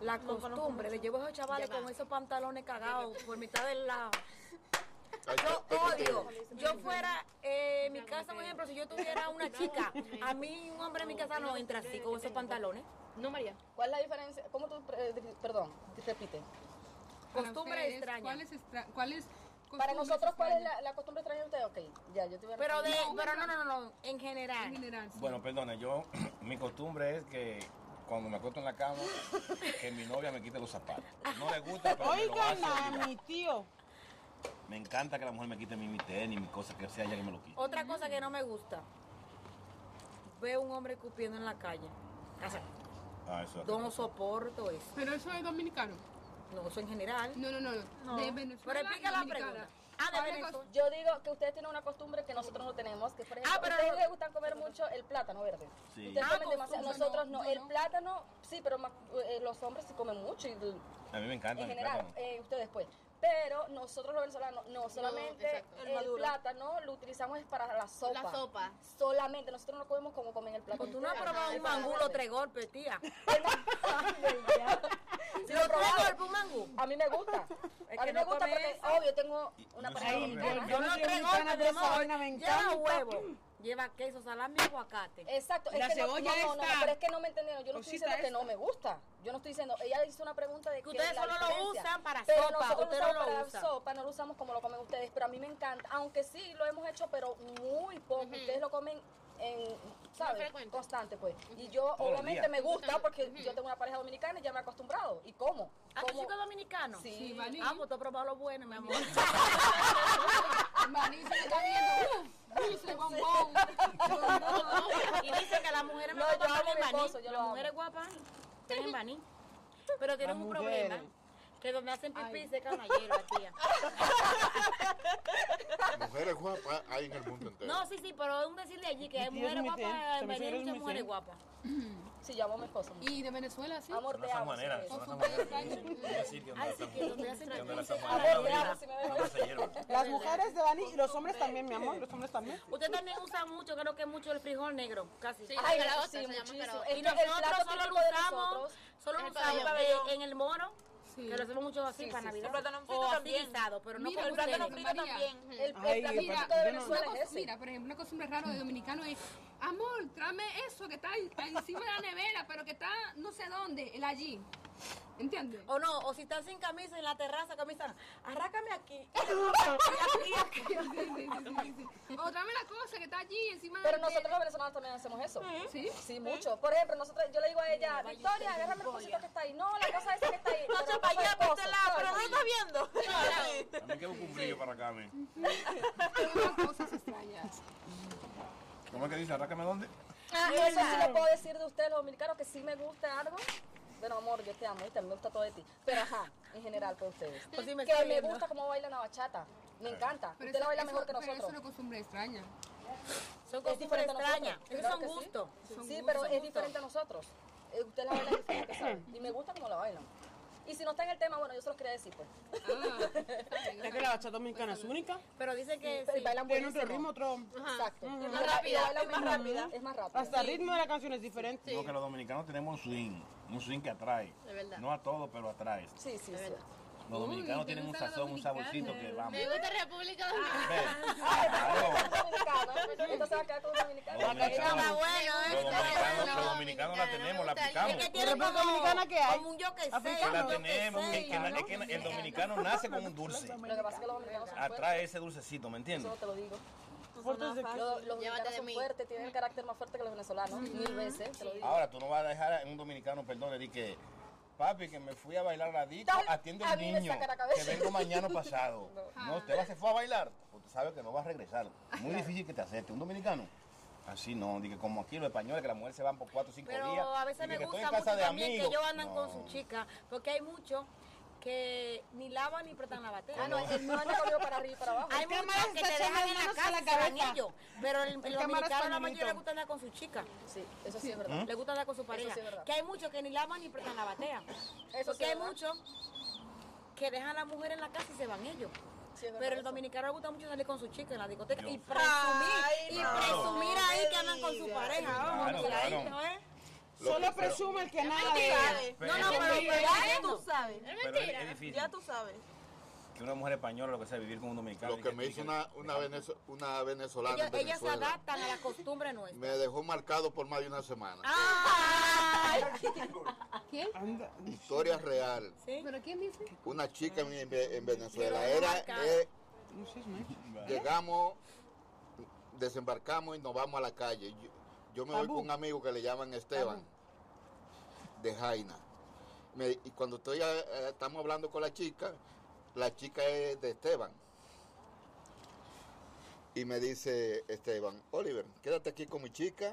Speaker 4: La
Speaker 8: No conozco
Speaker 4: costumbre de
Speaker 8: mucho.
Speaker 4: llevar a esos chavales
Speaker 8: Ya va.
Speaker 4: con esos pantalones cagados por mitad del lado.
Speaker 2: Ay,
Speaker 4: Yo
Speaker 2: te- te- te-
Speaker 4: odio. Yo fuera, eh, en mi casa, por ejemplo, si yo tuviera una chica, a mí un hombre en mi casa no entra así con esos pantalones.
Speaker 7: No, María.
Speaker 5: ¿Cuál es la diferencia? ¿Cómo tú, eh, di- perdón, repite?
Speaker 1: Para
Speaker 5: Costumbre
Speaker 1: ustedes,
Speaker 5: extraña.
Speaker 1: ¿Cuáles extra- cuáles
Speaker 5: Para
Speaker 1: costumbres
Speaker 5: nosotros, ¿cuál es
Speaker 1: extrañas?
Speaker 5: la, la costumbre extraña de ustedes? Ok, ya, yo te voy a
Speaker 4: Pero, de,
Speaker 5: responder.
Speaker 4: pero no, no, no, no, en general.
Speaker 6: Bueno, perdona, yo, [clears throat] mi costumbre es que cuando me acuesto en la cama, que mi novia me quite los zapatos. No le gusta, pero me lo hace.
Speaker 3: Oigan a
Speaker 6: obligar.
Speaker 3: mi tío.
Speaker 6: Me encanta que la mujer me quite mi, mi tenis, mi cosa que sea, ya que me lo quite.
Speaker 4: Otra cosa que no me gusta, veo un hombre escupiendo en la calle. O sea,
Speaker 6: Ah, eso es-
Speaker 4: No soporto eso.
Speaker 1: Pero eso es dominicano.
Speaker 4: No, eso en general.
Speaker 1: No, no, no.
Speaker 4: No.
Speaker 1: no. De Venezuela.
Speaker 4: Pero explica la
Speaker 1: dominicana.
Speaker 4: pregunta.
Speaker 5: ¿Cuál es la cos- Yo digo que ustedes tienen una costumbre que nosotros no tenemos, que por ejemplo,
Speaker 4: Ah, pero-
Speaker 5: a ustedes les gusta comer mucho el plátano verde.
Speaker 4: Sí.
Speaker 5: Ustedes
Speaker 4: Ah,
Speaker 5: comen
Speaker 4: costumbre,
Speaker 5: demasiado,
Speaker 4: no,
Speaker 5: nosotros no,
Speaker 4: yo
Speaker 5: el
Speaker 4: no.
Speaker 5: plátano, sí, pero más- eh, los hombres sí comen mucho y
Speaker 6: A mí me encanta
Speaker 5: en
Speaker 6: el
Speaker 5: general,
Speaker 6: plátano.
Speaker 5: eh, ustedes pues. Pero nosotros los venezolanos, no, solamente
Speaker 7: exacto.
Speaker 5: el,
Speaker 7: El maduro.
Speaker 5: plátano lo utilizamos es para la sopa.
Speaker 7: La sopa.
Speaker 5: Solamente, nosotros no comemos como comen el plátano.
Speaker 4: Pues Tú no has probado un mangulo tres golpes, tía.
Speaker 5: ¿Lo has
Speaker 4: un mango?
Speaker 5: A mí
Speaker 4: [laughs]
Speaker 5: me gusta. a mí me gusta porque, obvio, tengo una
Speaker 4: Yo
Speaker 5: pareja
Speaker 4: soy
Speaker 5: dominicana.
Speaker 4: dominicana. Yo no soy dominicana, pero esa vaina me encanta. Lleva queso, salami y aguacate.
Speaker 5: Exacto. es
Speaker 4: La
Speaker 5: que no-
Speaker 4: cebolla
Speaker 5: no, no, no,
Speaker 4: está.
Speaker 5: pero es que no me entendieron. Yo no estoy
Speaker 4: Cosita
Speaker 5: diciendo que
Speaker 4: esta.
Speaker 5: no me gusta. Yo no estoy diciendo. Ella hizo una pregunta de que,
Speaker 4: ustedes
Speaker 5: la
Speaker 4: solo lo
Speaker 5: diferencia.
Speaker 4: usan para
Speaker 5: pero
Speaker 4: sopa,
Speaker 5: Nosotros
Speaker 4: ustedes
Speaker 5: lo
Speaker 4: no
Speaker 5: usamos
Speaker 4: lo
Speaker 5: para
Speaker 4: usan.
Speaker 5: sopa, no lo usamos como lo comen ustedes. Pero a mí me encanta. Aunque sí lo hemos hecho, pero muy poco. Ustedes lo comen en, ¿sabes? Constante, pues. Y yo,
Speaker 4: Todos los
Speaker 5: obviamente,
Speaker 4: días.
Speaker 5: me gusta porque yo tengo una pareja dominicana y ya me he acostumbrado. ¿Y cómo?
Speaker 4: ¿Ah, tú
Speaker 5: ¿Cómo?
Speaker 4: chico dominicano?
Speaker 5: Sí, Maní.
Speaker 4: Ah, pues tú has probado lo bueno, mi [laughs] amor.
Speaker 1: Maní se le está viendo. ¡Uf! Dulce bombón.
Speaker 4: [laughs] y dice que las mujeres me
Speaker 5: No, yo
Speaker 4: gustan
Speaker 5: amo a
Speaker 4: tener
Speaker 5: mi
Speaker 4: maní.
Speaker 5: esposo, yo lo
Speaker 4: Las
Speaker 5: amo.
Speaker 4: mujeres guapas tienen maní. Pero tienen
Speaker 3: Las
Speaker 4: un problema.
Speaker 3: mujeres.
Speaker 4: Que donde hacen pipí se caen la hierba, tía.
Speaker 2: Mujeres guapas hay en el mundo entero.
Speaker 4: No, sí, sí, pero es un decir de allí que hay
Speaker 2: Mi tía
Speaker 4: mujeres
Speaker 2: es mi tía.
Speaker 4: guapas
Speaker 2: Se
Speaker 4: en
Speaker 2: me
Speaker 4: Medellín,
Speaker 2: figura
Speaker 4: muchas
Speaker 2: mi
Speaker 4: mujeres
Speaker 2: tía.
Speaker 4: guapas.
Speaker 5: Sí, yo amo a mi esposo.
Speaker 1: Y de Venezuela, sí.
Speaker 5: Amor,
Speaker 6: Son
Speaker 5: te
Speaker 6: las
Speaker 5: amo.
Speaker 6: sanjuaneras,
Speaker 5: sí.
Speaker 6: son las sanjuaneras que dicen, en el sitio donde las- donde las sanjuaneras
Speaker 5: Amor, te amo,
Speaker 6: brillan,
Speaker 5: si me ves.
Speaker 4: [laughs]
Speaker 6: donde se hierven.
Speaker 3: Las mujeres de Dani y los hombres también, mi amor. Los hombres también.
Speaker 4: Usted también usa mucho, creo que mucho el frijol negro, casi.
Speaker 7: Sí,
Speaker 5: Ay,
Speaker 7: caraota,
Speaker 5: sí,
Speaker 7: se llama
Speaker 5: muchísimo.
Speaker 7: caraota.
Speaker 5: Es
Speaker 4: Y
Speaker 5: que el
Speaker 4: nosotros
Speaker 5: plato
Speaker 4: solo lo
Speaker 5: típico de
Speaker 4: usamos,
Speaker 5: nosotros
Speaker 4: solo
Speaker 7: es
Speaker 4: lo
Speaker 7: el
Speaker 4: usamos
Speaker 7: pabellón.
Speaker 4: eh, en el mono Que lo hacemos mucho así
Speaker 5: Sí,
Speaker 4: para
Speaker 5: sí,
Speaker 4: Navidad.
Speaker 5: sí. El plátano frito
Speaker 4: o así
Speaker 5: también.
Speaker 4: guisado, pero no
Speaker 5: Mira,
Speaker 4: con
Speaker 5: el plátano
Speaker 4: ustedes.
Speaker 5: frito también. El- el
Speaker 4: Ay,
Speaker 5: plátano
Speaker 4: mira,
Speaker 5: frito de
Speaker 4: yo no-
Speaker 5: Venezuela
Speaker 1: Una
Speaker 5: es
Speaker 1: cos-
Speaker 5: ese.
Speaker 1: Mira, por ejemplo, una costumbre rara de dominicano es, amor, tráeme eso que está ahí- ahí encima de la nevera, pero que está no sé dónde, el allí. ¿Entiendes?
Speaker 4: O no, o si están sin camisa en la terraza, camisa, arrácame aquí.
Speaker 1: O tráeme la cosa que está allí encima
Speaker 5: Pero
Speaker 1: de
Speaker 5: nosotros los venezolanos también hacemos eso.
Speaker 1: ¿Sí?
Speaker 5: Sí, mucho. Por ejemplo, nosotros, yo le digo a ella, Victoria, agárrame el cosito que está ahí. No, la cosa esa que está ahí.
Speaker 8: No,
Speaker 5: Pero
Speaker 8: se para allá,
Speaker 5: cosa,
Speaker 8: póntela,
Speaker 5: ¿sabes?
Speaker 8: pero no estás viendo.
Speaker 6: También quiero un brillo para acá, me.
Speaker 1: cosas
Speaker 5: [laughs]
Speaker 1: extrañas.
Speaker 6: ¿Cómo es que dice? Arrácame dónde.
Speaker 5: Ah, eso sí le puedo decir de ustedes, los dominicanos, que sí me gusta algo. Bueno, amor, yo te amo y también me gusta todo de ti. Pero ajá, en general, con ustedes.
Speaker 4: Pues sí me
Speaker 5: que
Speaker 4: está
Speaker 5: me
Speaker 4: viendo.
Speaker 5: gusta cómo bailan la bachata. Me encanta.
Speaker 1: Pero
Speaker 5: Usted la
Speaker 1: eso-
Speaker 5: baila
Speaker 1: eso-
Speaker 5: mejor que
Speaker 1: Pero eso
Speaker 5: nosotros.
Speaker 1: es una costumbre extraña.
Speaker 5: [laughs]
Speaker 4: Son cosas
Speaker 5: Es
Speaker 4: súper
Speaker 5: diferente a nosotros.
Speaker 4: extrañas. Esos
Speaker 5: Claro
Speaker 4: son
Speaker 5: que sí.
Speaker 4: gustos.
Speaker 5: Sí,
Speaker 1: Son
Speaker 5: pero
Speaker 1: gustos,
Speaker 5: es diferente a nosotros. Eh, Usted la baila diferente, ¿sabe? Y me gusta cómo la bailan. Y si no está en el tema, bueno, yo se los quería decir, pues.
Speaker 1: Ah,
Speaker 3: Ya que la bachata dominicana es única,
Speaker 4: Pero dice que
Speaker 5: Pero
Speaker 4: sí.
Speaker 5: bailan
Speaker 3: tiene otro ritmo,
Speaker 5: buenísimo.
Speaker 3: otro.
Speaker 5: Exacto. Es
Speaker 8: más rápida, es más rápida.
Speaker 5: Es más rápida.
Speaker 3: Hasta el ritmo de la canción es diferente.
Speaker 6: Digo que los dominicanos tenemos un swing, un swing que atrae.
Speaker 7: De verdad.
Speaker 6: No a todos, pero atrae.
Speaker 5: Sí, sí, sí.
Speaker 6: Los dominicanos tienen un
Speaker 1: gusta la
Speaker 6: sazón, un
Speaker 1: dominicana.
Speaker 6: saborcito que vamos.
Speaker 7: Me gusta República Dominicana.
Speaker 6: Ve.
Speaker 5: Dominicano. Entonces se va a quedar con los dominicanos.
Speaker 6: Los dominicanos-
Speaker 4: bueno,
Speaker 6: los dominicanos- los
Speaker 7: No,
Speaker 6: dominicanos la
Speaker 7: dominicana,
Speaker 6: tenemos,
Speaker 7: me
Speaker 6: la
Speaker 7: gusta.
Speaker 6: picamos.
Speaker 4: Es que
Speaker 6: Que
Speaker 4: tiene
Speaker 3: República
Speaker 4: como,
Speaker 3: Dominicana, ¿qué hay?
Speaker 4: como un yo que sé.
Speaker 3: Africano.
Speaker 4: un
Speaker 6: la
Speaker 4: yo que
Speaker 6: tenemos,
Speaker 4: sé.
Speaker 6: que, que la- es que el dominicano nace con un dulce.
Speaker 5: Lo que pasa es que los dominicanos
Speaker 2: Ah.
Speaker 5: son fuertes.
Speaker 6: Atrae ese dulcecito, ¿me entiendes?
Speaker 5: Eso te lo digo.
Speaker 3: Puertos de
Speaker 5: Los, los
Speaker 7: Llévate
Speaker 5: dominicanos
Speaker 7: de
Speaker 5: son
Speaker 7: mí.
Speaker 5: fuertes, tienen el carácter más fuerte que los venezolanos. Mil veces, te lo digo.
Speaker 6: Ahora, tú no vas a dejar a un dominicano, perdón, le di que, papi, que me fui a bailar a la disco,
Speaker 5: Tal-
Speaker 6: atiende
Speaker 5: a
Speaker 6: al
Speaker 5: mí me
Speaker 6: niño,
Speaker 5: saca la cabeza.
Speaker 6: que vengo mañana
Speaker 4: [laughs]
Speaker 6: pasado. No, usted va, se fue a bailar, porque sabes que no va a regresar. Muy difícil que te acepte un dominicano. Así no, di que como aquí los españoles, que las mujeres se van por cuatro o cinco días.
Speaker 4: Pero a veces
Speaker 6: di
Speaker 4: me
Speaker 6: que estoy en
Speaker 4: gusta
Speaker 6: casa
Speaker 4: mucho
Speaker 6: de
Speaker 4: también que
Speaker 6: amigos.
Speaker 4: ellos andan con
Speaker 6: No.
Speaker 4: su chica, porque hay muchos que ni lavan ni pretan la
Speaker 5: Ah,
Speaker 4: batea.
Speaker 5: no, el mío anda conmigo para arriba y para abajo.
Speaker 4: Hay
Speaker 3: El
Speaker 4: muchos
Speaker 3: camarada
Speaker 4: que
Speaker 3: está
Speaker 4: te
Speaker 3: echando
Speaker 4: dejan en la
Speaker 3: manos a
Speaker 4: casa
Speaker 3: la
Speaker 4: y se van
Speaker 3: cabeza.
Speaker 4: ellos, pero el,
Speaker 3: El
Speaker 4: el
Speaker 3: camarada
Speaker 4: dominicano
Speaker 3: está
Speaker 4: la mayoría
Speaker 3: bonito.
Speaker 4: le gusta andar con su chica.
Speaker 5: Sí, eso sí es verdad.
Speaker 2: ¿Mm?
Speaker 4: Le gusta andar con su pareja.
Speaker 5: sí es verdad.
Speaker 4: que hay muchos que ni lavan ni pretan la batea.
Speaker 5: Eso sí
Speaker 4: porque
Speaker 5: es
Speaker 4: hay
Speaker 5: verdad.
Speaker 4: muchos que dejan a la mujer en la casa y se van ellos.
Speaker 5: Sí, es verdad
Speaker 4: Pero el
Speaker 5: eso.
Speaker 4: dominicano le gusta mucho salir con su chica en la discoteca
Speaker 6: Yo-
Speaker 4: y presumir, y presumir ahí que andan con su pareja. ¿eh?
Speaker 6: Claro,
Speaker 4: Vamos, ahí,
Speaker 6: claro.
Speaker 4: ¿no es?
Speaker 3: Solo presume el que nada de
Speaker 8: sabes.
Speaker 6: Pero-
Speaker 4: No, no, pero, pero
Speaker 8: Ya
Speaker 4: bueno.
Speaker 8: tú sabes.
Speaker 6: Pero es, es difícil
Speaker 8: Ya tú sabes.
Speaker 6: que una mujer española lo que sea vivir con un dominicano.
Speaker 2: Lo
Speaker 6: di
Speaker 2: que me
Speaker 6: di
Speaker 2: hizo una, una, venezo- una venezolana
Speaker 4: Ellos,
Speaker 2: en
Speaker 4: ellas se
Speaker 2: Venezuela
Speaker 4: adaptan a la costumbre nuestra.
Speaker 2: me dejó marcado por más de una semana.
Speaker 4: Ah.
Speaker 1: ¿Quién?
Speaker 3: Anda.
Speaker 2: Historia real.
Speaker 1: ¿Pero quién dice?
Speaker 2: Una chica en, en Ve- en Venezuela.
Speaker 4: Pero
Speaker 2: Era,
Speaker 4: marcado.
Speaker 2: eh,
Speaker 3: No sé, ¿no?
Speaker 2: llegamos, desembarcamos y nos vamos a la calle. Yo, yo me voy
Speaker 3: Tabú.
Speaker 2: con un amigo que le llaman Esteban, de Jaina. Me- y cuando estoy, a- eh, estamos hablando con la chica, la chica es de Esteban. Y me dice Esteban, Oliver, quédate aquí con mi chica,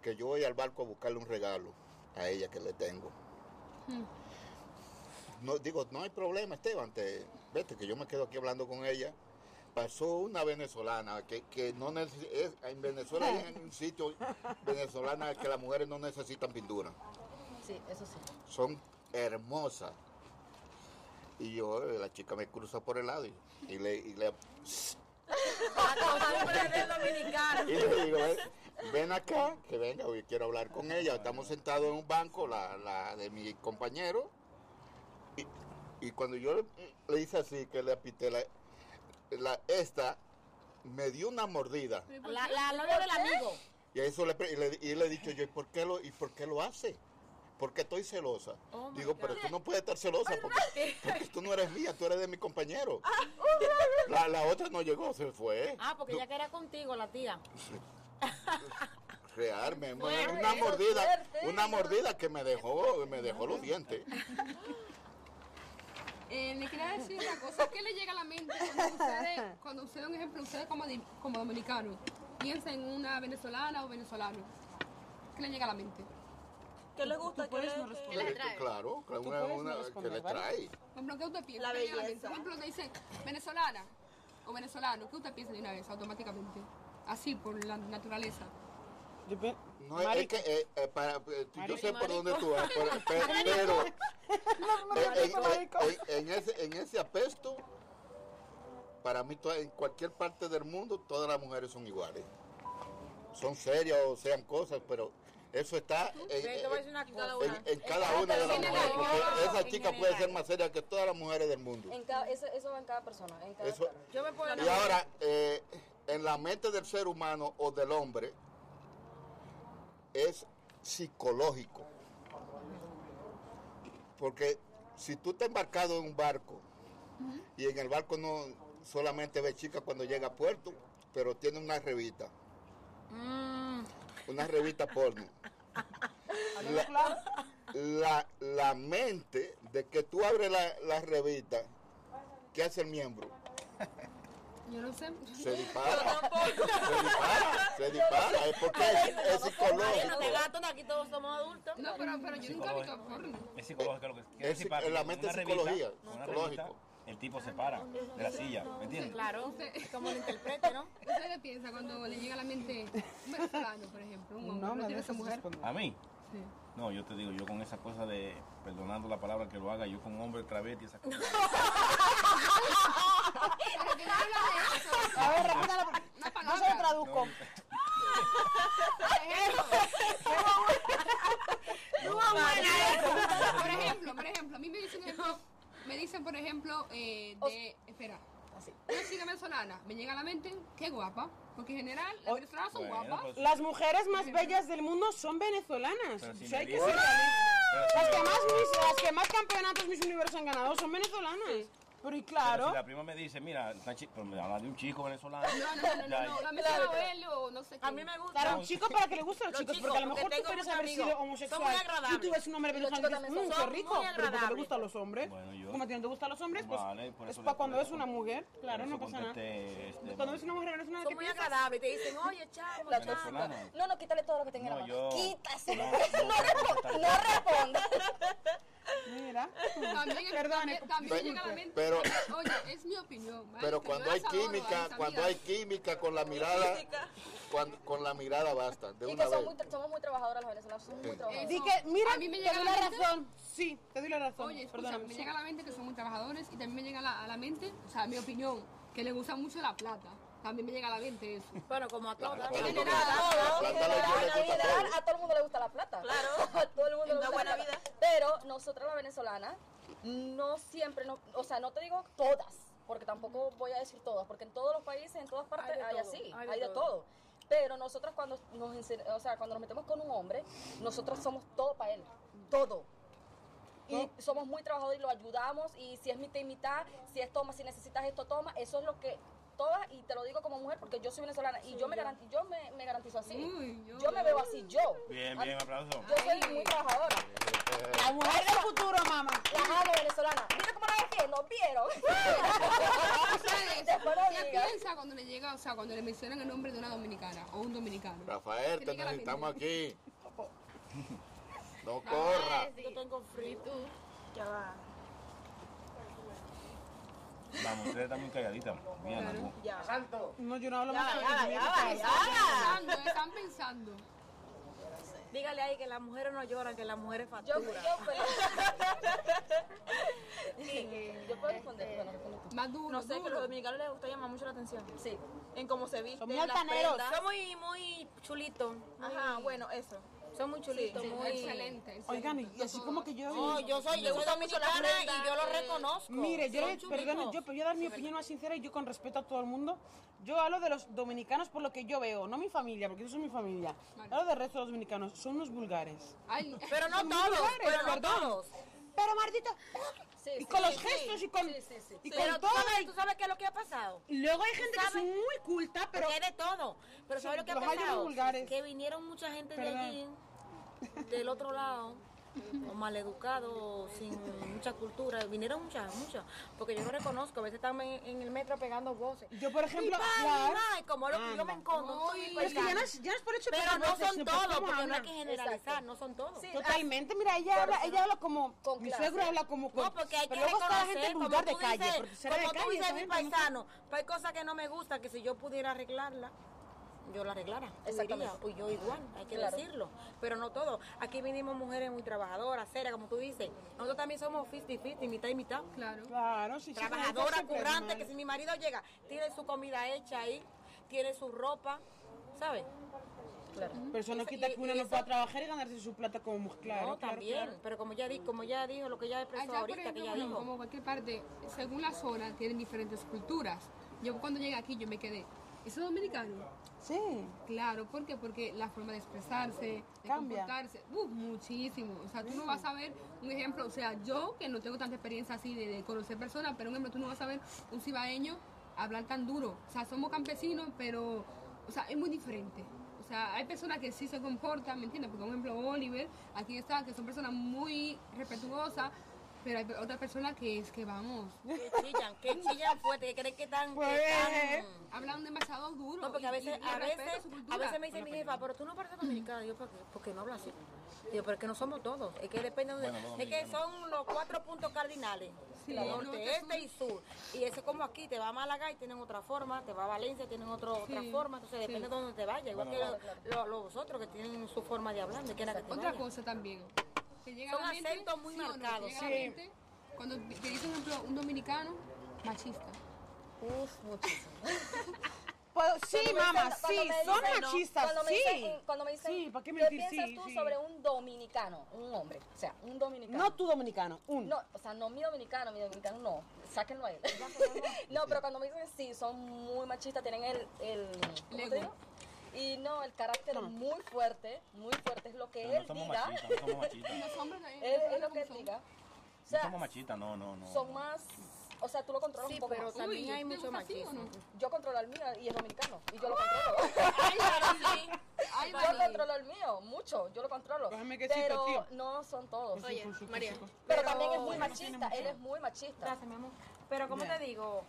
Speaker 2: que yo voy al barco a buscarle un regalo a ella que le tengo. No, digo, no hay problema, Esteban, te- vete, que yo me quedo aquí hablando con ella. Pasó una venezolana que, que no neces- es- en Venezuela hay un sitio venezolana que las mujeres no necesitan pintura.
Speaker 5: Sí, eso sí.
Speaker 2: Son hermosas. Y yo, eh, la chica me cruza por el lado y, y le, y le- [laughs] y le digo, "Ven- ven acá, que venga, hoy quiero hablar con ella. Estamos sentados en un banco, la, la de mi compañero. Y, y cuando yo le, le hice así, que le apité la, la- esta, me dio una mordida.
Speaker 4: La, la novia del amigo.
Speaker 2: Y a eso le, pre- y le, y le he dicho yo, ¿y por qué lo, y por qué lo hace? Porque estoy celosa.
Speaker 4: Oh
Speaker 2: Digo, pero tú no puedes estar celosa porque, porque tú no eres mía, tú eres de mi compañero. La, la otra no llegó, se fue.
Speaker 4: oh Ah, porque
Speaker 2: No,
Speaker 4: ella que era contigo, la tía.
Speaker 2: Real, me-
Speaker 4: Fuerte,
Speaker 2: una
Speaker 4: eso
Speaker 2: mordida,
Speaker 5: fuerte.
Speaker 2: una mordida que me dejó, me dejó los dientes.
Speaker 1: Eh, le quería decir una cosa que le llega a la mente cuando ustedes,
Speaker 5: [laughs]
Speaker 1: cuando ustedes, un ejemplo, ustedes como, di- como dominicanos, piensa en una venezolana o venezolano. ¿Qué le llega a la mente?
Speaker 8: ¿Qué le gusta?
Speaker 3: Tú
Speaker 8: ¿Qué
Speaker 3: puedes
Speaker 8: le-
Speaker 3: no
Speaker 8: qué-
Speaker 3: responder.
Speaker 7: la
Speaker 2: Eh,
Speaker 7: trae?
Speaker 2: Claro, claro,
Speaker 3: Tú
Speaker 2: una,
Speaker 3: puedes no
Speaker 2: una que
Speaker 3: responder,
Speaker 2: le
Speaker 3: ¿vale?
Speaker 2: trae.
Speaker 1: Por ejemplo, ¿qué usted piensa?
Speaker 8: La
Speaker 1: ¿Qué le llega a
Speaker 8: belleza.
Speaker 1: Por ejemplo, te dicen venezolana o venezolano. ¿Qué usted piensa de una vez automáticamente? Así, por la naturaleza.
Speaker 3: Yo pe-
Speaker 2: No, es- es
Speaker 3: Marica.
Speaker 2: que eh, eh, para, eh, yo sé por
Speaker 7: Marico.
Speaker 2: dónde tú vas, pero, pe- pero eh, en,
Speaker 3: marico, marico.
Speaker 2: en- en ese, en ese aspecto, para mí to- en cualquier parte del mundo todas las mujeres son iguales. Son serias o sean cosas, pero Eso está en,
Speaker 10: Pero te voy a decir una
Speaker 2: en-
Speaker 10: cosa.
Speaker 2: en- en cada una de las mujeres. porque esa chica puede ser más seria que todas las mujeres del mundo.
Speaker 5: En cada- eso, eso va en cada persona. en cada
Speaker 2: Eso-
Speaker 5: persona. Yo me puedo
Speaker 2: Y ahora, eh, en la mente del ser humano o del hombre, es psicológico. Porque si tú estás embarcado en un barco y en el barco no solamente ve chicas cuando llega a puerto, pero tiene una revista, una revista porno. La, la- la mente de que tú abres la, la revista, ¿qué hace el miembro?
Speaker 1: Yo no sé.
Speaker 2: Se dispara. Se dispara, se dispara. Es porque es, es
Speaker 4: Mariana, te
Speaker 2: psicológico.
Speaker 4: gato, no, aquí todos somos adultos.
Speaker 1: No, pero, pero yo nunca he visto porno.
Speaker 6: Es psicológico lo que quiere
Speaker 2: es
Speaker 6: decir,
Speaker 2: psic-
Speaker 6: papi,
Speaker 2: en la
Speaker 6: con
Speaker 2: mente
Speaker 6: una
Speaker 2: es
Speaker 6: revista-
Speaker 2: psicología,
Speaker 6: con una revista, el tipo se para de la silla, ¿me entiendes?
Speaker 4: Claro,
Speaker 1: Usted-
Speaker 4: como lo interprete, ¿no?
Speaker 1: [laughs] ¿Usted qué piensa cuando le llega a la mente un venezolano, por ejemplo? Un hombre, no tiene esa mujer.
Speaker 6: ¿A mí? No, yo te digo, yo con esa cosa de, perdonando la palabra que lo haga, yo con hombre travesti, esa cosa.
Speaker 1: Pero que no habla de eso.
Speaker 3: A ver, repítala, porque
Speaker 1: Una
Speaker 3: yo se
Speaker 4: [laughs]
Speaker 3: lo
Speaker 1: palabra.
Speaker 3: traduzco.
Speaker 1: Por ejemplo. [laughs]
Speaker 4: [laughs]
Speaker 1: Por ejemplo, por ejemplo, a mí me dicen, ejemplo, me dicen por ejemplo, eh, de, espera, una chica venezolana, me llega a la mente, qué guapa, porque en general las venezolanas son
Speaker 6: Bueno,
Speaker 1: guapas.
Speaker 6: pues,
Speaker 3: Las mujeres más bellas del mundo son venezolanas.
Speaker 6: Pero si
Speaker 3: O sea,
Speaker 6: me
Speaker 3: hay que
Speaker 6: dices-
Speaker 3: ser realistas.
Speaker 6: Pero si
Speaker 3: Las que
Speaker 6: me-
Speaker 3: más Miss- las que más campeonatos Miss Universo han ganado son venezolanas. Pero y
Speaker 6: pero
Speaker 3: claro,
Speaker 6: si la prima me dice, mira, está chi- pero me habla de un chico venezolano.
Speaker 1: No, no, no,
Speaker 6: [laughs] ya,
Speaker 1: no, no, a mí se lo vele o no sé qué.
Speaker 4: A mí me gusta.
Speaker 3: claro, chico para que le gusten los,
Speaker 4: Los
Speaker 3: chicos,
Speaker 4: chicos,
Speaker 3: porque a lo
Speaker 4: porque
Speaker 3: mejor tú
Speaker 4: tengo
Speaker 3: quieres
Speaker 4: muchos
Speaker 3: haber
Speaker 4: amigos.
Speaker 3: sido
Speaker 4: Son muy
Speaker 3: homosexual.
Speaker 4: agradables.
Speaker 3: Y tú ves un hombre venezolano y dices,
Speaker 5: también
Speaker 3: "Mm,
Speaker 5: son
Speaker 3: qué rico,
Speaker 4: muy
Speaker 3: pero porque le
Speaker 4: agradables.
Speaker 3: gustan los hombres.
Speaker 6: Bueno, yo-
Speaker 3: Como a ti no te gustan los hombres, pues
Speaker 6: Vale, por
Speaker 3: es
Speaker 6: eso
Speaker 3: para
Speaker 6: le-
Speaker 3: cuando
Speaker 6: por
Speaker 3: ves
Speaker 6: eso-
Speaker 3: una mujer,
Speaker 6: por
Speaker 3: claro,
Speaker 6: eso
Speaker 3: no pasa nada.
Speaker 6: contesté, este,
Speaker 3: Cuando ves una mujer venezolana,
Speaker 4: Son
Speaker 3: ¿qué
Speaker 4: muy
Speaker 3: piensas?
Speaker 4: agradables. Te dicen, oye, chavo, chavo.
Speaker 6: venezolana.
Speaker 5: No, no, quítale todo lo que tenga en
Speaker 6: No,
Speaker 5: la
Speaker 6: yo.
Speaker 5: mano. Quítaselo.
Speaker 6: No, no,
Speaker 5: No, responda.
Speaker 4: [laughs]
Speaker 3: Mira.
Speaker 1: También,
Speaker 3: Perdone,
Speaker 1: también, también llega a la
Speaker 3: disculpe.
Speaker 1: mente.
Speaker 2: Pero-
Speaker 1: oye, es mi opinión. ¿vale?
Speaker 2: Pero
Speaker 1: Que
Speaker 2: cuando
Speaker 1: yo
Speaker 2: hay
Speaker 1: las adoro a mis
Speaker 2: química, cuando hay
Speaker 1: amigas.
Speaker 2: química con la mirada, cuan- con la mirada basta, de
Speaker 5: Y
Speaker 2: una
Speaker 5: que
Speaker 2: vez.
Speaker 5: son muy, tra- somos muy trabajadoras las venezolanas, somos muy trabajadoras.
Speaker 3: Di que, mira,
Speaker 1: A mí me
Speaker 3: te
Speaker 1: llega
Speaker 3: doy
Speaker 1: la
Speaker 3: la
Speaker 1: mente-
Speaker 3: razón. Sí, te doy la razón.
Speaker 1: Oye, escucha,
Speaker 3: Perdóname,
Speaker 1: me
Speaker 3: sí.
Speaker 1: llega a la mente que son muy trabajadores y también me llega a la, a la mente, o sea, mi opinión, que le gusta mucho la plata. También me llega a la mente
Speaker 8: [laughs]
Speaker 1: eso.
Speaker 4: Bueno, como a todas.
Speaker 2: Claro,
Speaker 4: Tiene
Speaker 2: porque
Speaker 4: nada.
Speaker 2: la
Speaker 5: En
Speaker 2: planta
Speaker 5: general,
Speaker 2: le- le
Speaker 5: en
Speaker 2: gusta todo.
Speaker 5: general, a todo el mundo le gusta la plata. Claro. [laughs] A todo el mundo le
Speaker 8: Una
Speaker 5: gusta
Speaker 8: buena
Speaker 5: la plata. Pero nosotras las venezolanas, no siempre, no, o sea, no te digo todas, porque tampoco voy a decir todas, porque en todos los países, en todas partes,
Speaker 4: Hay de
Speaker 5: hay,
Speaker 4: todo,
Speaker 5: así,
Speaker 4: hay
Speaker 5: hay
Speaker 4: de
Speaker 5: de, todo. Pero nosotras cuando nos, encer- o sea, cuando nos metemos con un hombre, nosotros somos todo para él, todo. Y somos muy trabajadores y lo ayudamos. Y si es mitad y mitad, si es toma, si necesitas esto, toma. Eso es lo que todas, y te lo digo como mujer porque yo soy venezolana y yo me, garanti- yo me, me garantizo así.
Speaker 1: Uy, yo-
Speaker 5: yo, me veo así, yo.
Speaker 6: Bien, bien, aplauso.
Speaker 5: Yo soy muy trabajadora.
Speaker 3: La mujer del futuro, mamá.
Speaker 5: Las amo venezolana. Mira cómo la defiendo, ¿vieron?
Speaker 8: Ah,
Speaker 1: Ustedes,
Speaker 5: Después lo
Speaker 1: ¿Qué
Speaker 5: digas.
Speaker 1: piensa cuando le llega, o sea, cuando le mencionan el nombre de una dominicana o un dominicano?
Speaker 2: Rafael,
Speaker 1: Que
Speaker 2: te
Speaker 1: diga la
Speaker 2: necesitamos aquí. No
Speaker 7: Vamos a
Speaker 2: corra.
Speaker 7: decir,
Speaker 4: Yo tengo frío.
Speaker 7: ¿Y tú?
Speaker 8: Ya va,
Speaker 6: Vamos, ustedes están muy calladitas. Bien, algo.
Speaker 8: ya va.
Speaker 9: Santo.
Speaker 3: No, yo no hablo
Speaker 8: Ya
Speaker 3: más.
Speaker 8: va,
Speaker 3: porque
Speaker 8: ya va,
Speaker 3: mira
Speaker 8: ya
Speaker 3: que
Speaker 8: va,
Speaker 3: está-
Speaker 8: ya va.
Speaker 1: Pensando, están pensando.
Speaker 4: Dígale ahí que las mujeres no
Speaker 8: [laughs]
Speaker 4: lloran, que las mujeres
Speaker 5: Yo, yo,
Speaker 4: facturan.
Speaker 5: pero- yo puedo responder. Bueno, respondo tú.
Speaker 1: Más duro,
Speaker 8: No sé, que a los
Speaker 1: duro.
Speaker 8: dominicanos les gusta llamar mucho la atención.
Speaker 5: Sí.
Speaker 8: En cómo se visten,
Speaker 3: Son muy
Speaker 8: las
Speaker 3: altaneros.
Speaker 8: prendas.
Speaker 4: Son muy, muy chulitos.
Speaker 8: Ajá, bueno, eso.
Speaker 4: Son muy chulitos,
Speaker 8: Sí,
Speaker 4: muy...
Speaker 1: Excelente. excelente.
Speaker 3: Oigan, y así como que yo...
Speaker 4: No, yo soy, yo soy dominicana y yo lo reconozco.
Speaker 3: Mire, yo,
Speaker 4: Son
Speaker 3: le-
Speaker 4: chulitos.
Speaker 3: perdone, yo, pero yo voy a dar mi opinión más sincera y yo con respeto a todo el mundo. Yo hablo de los dominicanos por lo que yo veo, no mi familia, porque yo soy mi familia. Hablo del resto de los dominicanos, son unos vulgares.
Speaker 1: Ay, [laughs]
Speaker 4: Pero no
Speaker 3: Son muy
Speaker 4: todos,
Speaker 3: vulgares,
Speaker 4: pero no
Speaker 3: perdón.
Speaker 4: todos.
Speaker 3: Pero Martita,
Speaker 5: Sí,
Speaker 3: y
Speaker 5: sí,
Speaker 3: con los
Speaker 5: sí,
Speaker 3: gestos
Speaker 5: sí.
Speaker 3: y con,
Speaker 5: Sí, sí, sí.
Speaker 3: y
Speaker 4: Pero
Speaker 3: con
Speaker 4: tú
Speaker 3: todo.
Speaker 4: sabes, tú sabes qué es lo que ha pasado.
Speaker 3: y Luego hay gente que es
Speaker 4: sabes-
Speaker 3: muy culta, pero
Speaker 4: Pero hay de todo. Pero ¿sabes
Speaker 3: Sí,
Speaker 4: lo que ha
Speaker 3: los hay de
Speaker 4: pasado?
Speaker 3: vulgares.
Speaker 4: Que vinieron mucha gente
Speaker 3: Perdón.
Speaker 4: de allí, del otro lado, o maleducados, o sin mucha cultura. Vinieron muchas, muchas. Porque yo lo reconozco, a veces están en, en el metro pegando voces.
Speaker 3: yo, por
Speaker 4: Mi
Speaker 3: ejemplo,
Speaker 4: padre,
Speaker 3: claro,
Speaker 4: mi madre, como lo que yo me encondo.
Speaker 1: Ay,
Speaker 4: estoy
Speaker 3: pero es que ya no
Speaker 4: pensando.
Speaker 3: es, ya no es por hecho que
Speaker 4: Pero
Speaker 3: sean
Speaker 4: no
Speaker 3: voces,
Speaker 4: son
Speaker 3: sino por
Speaker 4: todos,
Speaker 3: cómo
Speaker 4: porque no hay
Speaker 3: hablan.
Speaker 4: que generalizar, no son todos.
Speaker 5: Sí,
Speaker 3: Totalmente, mira, ella habla, ella habla como
Speaker 5: Con
Speaker 3: mi
Speaker 5: clase.
Speaker 3: suegro habla como con,
Speaker 4: No, porque hay que
Speaker 3: pero luego está la
Speaker 4: reconocer,
Speaker 3: gente
Speaker 4: como
Speaker 3: vulgar
Speaker 4: tú
Speaker 3: de calle,
Speaker 4: dices,
Speaker 3: porque será de
Speaker 4: como tú
Speaker 3: calle
Speaker 4: dices,
Speaker 3: esa
Speaker 4: mi
Speaker 3: gente, no sé.
Speaker 4: paisano, pues hay cosas que no me gustan, que si yo pudiera arreglarla, yo la arreglara. Yo
Speaker 5: Exactamente.
Speaker 4: diría, Pues yo igual, hay que
Speaker 5: Claro.
Speaker 4: decirlo. Pero no todo. Aquí vinimos mujeres muy trabajadoras, serias, como tú dices. Nosotros también somos 50-50, mitad y mitad.
Speaker 1: claro.
Speaker 3: pues, Claro, sí, pues, sí,
Speaker 4: Trabajadora,
Speaker 3: siempre es
Speaker 4: currante,
Speaker 3: normal.
Speaker 4: que si mi marido llega, tiene su comida hecha ahí. tiene su ropa, ¿sabes?
Speaker 3: Personas
Speaker 4: Eso-
Speaker 3: quizás
Speaker 4: y-
Speaker 3: que una
Speaker 4: Pues y
Speaker 3: no
Speaker 4: eso-
Speaker 3: pueda trabajar y ganarse su plata como mujer. Claro,
Speaker 4: no,
Speaker 3: claro,
Speaker 4: también,
Speaker 3: claro.
Speaker 4: pero como ya, di- como ya dijo, lo que ya expresó
Speaker 1: Allá, por
Speaker 4: ahorita,
Speaker 1: ejemplo,
Speaker 4: que ya
Speaker 1: bueno,
Speaker 4: dijo.
Speaker 1: como cualquier parte, según la zona, tienen diferentes culturas. Yo cuando llegué aquí, yo me quedé. ¿Eso es dominicano?
Speaker 3: Sí.
Speaker 1: Claro, ¿por qué? Porque la forma de expresarse, de
Speaker 3: Cambia.
Speaker 1: comportarse, uh, muchísimo. O sea, tú no vas a ver un ejemplo, o sea, yo que no tengo tanta experiencia así de, de conocer personas, pero un ejemplo, tú no vas a ver un cibaeño hablar tan duro. O sea, somos campesinos, pero, o sea, es muy diferente. O sea, hay personas que sí se comportan, ¿me entiendes? Porque, por ejemplo, Oliver, aquí está, que son personas muy respetuosas, pero hay pe- otras personas que es que vamos.
Speaker 4: Que chillan, que chillan fuerte, que creen que están... que están-
Speaker 1: Hablan demasiado duro.
Speaker 4: No, porque a
Speaker 1: y-
Speaker 4: veces,
Speaker 1: y- y
Speaker 4: a
Speaker 1: respeto
Speaker 4: veces,
Speaker 1: su cultura.
Speaker 4: a veces me dice mi jefa, pero tú no pareces dominicana. Digo, ¿por qué? Porque no hablo así. Digo, pero es que no somos todos. Es que depende de
Speaker 6: Bueno, los
Speaker 4: Es que son los cuatro puntos cardinales.
Speaker 1: Sí,
Speaker 4: Claro.
Speaker 1: norte,
Speaker 4: norte, este y sur. Y eso es como aquí, te va a Málaga y tienen otra forma, te va a Valencia, tienen otro- otra
Speaker 1: Sí,
Speaker 4: forma. Entonces
Speaker 1: sí.
Speaker 4: depende de dónde te vayas. Igual
Speaker 6: Bueno,
Speaker 4: que lo- lo- los otros que tienen su forma de hablar, de que era que te
Speaker 1: Otra
Speaker 4: vayas.
Speaker 1: cosa también. Que llega
Speaker 4: Son
Speaker 1: a la gente-
Speaker 4: acentos muy
Speaker 1: sí o no, que
Speaker 4: marcados,
Speaker 1: llega a la
Speaker 4: sí.
Speaker 1: gente, Cuando te dice, por ejemplo, un dominicano, machista.
Speaker 4: Uf, muchísimo. Pues
Speaker 3: Puedo- sí,
Speaker 5: Cuando me
Speaker 3: mamá,
Speaker 5: dicen-
Speaker 3: sí,
Speaker 5: cuando me
Speaker 3: son
Speaker 5: dicen, ¿no?
Speaker 3: machistas,
Speaker 5: Cuando me
Speaker 3: sí.
Speaker 5: dicen, cuando me dicen,
Speaker 3: Sí, ¿para qué
Speaker 5: qué,
Speaker 3: mentir?
Speaker 5: piensas
Speaker 3: Sí,
Speaker 5: tú
Speaker 3: sí.
Speaker 5: sobre un dominicano, un hombre? O sea, un dominicano.
Speaker 3: No tú dominicano, un.
Speaker 5: No, o sea, no mi dominicano, mi dominicano no, sáquenlo a él. [laughs] no, pero cuando me dicen sí, son muy machistas, tienen el, el ¿cómo
Speaker 1: Lego.
Speaker 5: te digo? Y no, el carácter muy fuerte, muy fuerte, es lo que
Speaker 6: No
Speaker 5: él
Speaker 6: somos
Speaker 5: diga,
Speaker 6: machistas, no somos
Speaker 5: [laughs]
Speaker 1: Y
Speaker 6: machistas.
Speaker 1: los hombres también,
Speaker 5: él,
Speaker 1: los hombres
Speaker 5: es lo que él
Speaker 1: como son.
Speaker 5: diga. O
Speaker 6: No
Speaker 5: sea,
Speaker 6: somos machistas, no, no, no.
Speaker 5: son más, o sea, tú lo controlas
Speaker 4: Sí,
Speaker 5: un poco
Speaker 4: pero
Speaker 5: más.
Speaker 1: Uy,
Speaker 4: también hay
Speaker 1: ¿te
Speaker 4: mucho
Speaker 1: gusta así o
Speaker 4: machismo.
Speaker 1: no?
Speaker 5: Yo controlo al mío y es dominicano, y yo lo controlo.
Speaker 4: Ay, ahora sí.
Speaker 1: [laughs] Ay,
Speaker 5: Yo
Speaker 1: Dani.
Speaker 5: controlo el mío, mucho, yo lo controlo.
Speaker 3: Cógeme que sí,
Speaker 5: pero
Speaker 3: tío.
Speaker 5: no son todos.
Speaker 7: Oye, María,
Speaker 5: Pero también es muy machista, él es muy machista.
Speaker 8: Gracias, mi amor. Pero como te digo,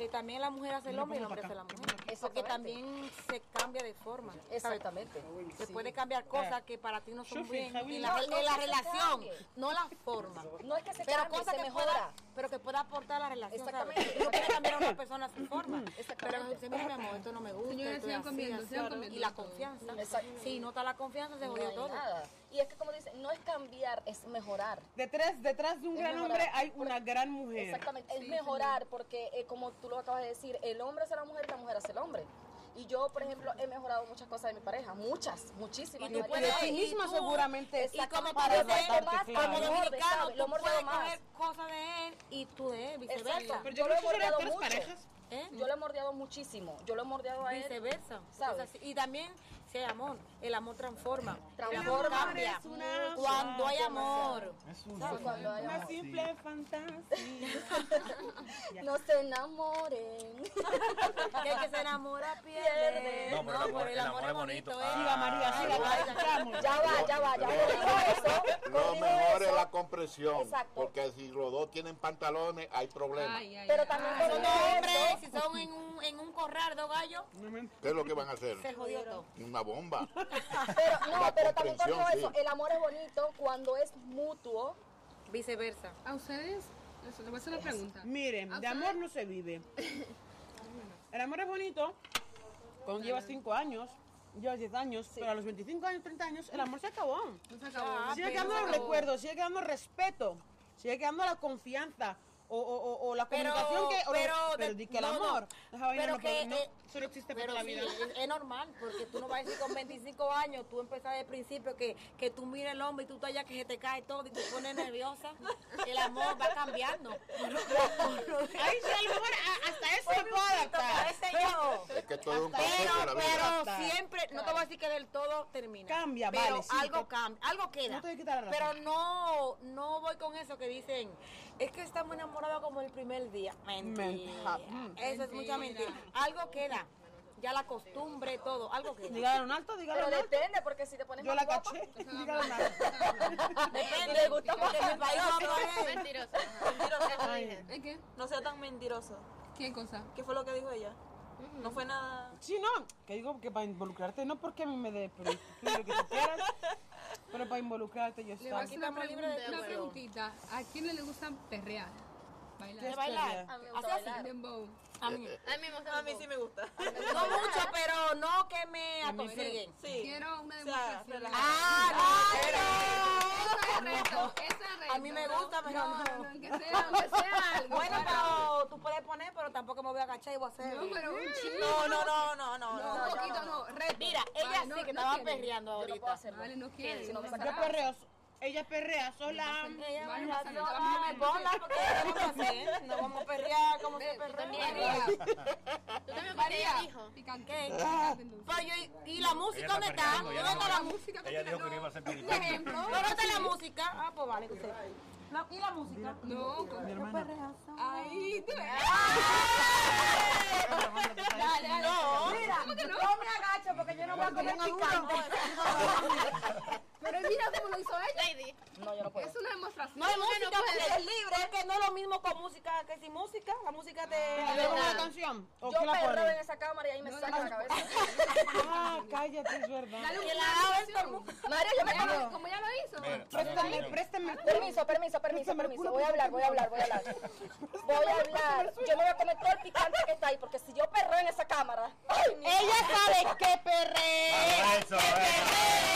Speaker 4: Eh, también la mujer hace el hombre y el hombre hace la mujer. Porque
Speaker 5: Exactamente.
Speaker 4: también se cambia de forma. ¿sabes?
Speaker 5: Exactamente.
Speaker 4: Se puede cambiar cosas que para ti no son
Speaker 3: Shufi,
Speaker 4: bien.
Speaker 3: Javi,
Speaker 4: En la,
Speaker 5: no, no
Speaker 4: en la
Speaker 5: que se
Speaker 4: relación,
Speaker 5: cambie.
Speaker 4: no la forma.
Speaker 5: No es que se
Speaker 4: Pero
Speaker 5: cambie,
Speaker 4: cosas
Speaker 5: se
Speaker 4: que
Speaker 5: mejora.
Speaker 4: pueda, pero que pueda aportar a la relación. ¿sabes?
Speaker 5: Exactamente. Mm,
Speaker 4: No puede cambiar a una persona su forma. Pero
Speaker 5: Exactamente.
Speaker 4: dice, mira, mi amor, esto no me gusta.
Speaker 1: Señores,
Speaker 4: esto es
Speaker 1: sigan
Speaker 4: así,
Speaker 1: comiendo,
Speaker 4: así".
Speaker 1: sigan comiendo.
Speaker 4: Y la confianza.
Speaker 5: Exacto.
Speaker 4: Si no está la confianza, se
Speaker 5: No
Speaker 4: jodió
Speaker 5: hay
Speaker 4: todo.
Speaker 5: nada. Y es que como dicen, no es cambiar, es mejorar.
Speaker 3: Detrás, detrás de un
Speaker 5: Es
Speaker 3: gran
Speaker 5: mejorar.
Speaker 3: hombre hay una gran mujer.
Speaker 5: Exactamente, es mejorar porque eh, como tú lo acabas de decir, el hombre hace la mujer y la mujer hace el hombre. Y yo, por ejemplo, he mejorado muchas cosas de mi pareja, muchas, muchísimas.
Speaker 4: Y tú
Speaker 5: María.
Speaker 3: Y de
Speaker 4: puedes-
Speaker 3: ti
Speaker 4: y
Speaker 3: misma
Speaker 4: tú-
Speaker 3: seguramente
Speaker 4: Y como
Speaker 3: para
Speaker 4: tú dices,
Speaker 3: adaptarte, claro.
Speaker 5: más,
Speaker 4: como
Speaker 5: Lo morde,
Speaker 4: dominicano,
Speaker 5: ¿sabe? Lo
Speaker 4: tú
Speaker 5: morde
Speaker 4: puedes
Speaker 5: más.
Speaker 4: coger cosas de él y tú de él, viceversa.
Speaker 5: Exacto.
Speaker 3: Pero
Speaker 5: Yo
Speaker 3: yo creo
Speaker 5: lo he
Speaker 3: que eso era de
Speaker 5: bordeado
Speaker 3: todas las
Speaker 5: mucho.
Speaker 3: parejas.
Speaker 4: ¿Eh?
Speaker 5: Yo lo he mordeado muchísimo, yo lo he mordeado a él.
Speaker 4: viceversa.
Speaker 5: ¿Sabes?
Speaker 4: Cosas así. Y también, si hay amor, el amor transforma.
Speaker 5: Transforma.
Speaker 4: El amor cambia.
Speaker 3: Es una-
Speaker 4: Cuando hay amor.
Speaker 6: Es un
Speaker 5: ¿Sabes? Cuando hay
Speaker 3: Una
Speaker 5: amor.
Speaker 3: simple fantasía.
Speaker 5: No
Speaker 3: [laughs]
Speaker 5: se enamoren.
Speaker 4: Que el que se enamora
Speaker 5: [laughs]
Speaker 4: pierde.
Speaker 5: Pierde.
Speaker 6: No, pero el amor- el amor es bonito.
Speaker 4: eh.
Speaker 6: Ah,
Speaker 3: Siga, María, siga, que la escuchamos.
Speaker 5: Ya va, ya va, ya va. Corrijo eso,
Speaker 2: Lo
Speaker 5: corrijo
Speaker 2: mejor es
Speaker 5: eso,
Speaker 2: la compresión.
Speaker 5: Exacto.
Speaker 2: Porque si los dos tienen pantalones, hay problemas.
Speaker 1: Ay, ay,
Speaker 5: [laughs] Pero
Speaker 1: ay.
Speaker 5: también
Speaker 4: Son
Speaker 5: corrijo
Speaker 4: dos
Speaker 5: eso.
Speaker 4: hombres, si son en un, en un corral, dos gallos,
Speaker 2: ¿Qué es lo que van a hacer?
Speaker 4: se jodió todo.
Speaker 2: Una bomba.
Speaker 5: Pero, no,
Speaker 2: La
Speaker 5: pero también
Speaker 2: comprensión,
Speaker 5: corrijo eso.
Speaker 2: sí.
Speaker 5: El amor es bonito cuando es mutuo.
Speaker 4: Viceversa.
Speaker 1: A ustedes, les les voy a hacer una pregunta.
Speaker 3: Miren, de amor no se vive. El amor es bonito cuando llevas 5 años, llevas 10 años, pero a los 25 años, 30 años, el amor se acabó.
Speaker 1: No se acabó.
Speaker 4: Ah,
Speaker 3: sigue quedando los recuerdos, sigue quedando el respeto, sigue quedando la confianza o, o- o- o la
Speaker 4: Pero-
Speaker 3: comunicación que. o-
Speaker 4: pero de-
Speaker 3: pero di que el
Speaker 4: no, no.
Speaker 3: amor. Esa vaina
Speaker 4: Pero
Speaker 3: no puede-
Speaker 4: que,
Speaker 3: no,
Speaker 4: eh,
Speaker 3: solo existe para
Speaker 4: Pero
Speaker 3: la
Speaker 4: [laughs] sí,
Speaker 3: vida.
Speaker 4: es, es normal, porque tú no vas a decir con 25 años, tú empezaste desde el principio, que, que tú miras el hombre y tú estás allá que se te cae todo y te pones nerviosa. El amor va cambiando.
Speaker 5: [laughs]
Speaker 3: Ay, sí, a lo mejor a- hasta eso me puedo adaptar.
Speaker 4: Parece yo.
Speaker 2: Es que todo es un proceso de
Speaker 4: Pero,
Speaker 2: la vida.
Speaker 4: pero siempre, no te voy a decir que del todo termina.
Speaker 3: Cambia,
Speaker 4: pero
Speaker 3: vale, sí,
Speaker 4: algo
Speaker 3: te-
Speaker 4: cambia, algo queda.
Speaker 3: No te voy a quitar la razón.
Speaker 4: Pero no, no voy con eso que dicen, es que estamos enamorados como el primer día. Mentira.
Speaker 3: Mentira.
Speaker 4: Eso es mucha mentira. Algo queda. Ya la costumbre, todo, algo queda.
Speaker 3: Dígalo en alto, dígalo
Speaker 5: Pero
Speaker 3: en alto.
Speaker 5: depende, porque si te pones
Speaker 3: Yo la
Speaker 5: más guapo,
Speaker 3: caché. Dígalo en alto.
Speaker 4: [laughs] [laughs]
Speaker 3: [laughs]
Speaker 4: Depende, le gusta porque mi país no es.
Speaker 7: mentirosa. Mentirosa. dije.
Speaker 1: ¿Eh, ¿Qué?
Speaker 8: no sea tan mentiroso.
Speaker 1: ¿Qué cosa?
Speaker 8: ¿Qué fue lo que dijo ella? No fue nada.
Speaker 3: Sí, no, que digo que para involucrarte, no porque a mí me dé, pero tú lo que tú quieras, pero para involucrarte
Speaker 1: Le
Speaker 3: yo
Speaker 1: voy a
Speaker 3: estaba.
Speaker 1: hacer una,
Speaker 4: estamos libres
Speaker 1: pregunta-
Speaker 4: de
Speaker 1: una
Speaker 4: acuerdo.
Speaker 1: preguntita. ¿A quiénes les gusta perrear?
Speaker 4: De
Speaker 3: este
Speaker 1: Bailar.
Speaker 4: bailar.
Speaker 5: a mí me
Speaker 4: Así,
Speaker 5: gusta
Speaker 4: así.
Speaker 5: bailar.
Speaker 1: Dembow.
Speaker 4: A mí.
Speaker 7: A mí me gusta
Speaker 8: A mí sí me gusta.
Speaker 4: No mucho, pero no que me atosiguen.
Speaker 8: Sí.
Speaker 1: Quiero una
Speaker 8: sea,
Speaker 1: demostración.
Speaker 8: relajada.
Speaker 4: Ah, no, Ah, pero-
Speaker 1: Eso es reto. Eso es reto.
Speaker 4: A mí me
Speaker 1: ¿no?
Speaker 4: gusta, pero
Speaker 1: No,
Speaker 4: no.
Speaker 1: no, aunque sea- aunque sea algo.
Speaker 4: Bueno, pero tú puedes poner, pero tampoco me voy a agachar y voy a hacer.
Speaker 1: No,
Speaker 4: [laughs]
Speaker 1: pero un chico.
Speaker 4: No, no, no, no, no.
Speaker 1: No, un
Speaker 4: yo
Speaker 1: poquito no, reto.
Speaker 4: Mira, ella
Speaker 1: Vale,
Speaker 4: sí
Speaker 1: no-
Speaker 4: que
Speaker 1: no
Speaker 4: estaba
Speaker 1: quiere.
Speaker 4: perreando
Speaker 1: Yo no
Speaker 4: ahorita.
Speaker 1: puedo hacer, Vale, no quiere.
Speaker 4: si no me
Speaker 1: no
Speaker 3: Yo
Speaker 1: saca.
Speaker 3: perreo. Ella perrea sola.
Speaker 4: Ella
Speaker 1: Vale,
Speaker 4: baila
Speaker 1: pásale,
Speaker 4: sola,
Speaker 1: vamos a ver.
Speaker 4: ponla, porque no vamos a hacer, no vamos a perrear como se perrea.
Speaker 7: también. Tú también
Speaker 1: María,
Speaker 7: me dijo.
Speaker 1: picante.
Speaker 4: ¿Qué?
Speaker 1: Picante, no.
Speaker 4: Pero yo- ¿y la música dónde está?
Speaker 6: perreando,
Speaker 4: ¿Dónde
Speaker 6: ya
Speaker 4: está
Speaker 6: no.
Speaker 4: la
Speaker 1: La
Speaker 4: música?
Speaker 1: música,
Speaker 6: Ella
Speaker 1: no.
Speaker 6: dijo que no iba a ser
Speaker 4: Por
Speaker 6: militante.
Speaker 4: ejemplo, ¿dónde está la música? Ah, pues vale, que usted. No, ¿Y la música?
Speaker 1: No, con mi hermana. Ahí, tú ves.
Speaker 4: Ah, No.
Speaker 8: Mira, yo me agacho porque yo no voy a comer picante.
Speaker 1: Pero mira cómo lo hizo ella.
Speaker 7: Lady.
Speaker 4: No, yo no puedo.
Speaker 1: Es una demostración. pues,
Speaker 4: No hay música pues, porque es libre, es que no es lo mismo con música que sin música. La música
Speaker 3: ¿Le dejo
Speaker 4: te.
Speaker 3: una canción? ¿O qué
Speaker 5: Yo
Speaker 3: Ah, la
Speaker 5: perro en
Speaker 3: pones?
Speaker 5: esa cámara y ahí me saca la cabeza.
Speaker 3: Ah, cállate, es verdad.
Speaker 1: Dale un
Speaker 4: Que la hagas
Speaker 1: como, ella lo- como ya lo hizo.
Speaker 6: Mira,
Speaker 3: Préstame, préstame.
Speaker 5: Permiso, permiso, permiso,
Speaker 3: Préstame el
Speaker 5: permiso.
Speaker 3: culo,
Speaker 5: Voy a
Speaker 3: préstame
Speaker 5: hablar, voy a hablar, voy a hablar. Voy a hablar. Yo me voy a comer todo el picante que está ahí, porque si yo perro en esa cámara. ¡ay, mi-
Speaker 3: Ella sabe que perrea.
Speaker 6: Eso, eh.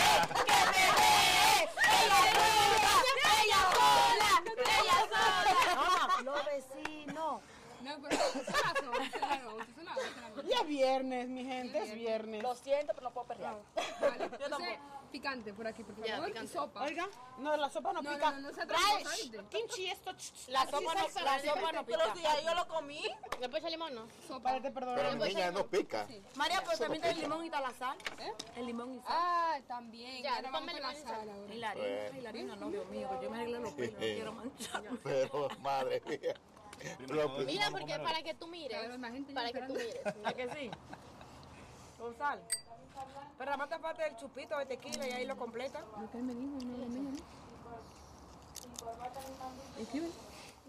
Speaker 4: Ah,
Speaker 8: Los vecinos.
Speaker 1: No, pero se la hago, se la hago, se la hago, se la hago.
Speaker 3: Ya es viernes, mi gente, es viernes.
Speaker 5: Lo siento, pero no puedo perrear.
Speaker 1: Vale, entonces, picante por aquí, por
Speaker 7: Ya,
Speaker 1: favor, y
Speaker 7: picante.
Speaker 1: sopa.
Speaker 3: Oiga, no, la sopa no
Speaker 1: No,
Speaker 3: pica.
Speaker 1: no, no, no sea
Speaker 3: Trae
Speaker 1: tramposa, ¿oíste?
Speaker 3: kimchi esto.
Speaker 4: La sopa no, la sopa no pica. yo lo comí.
Speaker 7: Después el limón, ¿no?
Speaker 3: Para te perdonar.
Speaker 2: Pero niña no pica.
Speaker 4: María, pero también tiene limón y talazán.
Speaker 1: ¿Eh?
Speaker 4: El limón y sal.
Speaker 1: Ah, también.
Speaker 7: Ya,
Speaker 1: ahora vamos
Speaker 7: ponme
Speaker 1: con
Speaker 7: la
Speaker 1: la sal ahora.
Speaker 4: Y la harina, y la harina, no, Dios mío, yo me arreglé los pelos, no quiero manchar.
Speaker 2: Eh, [laughs] Pero madre mía. Lo pi-
Speaker 7: Mira, porque para que tú mires.
Speaker 1: Claro, la gente ya
Speaker 7: Para que
Speaker 4: [laughs]
Speaker 7: tú mires.
Speaker 1: esperando.
Speaker 4: ¿A que sí?
Speaker 8: Gonzalo. Pero además parte del chupito de tequila y ahí lo completa.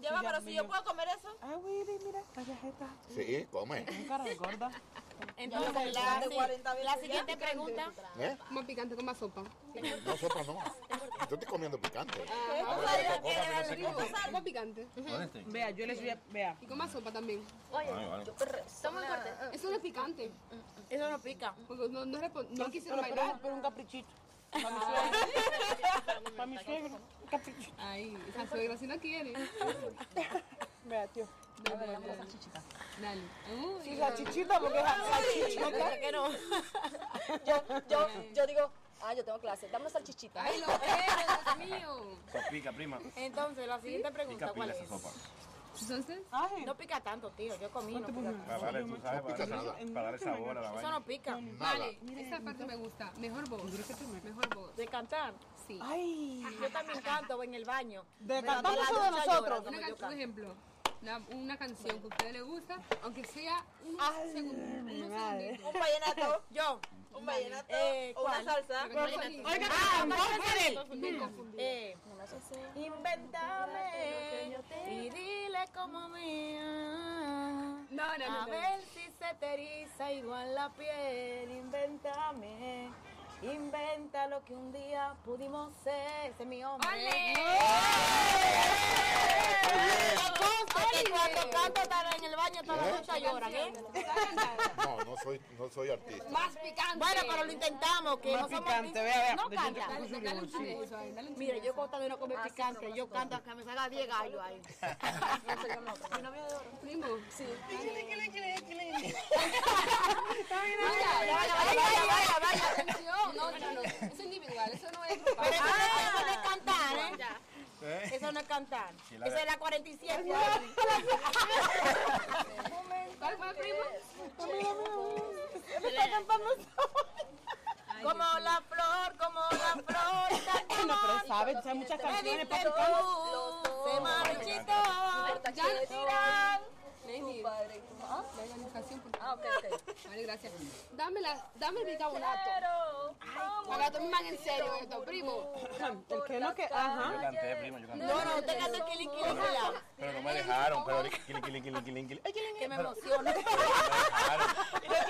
Speaker 4: Lleva, pero si yo puedo comer eso.
Speaker 3: Ay, Willy, mira, callajeta.
Speaker 2: Sí, come.
Speaker 3: Cara de gorda.
Speaker 4: Entonces, la, si- la siguiente pregunta.
Speaker 2: ¿Eh?
Speaker 1: Más picante con más sopa.
Speaker 2: No, sopa no. Yo estoy comiendo picante.
Speaker 1: Más picante.
Speaker 3: Vea, yo les voy a. Vea.
Speaker 1: Y con más sopa también.
Speaker 7: Oye, toma un corte.
Speaker 1: Eso no es picante.
Speaker 4: Eso no pica.
Speaker 1: Porque no, no, respon- no quisieron
Speaker 3: Pero, pero,
Speaker 1: bailar.
Speaker 3: pero un caprichito. Para mi suegro. [laughs] Para mi suegro. Un caprichito.
Speaker 1: Ay, esa suegra si no quiere.
Speaker 3: Vea, tío.
Speaker 1: Dale, dale. Dale. Uy,
Speaker 3: Sí, la chichita, porque es la chichita.
Speaker 4: ¿Por qué no?
Speaker 5: Yo, yo, yo digo, ah, yo tengo clase, dame una salchichita.
Speaker 1: Ay, lo quiero, Dios mío.
Speaker 6: Pica, prima.
Speaker 4: Entonces, la siguiente pregunta,
Speaker 6: Pica
Speaker 4: ¿cuál
Speaker 6: pila
Speaker 4: es?
Speaker 6: esa sopa.
Speaker 1: Entonces,
Speaker 3: Ay,
Speaker 4: No pica tanto, tío. Yo comí, no pica tanto.
Speaker 6: Para darle, tú sabes, para
Speaker 2: pica
Speaker 6: darle-
Speaker 2: nada.
Speaker 6: para darle sabor a la
Speaker 4: Eso
Speaker 6: vaina.
Speaker 4: no pica.
Speaker 2: Nada.
Speaker 1: vale, esa parte me gusta. Mejor voz. Mejor voz.
Speaker 4: De cantar.
Speaker 1: Sí.
Speaker 3: ay.
Speaker 4: Yo también canto en el baño.
Speaker 3: De
Speaker 4: Me
Speaker 3: cantar
Speaker 4: la
Speaker 3: eso de
Speaker 4: ducha
Speaker 3: nosotros.
Speaker 4: llora
Speaker 1: Una
Speaker 4: cuando yo
Speaker 1: canción, por
Speaker 4: canto.
Speaker 1: ejemplo, una, una canción que a ustedes les gusta, aunque sea unos segundos. Unos segunditos.
Speaker 4: Un vallenato. Yo. Un vallenato. Eh, ¿cuál? Una salsa.
Speaker 1: Pero no solito.
Speaker 4: Ah, Marcel.
Speaker 1: Me confundí.
Speaker 4: Eh, inventame y dile como mía.
Speaker 1: No, no, no.
Speaker 4: A
Speaker 1: no.
Speaker 4: ver si se te eriza igual la piel, invéntame. Inventa lo que un día pudimos ser, ese es mi hombre.
Speaker 1: ¡Ole!
Speaker 4: Que conste que cuando canto estaba en el baño, toda la noche lloran, ¿eh?
Speaker 2: No, no soy, no soy artista.
Speaker 1: Más picante.
Speaker 4: Bueno, pero lo intentamos, que
Speaker 3: Más
Speaker 4: no somos
Speaker 3: picante,
Speaker 4: artistas.
Speaker 3: vea, vea.
Speaker 4: No
Speaker 3: Yo te
Speaker 4: calla.
Speaker 3: puse
Speaker 1: Dale un
Speaker 3: limón, sí.
Speaker 1: chile, suave, dale un
Speaker 4: Mira,
Speaker 1: chile.
Speaker 4: yo cuando Ah, no como picante, yo canto hasta que me salga 10 gallos ahí.
Speaker 1: Primo. Sí.
Speaker 4: Vaya, vaya, vaya, vaya.
Speaker 1: No, no, no, no. Es individual, eso no es
Speaker 4: Pero
Speaker 1: grupal.
Speaker 4: eso, no- eso no es cantar, ¿eh?
Speaker 6: [laughs] ¿Eh?
Speaker 4: Eso no es cantar.
Speaker 6: Sí, la
Speaker 4: Esa
Speaker 6: ve-
Speaker 4: es la 47.
Speaker 1: ¿Cuál fue, primo?
Speaker 4: Como la flor, como la flor, tan
Speaker 3: No, pero
Speaker 4: bonita.
Speaker 3: sabes, hay muchas
Speaker 4: Me
Speaker 3: canciones
Speaker 4: diste
Speaker 3: para
Speaker 4: tú,
Speaker 3: picar.
Speaker 4: se marchitó.
Speaker 1: Ya le
Speaker 4: Tiran.
Speaker 1: Lady,
Speaker 5: Padre. Ah,
Speaker 1: la organización, por
Speaker 5: ah,
Speaker 1: favor.
Speaker 5: ok, ok.
Speaker 1: Vale, gracias. Dame, la, dame el bicarbonato.
Speaker 5: Pero,
Speaker 1: Para que tomen más en serio esto, primo.
Speaker 3: El que no que.
Speaker 6: Yo
Speaker 3: Ajá.
Speaker 6: canté, prima, yo canté.
Speaker 4: No, no, usted canta que liquilíquila,
Speaker 6: Pero no me dejaron, pero ahorita quilín, quilín, quilín, quilín, quilín. Ay, quilín,
Speaker 4: que me emociona.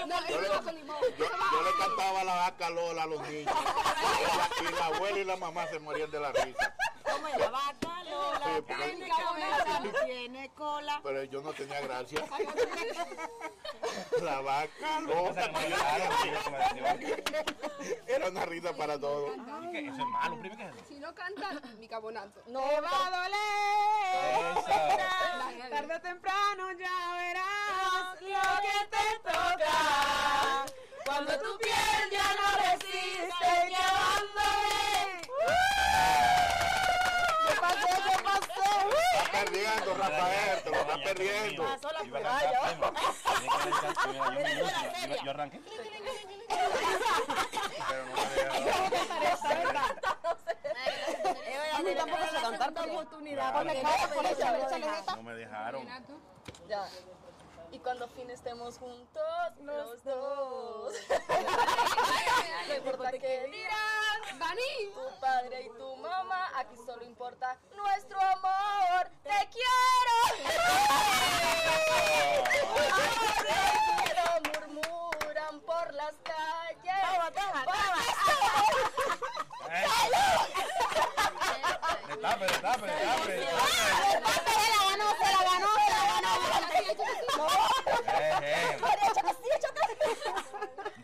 Speaker 1: No, eso va con limón.
Speaker 2: Yo, yo le cantaba la vaca Lola a los niños. Y la, y la abuela y la mamá se morían de la risa.
Speaker 4: Como la vaca, Lola,
Speaker 2: Sí, porque-
Speaker 4: tiene cabeza, tiene cola.
Speaker 2: Pero yo no tenía gracia. [laughs] La vaca Lola.
Speaker 6: me dejaron, sí, que me dejaron.
Speaker 2: Era una risa para todos.
Speaker 6: Y que Eso es malo, primo, que es
Speaker 1: Si no canta, mi cabonato.
Speaker 10: No va a
Speaker 3: Eh.
Speaker 10: doler.
Speaker 1: Esa.
Speaker 10: Tarde o temprano ya verás lo que te toca. Cuando tu piel ya no resiste, ya abandone. ¿Qué pasé? ¿Qué pasé?
Speaker 2: Está perdiendo, Rafael, te lo está perdiendo.
Speaker 10: Pasó la
Speaker 6: Iba a cantar,
Speaker 10: puralla.
Speaker 6: primo. Tenía que haber cantado, mira, yo me
Speaker 10: Esa era
Speaker 6: iba,
Speaker 10: seria.
Speaker 6: yo- Yo arranqué.
Speaker 4: A
Speaker 3: mí tampoco sé cantar,
Speaker 4: Una
Speaker 3: pero-
Speaker 4: oportunidad.
Speaker 6: Claro.
Speaker 4: porque no
Speaker 3: Ponle
Speaker 4: me
Speaker 3: échale,
Speaker 4: dejaron.
Speaker 3: échale, jeta.
Speaker 6: No me dejaron.
Speaker 5: Ya. Y cuando al fin estemos juntos, los [laughs] dos. No importa qué dirán,
Speaker 1: Dani,
Speaker 5: tu padre y tu mamá, aquí solo importa nuestro amor. ¡Te [laughs] quiero! Ahora te quiero, murmuran por las calles.
Speaker 6: Eh. Destape, destape, destape. Eh, eh.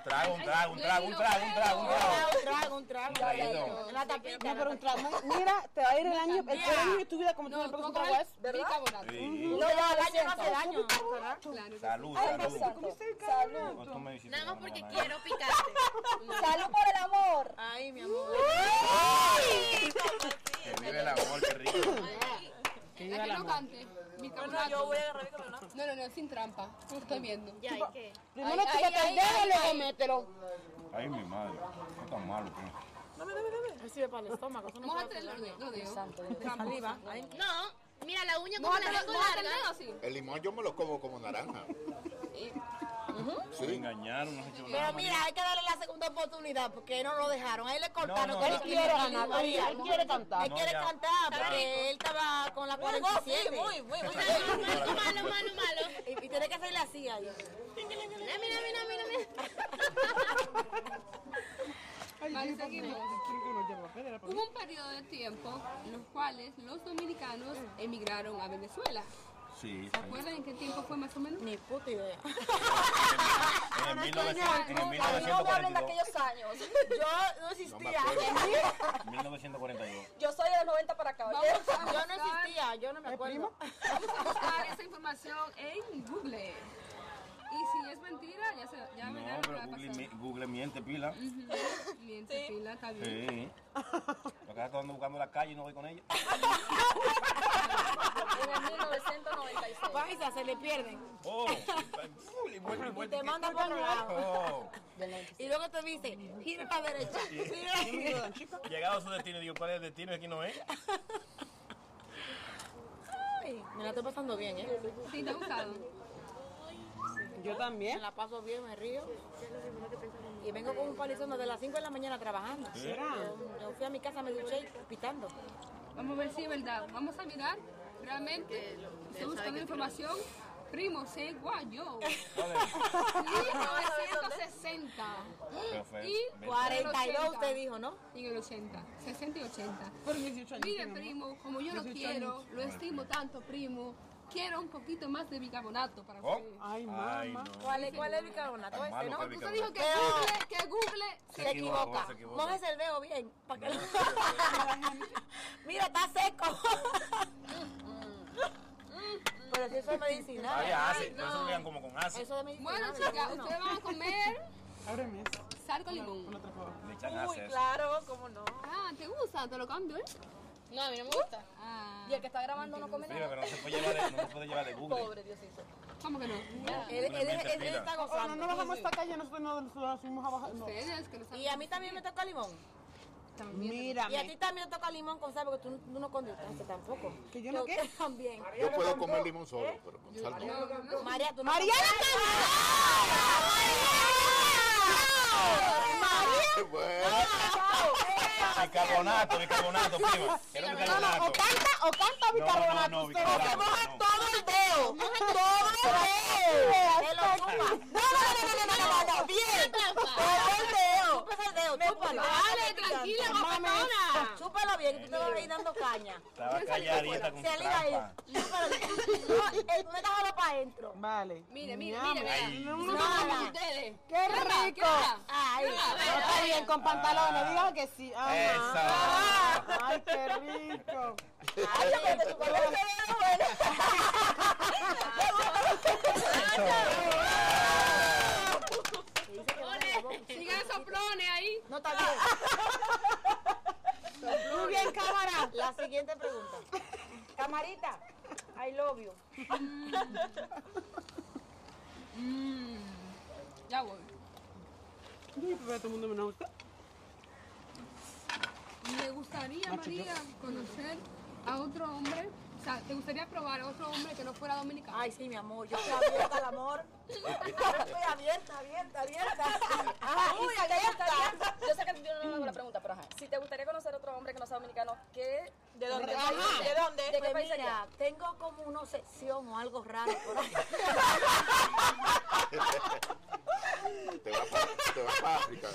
Speaker 6: Un trago, un trago, un trago, un trago, un trago, un trago.
Speaker 10: Un trago, un trago.
Speaker 6: Traguito.
Speaker 10: La tapita.
Speaker 3: No, pero un trago. Mira, te va a ir el año, el peor año de tu vida como tú
Speaker 1: No,
Speaker 3: me pegas un
Speaker 1: toca
Speaker 3: trago a eso.
Speaker 1: bicarbonato.
Speaker 6: Sí.
Speaker 10: No, no, el año no hace daño.
Speaker 1: Claro.
Speaker 6: Salud,
Speaker 5: Dios
Speaker 6: salud.
Speaker 5: santo. Salud.
Speaker 6: ¿Cuánto me hiciste
Speaker 7: Nada más
Speaker 6: ganar,
Speaker 7: porque
Speaker 6: eh?
Speaker 7: quiero picarte.
Speaker 5: Salud por el amor.
Speaker 10: Ay, mi amor.
Speaker 6: Que vive el amor, qué rico.
Speaker 1: Que no cante.
Speaker 8: Bueno, yo
Speaker 1: Bicarbonato.
Speaker 8: voy a agarrar mi camioneta.
Speaker 1: No, no, no, sin trampa. No estoy viendo.
Speaker 7: Ya, ¿y qué?
Speaker 3: Primero
Speaker 1: Ay,
Speaker 3: chúpate
Speaker 1: ay,
Speaker 3: el
Speaker 1: ay,
Speaker 3: dedo y
Speaker 1: ay,
Speaker 3: luego
Speaker 1: ay.
Speaker 3: mételo.
Speaker 6: Ay, mi madre. Qué tan malo, tío.
Speaker 8: Recibe para el estómago. eso no puede
Speaker 1: Mójate el dedo. No, digo.
Speaker 8: Saliva. Ay,
Speaker 7: No, mira la uña como
Speaker 1: Mójate
Speaker 7: la
Speaker 1: el
Speaker 7: tengo
Speaker 1: dedo
Speaker 7: larga.
Speaker 1: así.
Speaker 2: El limón yo me lo como como naranja.
Speaker 6: Me
Speaker 2: Sí.
Speaker 6: engañaron, no has hecho
Speaker 4: Pero
Speaker 6: nada.
Speaker 4: mira, hay que darle la segunda oportunidad porque no lo dejaron. Ahí le cortaron.
Speaker 6: no,
Speaker 4: con el
Speaker 6: no. Él
Speaker 3: Quiere
Speaker 4: primero,
Speaker 3: ganar,
Speaker 4: María.
Speaker 3: oye, él quiere cantar.
Speaker 4: Él
Speaker 6: No,
Speaker 4: quiere
Speaker 6: ya.
Speaker 4: cantar porque él estaba con la 47.
Speaker 8: muy, muy,
Speaker 4: [laughs]
Speaker 8: muy.
Speaker 7: Malo, malo, malo, malo.
Speaker 4: Y, y tiene que hacerle así ahí.
Speaker 7: Mira, mira, mira, mira, mira.
Speaker 1: Vale, seguimos. Hubo un periodo de tiempo en los cuales los dominicanos emigraron a Venezuela.
Speaker 6: Sí,
Speaker 1: ¿Se
Speaker 6: sí.
Speaker 1: acuerdan en qué tiempo fue más o menos?
Speaker 4: Ni puta idea.
Speaker 6: Eh, En el 1900 en el
Speaker 5: A mí no me hablen de
Speaker 6: 1942.
Speaker 5: aquellos años.
Speaker 8: Yo no
Speaker 2: No me
Speaker 8: existía.
Speaker 2: acuerdo.
Speaker 6: 1942.
Speaker 5: Yo soy de los 90 para acá. ¿oye?
Speaker 1: Vamos a
Speaker 8: Yo no
Speaker 1: buscar-
Speaker 8: existía, yo no me acuerdo.
Speaker 1: Vamos a buscar esa información en Google. Y si es mentira, ya se ya
Speaker 6: No,
Speaker 1: verán
Speaker 6: pero
Speaker 1: la
Speaker 6: Google,
Speaker 1: pasada.
Speaker 6: mi- Google miente pila.
Speaker 1: Ujú. [laughs] Miente pila, está bien.
Speaker 6: Sí. Lo que está buscando la calle y no voy con ella.
Speaker 5: En el 1996.
Speaker 4: Paisa, se le pierden.
Speaker 6: Oh, y vuelta, y vuelta.
Speaker 4: Te mandan para otro lado.
Speaker 6: Oh.
Speaker 4: Y luego te dicen, gira para la derecha. [laughs] Gira.
Speaker 6: Llegado a su destino, digo, ¿cuál es el destino? Aquí no es.
Speaker 4: Ay, Me la estoy pasando bien, ¿eh?
Speaker 1: Sí, te ha gustado.
Speaker 3: Yo también.
Speaker 4: Me la paso bien, me río. Y vengo con un palizón desde las 5 de la mañana trabajando. Yo, yo fui a mi casa, me duché y pitando.
Speaker 1: Vamos a ver si es verdad. Vamos a mirar realmente. Estoy buscando información. Primo se guayó. 1960.
Speaker 6: Pero fue-
Speaker 1: Y
Speaker 6: ve-
Speaker 4: 42
Speaker 1: 80.
Speaker 4: usted dijo, ¿no?
Speaker 1: Y en el 80, 60 y 80.
Speaker 3: Por 18 años.
Speaker 1: Mire,
Speaker 3: mi amor.
Speaker 1: primo, como yo lo quiero, lo estimo tanto, primo. Quiero un poquito más de bicarbonato para
Speaker 6: Oh.
Speaker 1: usted.
Speaker 3: Ay,
Speaker 6: Ay,
Speaker 3: mamá.
Speaker 6: no.
Speaker 8: ¿Cuál es, cuál es el bicarbonato?
Speaker 6: Tan malo fue el
Speaker 1: Usted dijo
Speaker 6: bicarbonato.
Speaker 1: que Google, que Google.
Speaker 6: Se
Speaker 4: Se
Speaker 6: equivocó,
Speaker 4: equivoca.
Speaker 6: se equivocó.
Speaker 4: Mójese el dedo bien. pa' que- [laughs] Mira, está seco. Pero si eso es medicinal.
Speaker 6: Había ace, por eso lo vean como con ace.
Speaker 4: Eso es medicinal.
Speaker 1: Bueno, chicas, ustedes van a comer
Speaker 3: Ábreme eso.
Speaker 1: sal con limón.
Speaker 3: Otra, por favor.
Speaker 6: Le echan ace. a eso.
Speaker 8: Claro, cómo no.
Speaker 1: Ah, ¿te gusta? Te lo cambio, ¿eh?
Speaker 7: No, a mí no me gusta.
Speaker 1: Ah,
Speaker 5: Y el que está grabando no come
Speaker 6: Sí,
Speaker 5: nada.
Speaker 6: pero no se puede llevar de, no se puede llevar de Google.
Speaker 5: Pobre Diosito.
Speaker 1: ¿cómo que no?
Speaker 6: No,
Speaker 4: Él, él-
Speaker 6: Google miente
Speaker 4: él- él
Speaker 6: pila.
Speaker 4: está
Speaker 3: Oh, no,
Speaker 4: gozando.
Speaker 3: no bajamos esta calle, nosotros no nos subimos a bajar. No.
Speaker 1: Ustedes que lo saben.
Speaker 4: Y a mí también me toca limón. Y a ti
Speaker 3: Mírame.
Speaker 4: también te toca limón con sal, porque tú, tú no conductaste tampoco.
Speaker 3: ¿Que yo no qué?
Speaker 4: Yo [laughs] también.
Speaker 2: Yo ¿eh? puedo comer limón solo, pero con sal no.
Speaker 4: María, tú no
Speaker 3: ¡Mariana
Speaker 2: Bueno,
Speaker 6: Bicarbonato, bicarbonato, prima. Quiero bicarbonato.
Speaker 3: canta o canta
Speaker 6: No, no, no,
Speaker 3: usted.
Speaker 6: bicarbonato. no.
Speaker 4: todo el dedo. Todo el dedo. Te lo chupa. No, no, no, no, no, no, no, no. Bien. Todo el dedo. Chúpese el dedo, chúpalo.
Speaker 1: Dale, tranquila, guapetona.
Speaker 4: Chúpalo bien, que tú te vas a ir dando caña.
Speaker 6: Estaba calladita con su
Speaker 4: Se liga ahí.
Speaker 6: trampa.
Speaker 4: Chúpalo. No, el- me das para adentro.
Speaker 3: Vale.
Speaker 1: Mire,
Speaker 3: Mi
Speaker 1: mire,
Speaker 3: amor.
Speaker 1: mire, vea.
Speaker 6: Ay.
Speaker 1: No, no, no, no, ustedes.
Speaker 3: ¡Qué
Speaker 1: ¿Qué hora? ¿Qué
Speaker 3: rico!
Speaker 1: hora?
Speaker 4: Ay,
Speaker 3: No está bien con pantalones, diga que sí. Ajá.
Speaker 10: Eso.
Speaker 3: [laughs] Ay, qué rico.
Speaker 10: Ay, pero tu color se ve bueno.
Speaker 1: Sigan soplones ahí.
Speaker 4: No está bien.
Speaker 3: Muy bien, cámara.
Speaker 4: La siguiente pregunta.
Speaker 8: Camarita, I love you.
Speaker 1: Mm, ya voy.
Speaker 3: Uy, pero todo el mundo me lo gusta.
Speaker 1: Me gustaría,
Speaker 3: Macho, yo-
Speaker 1: María, conocer a otro hombre. O sea, ¿te gustaría probar a otro hombre que no fuera dominicano?
Speaker 4: Ay, sí, mi amor. Yo
Speaker 8: Estoy abierta al amor. Estoy abierta, abierta, abierta.
Speaker 5: Uy, abierta, abierta. Yo sé que yo no le hago la pregunta, pero ajá. Si te gustaría conocer otro hombre que no sea dominicano, ¿qué?
Speaker 8: ¿De dónde?
Speaker 5: ¿De qué
Speaker 8: Ajá.
Speaker 5: país sería?
Speaker 8: ¿De dónde?
Speaker 5: ¿De qué
Speaker 4: Pues
Speaker 5: país sería?
Speaker 4: mira, tengo como una obsesión o algo raro por
Speaker 8: [laughs]
Speaker 4: ahí.
Speaker 2: Te vas para África.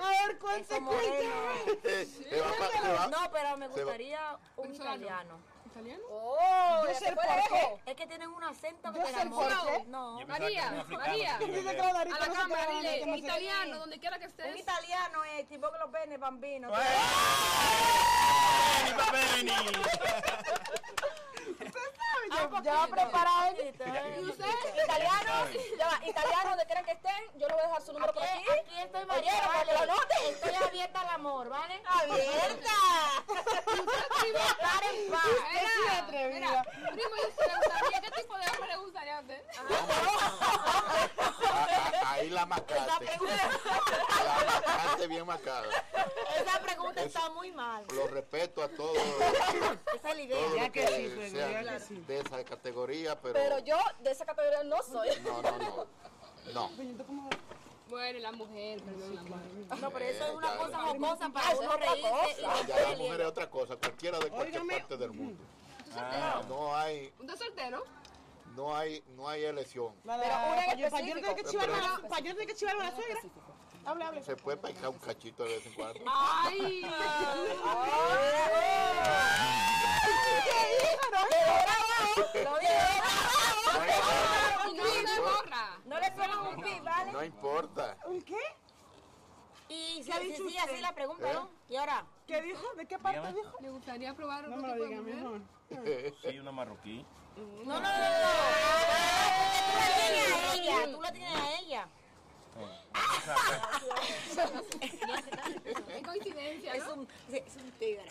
Speaker 3: A ver, cuente,
Speaker 4: Eso moreno.
Speaker 3: cuente.
Speaker 2: Te, te vas pa- te vas-
Speaker 4: No, pero me
Speaker 2: se va-
Speaker 4: gustaría un
Speaker 1: Venezolano.
Speaker 4: italiano.
Speaker 1: ¿Italiano?
Speaker 5: Oh,
Speaker 3: Yo
Speaker 5: ya
Speaker 3: sé
Speaker 5: te
Speaker 3: el
Speaker 5: fue
Speaker 3: por qué.
Speaker 5: lejos.
Speaker 4: Es que tienen un acento que
Speaker 3: Yo
Speaker 4: te
Speaker 3: sé el
Speaker 4: enamora.
Speaker 1: porqué.
Speaker 4: No.
Speaker 6: Yo pensaba que era un
Speaker 1: María,
Speaker 6: africano,
Speaker 1: María.
Speaker 6: sí,
Speaker 3: Dice
Speaker 6: de-
Speaker 3: que la
Speaker 1: A
Speaker 3: Darita
Speaker 1: la
Speaker 3: no se
Speaker 1: cámara,
Speaker 3: queda nada, que
Speaker 1: dile,
Speaker 3: no sé qué.
Speaker 1: italiano, donde quiera que
Speaker 8: Un
Speaker 1: estés.
Speaker 8: italiano, eh, tipo que los pene, bambino.
Speaker 6: Vení, papá, vení.
Speaker 3: Ya- Ya va preparado. ¿eh?
Speaker 1: ¿Y usted?
Speaker 5: Italianos, ya va, italianos, donde quieran que estén, yo les voy a dejar su número por aquí.
Speaker 4: Aquí estoy
Speaker 5: Oyeron, para que lo noten.
Speaker 4: Estoy abierta al amor, ¿vale?
Speaker 8: ¡Abierta!
Speaker 4: Estar en paz.
Speaker 3: Yo soy atrevida.
Speaker 1: Primo, ¿y usted le gustaría? ¿Qué tipo de hombre le gustaría a usted?
Speaker 2: a- a- ahí la marcaste. La marcaste bien marcada.
Speaker 8: Esa pregunta está muy mal.
Speaker 2: Lo respeto a todos.
Speaker 4: Esa es la idea.
Speaker 2: todos
Speaker 3: Ya
Speaker 2: los
Speaker 3: que sí, pues,
Speaker 2: sean
Speaker 3: ya que sí.
Speaker 2: de esa categoría, pero,
Speaker 5: Pero yo de esa categoría no soy.
Speaker 2: no, no, no. No.
Speaker 3: Peñito, ¿cómo va?
Speaker 1: Bueno, la mujer, perdón, la mujer.
Speaker 4: No, pero eso es una
Speaker 2: Eh, ya,
Speaker 4: cosa
Speaker 2: ya.
Speaker 4: jocosa para uno reírse. y
Speaker 2: Ya, ya
Speaker 4: romper
Speaker 2: la
Speaker 4: el
Speaker 2: mujer es
Speaker 4: hielo.
Speaker 2: otra cosa, cualquiera de cualquier
Speaker 3: Óigame.
Speaker 2: parte del mundo.
Speaker 4: [laughs]
Speaker 1: ¿Tú
Speaker 6: ah,
Speaker 1: soltero?
Speaker 2: No hay,
Speaker 1: ¿Usted soltero?
Speaker 2: no hay, no hay elección.
Speaker 3: La de
Speaker 5: Pero una en
Speaker 3: pa' yo- pa' yo no
Speaker 5: específico.
Speaker 3: tener que chivarme a la- pa' yo no tener que chivarme a la suegra. Hable, hable.
Speaker 2: Se puede pescar un cachito de vez en cuando.
Speaker 4: Ah,
Speaker 1: [laughs] ¡Ay!
Speaker 5: Lo digo.
Speaker 2: No importa,
Speaker 1: Y no se borra.
Speaker 8: No le pongan un pi, ¿vale?
Speaker 2: No importa.
Speaker 3: ¿Un qué?
Speaker 4: Y
Speaker 3: ha
Speaker 4: sí,
Speaker 3: dicho
Speaker 4: sí, sí, así la pregunta, ¿no? Y ahora,
Speaker 3: ¿Qué dijo? ¿De qué parte
Speaker 6: Dígame.
Speaker 3: dijo?
Speaker 1: ¿Le gustaría probar
Speaker 3: No
Speaker 1: otro
Speaker 3: me lo
Speaker 1: tipo de
Speaker 3: diga, mi
Speaker 1: mujer?
Speaker 3: amor.
Speaker 6: Soy una marroquí.
Speaker 4: tú la tienes a ella, tú la tienes a ella.
Speaker 1: Es coincidencia,
Speaker 4: Es
Speaker 1: ¿no?
Speaker 4: un, es un tigre.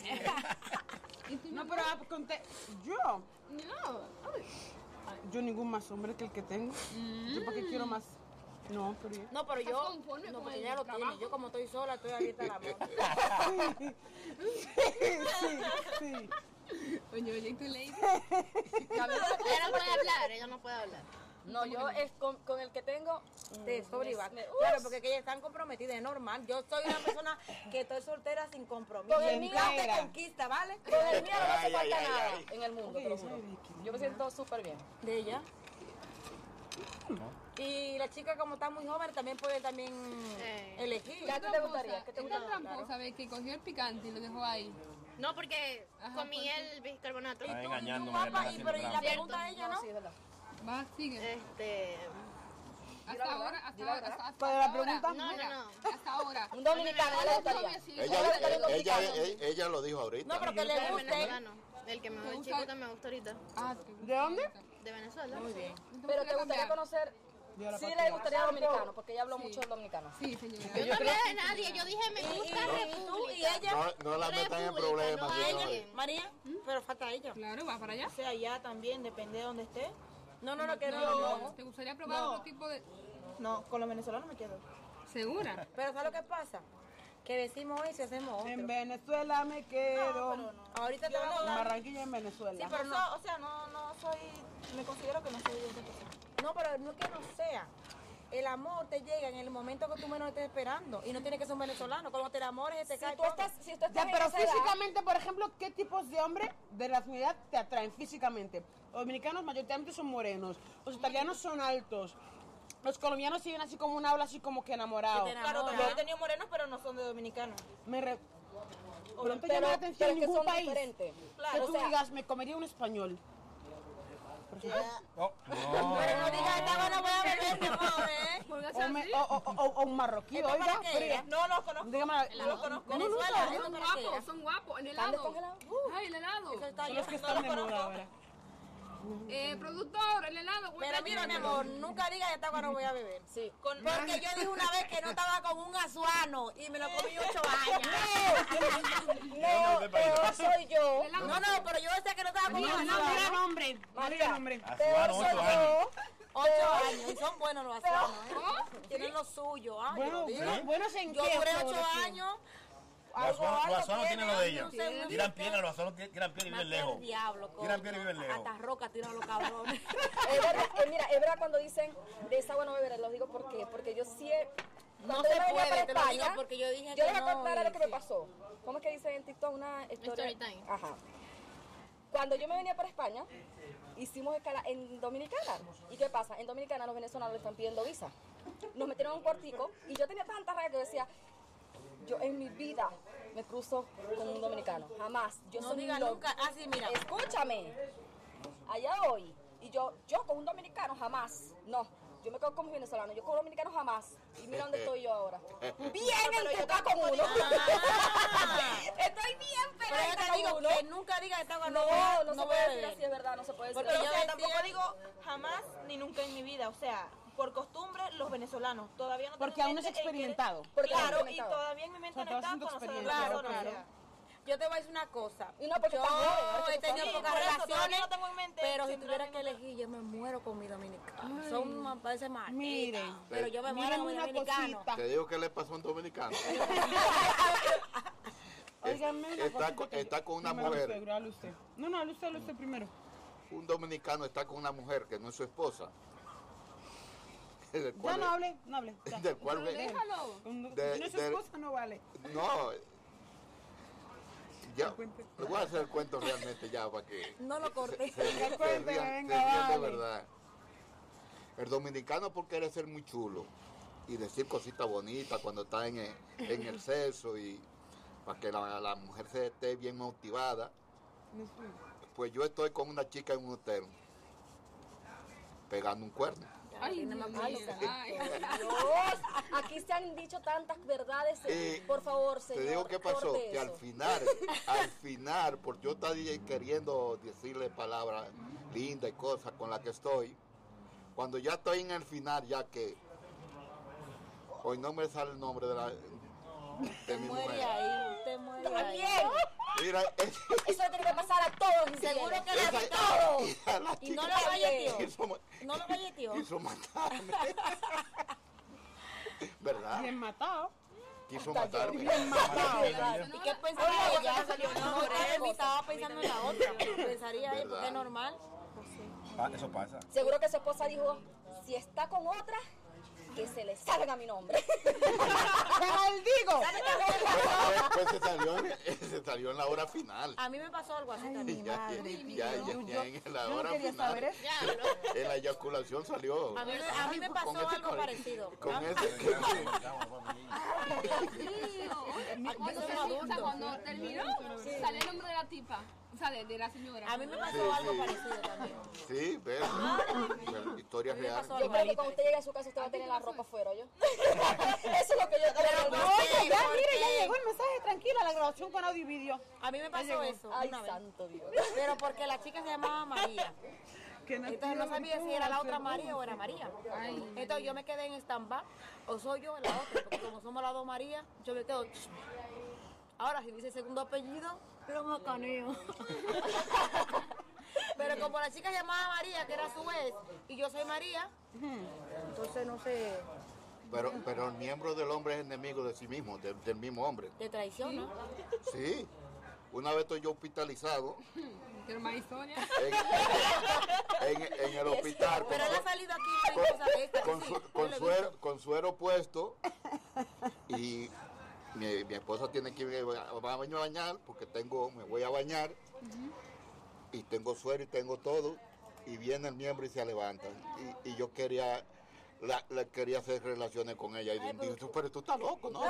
Speaker 1: ¿Y tú,
Speaker 3: No,
Speaker 1: mi
Speaker 3: pero
Speaker 1: amor?
Speaker 3: ah, conté. Yo.
Speaker 1: No.
Speaker 3: Yo ningún más hombre que el que tengo. Yo para qué quiero más. No, pero yo.
Speaker 4: No, pero
Speaker 1: ¿Estás
Speaker 4: yo,
Speaker 1: conforme
Speaker 4: no,
Speaker 1: con
Speaker 4: porque
Speaker 1: el
Speaker 4: ya lo tiene.
Speaker 1: trabajo?
Speaker 4: Yo como estoy sola, estoy abierta al amor.
Speaker 3: Sí, sí.
Speaker 1: Oye, oye, tú le
Speaker 7: Ella no puede hablar, ella no puede hablar.
Speaker 5: No, yo es con, con el que tengo.
Speaker 4: Te sobreviva.
Speaker 5: Me-
Speaker 4: Mm, Claro, porque que ellas están comprometidas, es normal. Yo soy una persona que estoy soltera sin compromiso.
Speaker 5: Con el
Speaker 4: Y
Speaker 5: mío
Speaker 4: no te
Speaker 3: entera.
Speaker 4: conquista, ¿vale?
Speaker 5: Con el mío no
Speaker 2: Ay,
Speaker 5: hace
Speaker 2: ay,
Speaker 5: falta
Speaker 2: ay,
Speaker 5: nada
Speaker 2: ay.
Speaker 5: en el mundo, te lo juro. Yo me siento súper bien.
Speaker 4: De ella. Y la chica como está muy joven también puede también
Speaker 7: Eh.
Speaker 4: elegir.
Speaker 5: Ya
Speaker 1: Esta
Speaker 5: te gustaría,
Speaker 1: tramposa,
Speaker 5: ¿qué te
Speaker 1: esta
Speaker 5: gustaría?
Speaker 1: tramposa, ve que cogió el picante y lo dejó ahí.
Speaker 7: No, porque
Speaker 1: Ajá, ¿por
Speaker 7: comí
Speaker 1: qué?
Speaker 7: el bicarbonato.
Speaker 4: Tú
Speaker 6: Ay.
Speaker 4: y tú
Speaker 6: engañándome,
Speaker 4: papá,
Speaker 6: además,
Speaker 4: y,
Speaker 6: haciendo
Speaker 4: pero y la
Speaker 6: trampa.
Speaker 4: pregunta a ella,
Speaker 5: No,
Speaker 4: ¿no?
Speaker 5: sí, es verdad.
Speaker 1: Va, sigue.
Speaker 7: Este.
Speaker 1: Hasta ahora, hasta ahora, hasta, hasta
Speaker 3: Pero la
Speaker 1: ahora.
Speaker 3: pregunta-
Speaker 7: No, no,
Speaker 1: Mira,
Speaker 7: no.
Speaker 1: Hasta ahora.
Speaker 5: Un dominicano le gustaría.
Speaker 2: Ella,
Speaker 5: Ahora
Speaker 2: ella,
Speaker 5: también con
Speaker 2: ella,
Speaker 5: picante.
Speaker 2: ella- ella lo dijo ahorita.
Speaker 4: No, pero que le
Speaker 7: El
Speaker 4: guste.
Speaker 7: venezolano. El que me
Speaker 1: ¿Te
Speaker 7: el
Speaker 1: gusta?
Speaker 7: chico que me gusta ahorita.
Speaker 1: Ah,
Speaker 3: ¿De dónde?
Speaker 7: De Venezuela.
Speaker 4: Muy bien.
Speaker 5: Pero te gustaría conocer.
Speaker 3: Yo la
Speaker 5: Sí,
Speaker 3: patria.
Speaker 5: le gustaría dominicano, porque ella habló
Speaker 1: Sí.
Speaker 5: mucho del dominicano.
Speaker 1: Sí, señora.
Speaker 7: Yo no hablé de nadie, yo dije me gusta
Speaker 4: Y tú y
Speaker 7: República.
Speaker 4: ella,
Speaker 2: No, no la metan en problemas,
Speaker 7: no,
Speaker 2: señores.
Speaker 7: ella-
Speaker 4: María, pero falta ella.
Speaker 1: Claro, va para allá.
Speaker 8: O sea, ya también, depende de dónde esté.
Speaker 4: No, no, no, que
Speaker 1: No,
Speaker 4: no.
Speaker 1: no, no. ¿Te gustaría probar
Speaker 8: No.
Speaker 1: otro tipo de...?
Speaker 8: No, con los venezolanos me quedo.
Speaker 1: ¿Segura?
Speaker 4: Pero ¿sabes lo que pasa? Que decimos hoy si hacemos
Speaker 3: En
Speaker 4: otro.
Speaker 3: Venezuela me quedo.
Speaker 4: Ahorita te
Speaker 3: En
Speaker 4: vamos a hablar.
Speaker 3: Barranquilla en Venezuela.
Speaker 8: Sí, pero no, o sea, no, no soy, me considero que no soy de esa persona.
Speaker 4: No, pero no que no sea. El amor te llega en el momento que tú menos estés esperando. Y no tiene que ser un venezolano. Cuando te enamores, te cae
Speaker 5: Si tú
Speaker 4: todo.
Speaker 5: estás, si tú estás
Speaker 3: Ya,
Speaker 5: en
Speaker 3: pero
Speaker 5: esa edad,
Speaker 3: físicamente, por ejemplo, ¿qué tipos de hombre de la comunidad te atraen físicamente? Los dominicanos mayoritariamente son morenos, los italianos son altos, los colombianos siguen así como un habla así como que enamorado.
Speaker 4: Que te
Speaker 8: Claro,
Speaker 4: Ahora.
Speaker 8: también he tenido morenos, pero no son de dominicanos.
Speaker 3: Me re... Pero no te llama
Speaker 5: pero,
Speaker 3: la
Speaker 5: pero
Speaker 3: atención
Speaker 5: es que
Speaker 3: ningún
Speaker 5: son
Speaker 3: país
Speaker 5: diferentes.
Speaker 3: que
Speaker 8: Claro,
Speaker 3: tú
Speaker 8: o sea,
Speaker 3: digas, me comería un español. por favor.
Speaker 6: No,
Speaker 10: no. Pero no digas, está bueno, voy a beber, no, ¿eh?
Speaker 3: O, me- o- o- o- o- o un marroquí,
Speaker 10: ¿Esto para
Speaker 3: oiga.
Speaker 10: qué
Speaker 4: ¿eh?
Speaker 10: era? No los conozco.
Speaker 3: Dígame, la-
Speaker 10: No los conozco.
Speaker 3: No, no, no,
Speaker 10: Venezuela,
Speaker 3: no,
Speaker 10: ¿eh?
Speaker 1: Son
Speaker 10: ¿Dónde
Speaker 1: guapos,
Speaker 10: era?
Speaker 1: son guapos. En
Speaker 10: ¿Están
Speaker 1: helado.
Speaker 10: descongelados?
Speaker 1: Ay, el helado.
Speaker 3: Son los que
Speaker 10: No
Speaker 3: están
Speaker 10: los
Speaker 3: de moda
Speaker 10: conozco.
Speaker 3: ahora.
Speaker 1: Eh, productor, el helado.
Speaker 4: Pero mira, mi amor, nunca digas esta cuando voy a beber.
Speaker 10: Sí.
Speaker 4: Con- porque yo dije una vez que no estaba con un azuano y me lo comí ocho años.
Speaker 6: No,
Speaker 10: No, peor soy yo.
Speaker 1: Helado.
Speaker 4: No, no, pero yo decía que no estaba con un
Speaker 3: No, no,
Speaker 4: azuano.
Speaker 3: diga nombre. No diga nombre.
Speaker 6: Azuaron
Speaker 10: Peor
Speaker 6: ocho
Speaker 10: soy
Speaker 6: años.
Speaker 10: yo.
Speaker 4: Ocho años. Y son buenos los azuanos, ¿eh? Tienen lo suyo. ah, yo
Speaker 3: Bueno,
Speaker 4: lo digo.
Speaker 3: bueno, buenos en
Speaker 4: Yo
Speaker 3: qué,
Speaker 4: duré
Speaker 3: por
Speaker 4: ocho
Speaker 3: decir.
Speaker 4: años.
Speaker 6: Los azuanos- los azuanos tienen lo de
Speaker 4: no
Speaker 6: ellos.
Speaker 4: sé, uno
Speaker 6: Tiran
Speaker 4: dice,
Speaker 6: piedra, los azuanos ti- tiran piedra y
Speaker 4: "Mate
Speaker 6: viven
Speaker 4: al
Speaker 6: lejos.
Speaker 4: diablo,
Speaker 6: Tiran
Speaker 4: coño.
Speaker 6: piedra y viven lejos.
Speaker 4: Hasta roca tiran los cabrones.
Speaker 5: Es verdad, eh, mira, es verdad cuando dicen de esa bueno beber, los digo por qué, porque yo sí he-
Speaker 4: No
Speaker 5: cuando
Speaker 4: se
Speaker 5: yo venía
Speaker 4: puede,
Speaker 5: para
Speaker 4: te lo digo
Speaker 5: España,
Speaker 4: porque yo dije
Speaker 5: yo
Speaker 4: que
Speaker 5: les voy a
Speaker 4: no,
Speaker 5: contar
Speaker 4: y
Speaker 5: lo que me
Speaker 4: sí.
Speaker 5: pasó. ¿Cómo es que dice en TikTok una historia?
Speaker 7: Story time.
Speaker 5: Ajá. Cuando yo me venía para España, hicimos escala en Dominicana. ¿Y qué pasa? En Dominicana los venezolanos le están pidiendo visa. Nos metieron en un cuartico y yo tenía tanta rabia que yo decía, yo en mi vida me cruzo con un dominicano. Jamás. Yo
Speaker 4: No
Speaker 5: soy
Speaker 4: diga
Speaker 5: lo-
Speaker 4: nunca. Así, mira.
Speaker 5: Escúchame. Allá hoy. Y yo, yo con un dominicano jamás. No. Yo me quedo con mis venezolanos. Yo con un dominicano jamás. Y mira dónde estoy yo ahora. Bien en que está con uno. [laughs] Estoy bien
Speaker 4: Pero yo
Speaker 5: pegadita
Speaker 4: te digo
Speaker 5: con uno.
Speaker 4: que nunca digas esta cuando voy a-
Speaker 5: No, no se
Speaker 4: no voy a
Speaker 5: puede decir
Speaker 4: beber.
Speaker 5: así, es verdad. No se puede decir
Speaker 4: Porque
Speaker 8: Pero,
Speaker 4: yo
Speaker 8: o sea,
Speaker 4: decía-
Speaker 8: tampoco digo jamás ni nunca en mi vida. O sea, por costumbre, los venezolanos. Todavía no tengo
Speaker 3: Porque aún no es
Speaker 8: en mente el que-
Speaker 3: experimentado.
Speaker 5: Porque aún no es
Speaker 8: Claro, y
Speaker 5: experimentado.
Speaker 8: todavía en mi mente
Speaker 3: Son
Speaker 8: no
Speaker 3: todas
Speaker 8: está
Speaker 3: sin tu
Speaker 8: conocer a la
Speaker 3: experiencia,
Speaker 8: persona.
Speaker 3: claro,
Speaker 8: o sea.
Speaker 4: Yo te voy a decir una cosa.
Speaker 5: Y no, porque
Speaker 4: yo
Speaker 5: estás joven, ahora que
Speaker 4: he
Speaker 5: tú estás
Speaker 4: tenido
Speaker 8: joven.
Speaker 4: pocas
Speaker 8: Sí, por eso, todavía
Speaker 4: relaciones,
Speaker 8: no tengo en mente
Speaker 4: pero si
Speaker 8: centrar
Speaker 4: tuviera
Speaker 8: en
Speaker 4: que elegir, yo me muero con mi dominicano. Son más veces más.
Speaker 3: Miren.
Speaker 4: pero yo me muero
Speaker 3: Miren
Speaker 4: con mi
Speaker 3: una
Speaker 4: [laughs] dominicano.
Speaker 3: cosita.
Speaker 2: Te digo que le pasó a un
Speaker 3: [laughs]
Speaker 2: dominicano.
Speaker 3: Óigame una
Speaker 2: está,
Speaker 3: cosita
Speaker 2: con,
Speaker 3: que-
Speaker 2: está con una
Speaker 3: Dímelo usted,
Speaker 2: mujer.
Speaker 3: bro, hable usted. No, no, hable usted, hable usted primero.
Speaker 2: Un dominicano está con una mujer que no es su esposa. [laughs] Del
Speaker 3: Ya
Speaker 2: cual-
Speaker 3: no hable, no hable. ya.
Speaker 2: [laughs] del cual-
Speaker 1: Déjalo.
Speaker 3: Cuando-
Speaker 2: de-
Speaker 3: si no es su
Speaker 2: de-
Speaker 3: esposa, no vale.
Speaker 2: No. Ya.
Speaker 3: cuente.
Speaker 2: Le voy a hacer el cuento realmente ya para que.
Speaker 4: No lo corté.
Speaker 2: se- se
Speaker 3: cuente,
Speaker 2: rían- se
Speaker 3: venga,
Speaker 2: rían de
Speaker 3: vale.
Speaker 2: verdad. El dominicano por querer ser muy chulo y decir cositas bonitas cuando está en el, en el sexo y para que la, la mujer se esté bien motivada.
Speaker 3: No es suyo.
Speaker 2: Pues yo estoy con una chica en un hotel pegando un cuerno.
Speaker 1: Ay, Dios mío. Ay.
Speaker 5: Dios, aquí se han dicho tantas verdades.
Speaker 2: Eh,
Speaker 5: por favor, señor.
Speaker 2: Te digo qué pasó,
Speaker 5: corte
Speaker 2: que al
Speaker 5: eso.
Speaker 2: final, al final, porque yo estaba queriendo decirle palabras lindas y cosas con las que estoy, cuando ya estoy en el final, ya que hoy no me sale el nombre de, la, de mi
Speaker 4: Muere
Speaker 2: mujer.
Speaker 4: ahí, te muere ahí.
Speaker 5: Bien.
Speaker 4: [laughs]
Speaker 2: Mira, es-
Speaker 5: Eso le tiene que pasar a todos. Gisela.
Speaker 4: Seguro que la
Speaker 2: esa- [laughs] esa- la
Speaker 4: Y no
Speaker 2: chica
Speaker 4: lo vaya,
Speaker 2: [laughs]
Speaker 4: tío.
Speaker 2: quiso ma-
Speaker 4: No lo vaya, tío.
Speaker 2: Quiso matarme. [laughs] ¿Verdad?
Speaker 3: Bien
Speaker 4: [laughs]
Speaker 3: matado.
Speaker 2: Quiso matarme.
Speaker 4: ¿Y qué pensaría ella? No, hombre, ni estaba pensando en la otra. Pensaría ahí, porque es normal.
Speaker 6: Pa- Eso pasa.
Speaker 5: Seguro que su esposa dijo, si está con otra, que se le salga mi nombre.
Speaker 3: ¡Te maldigo!
Speaker 2: Pues, [laughs] pues se salió, se salió en la hora final.
Speaker 4: A mí me pasó algo así
Speaker 2: Y
Speaker 4: también.
Speaker 2: [laughs] ya, ya, ya, ya, ya en la hora
Speaker 3: quería
Speaker 2: final,
Speaker 3: saber eso.
Speaker 2: [laughs] En la eyaculación salió.
Speaker 4: A mí, a mí me pasó
Speaker 2: ese
Speaker 4: algo
Speaker 2: col-
Speaker 4: parecido. Ah.
Speaker 2: [laughs] Con ese
Speaker 4: Aquí
Speaker 1: Ah, Cuando,
Speaker 4: somos
Speaker 1: termina- o sea,
Speaker 4: adultos.
Speaker 1: cuando terminó, sale el nombre de la tipa. Sale de la señora.
Speaker 4: A mí me pasó algo parecido también.
Speaker 2: [laughs] Sí, ves. Historia
Speaker 4: me
Speaker 2: real.
Speaker 4: pasó
Speaker 5: Yo creo que cuando usted llegue a su casa, usted va a tener la ropa
Speaker 4: [laughs]
Speaker 5: afuera, ¿yo? Eso es lo que yo
Speaker 4: Pero
Speaker 5: creo.
Speaker 4: no
Speaker 3: Oye,
Speaker 4: sé,
Speaker 3: ya,
Speaker 4: ¿por
Speaker 3: mire, ya
Speaker 4: qué?
Speaker 3: llegó el mensaje, tranquila, la grabación con audio y vídeo.
Speaker 4: A mí me pasó eso
Speaker 5: Ay,
Speaker 4: una vez.
Speaker 5: santo Dios.
Speaker 4: Pero porque la chica se llamaba María.
Speaker 3: Que
Speaker 4: Entonces no sabía si era la otra María o era María. Entonces yo me quedé en stand-by. O soy yo o la otra. Porque como somos las dos María, yo me quedo. Ahora, si dice el segundo apellido, pero macaneo. [laughs] Pero como la chica se llamaba María, que era su vez, y yo soy María, entonces no sé,
Speaker 2: Pero, pero el miembro del hombre es enemigo de sí mismo, de- del mismo hombre.
Speaker 4: te traiciona.
Speaker 2: Sí. Una vez estoy yo hospitalizado
Speaker 1: Pero más historia.
Speaker 2: [laughs] en, en- en el hospital.
Speaker 4: Pero él ha salido aquí y
Speaker 2: con,
Speaker 4: cosas de estas.
Speaker 2: con
Speaker 4: sí,
Speaker 2: su-
Speaker 4: yo
Speaker 2: con
Speaker 4: lo he
Speaker 2: suero,
Speaker 4: visto.
Speaker 2: con suero puesto y mi, mi esposa tiene que ir a, va a baño a bañar porque tengo me voy a bañar y tengo suero y tengo todo y viene el miembro y se levanta y, y yo quería la, la quería hacer relaciones con ella. Y dije, tú, pero tú estás loco, ¿no?
Speaker 1: Ay,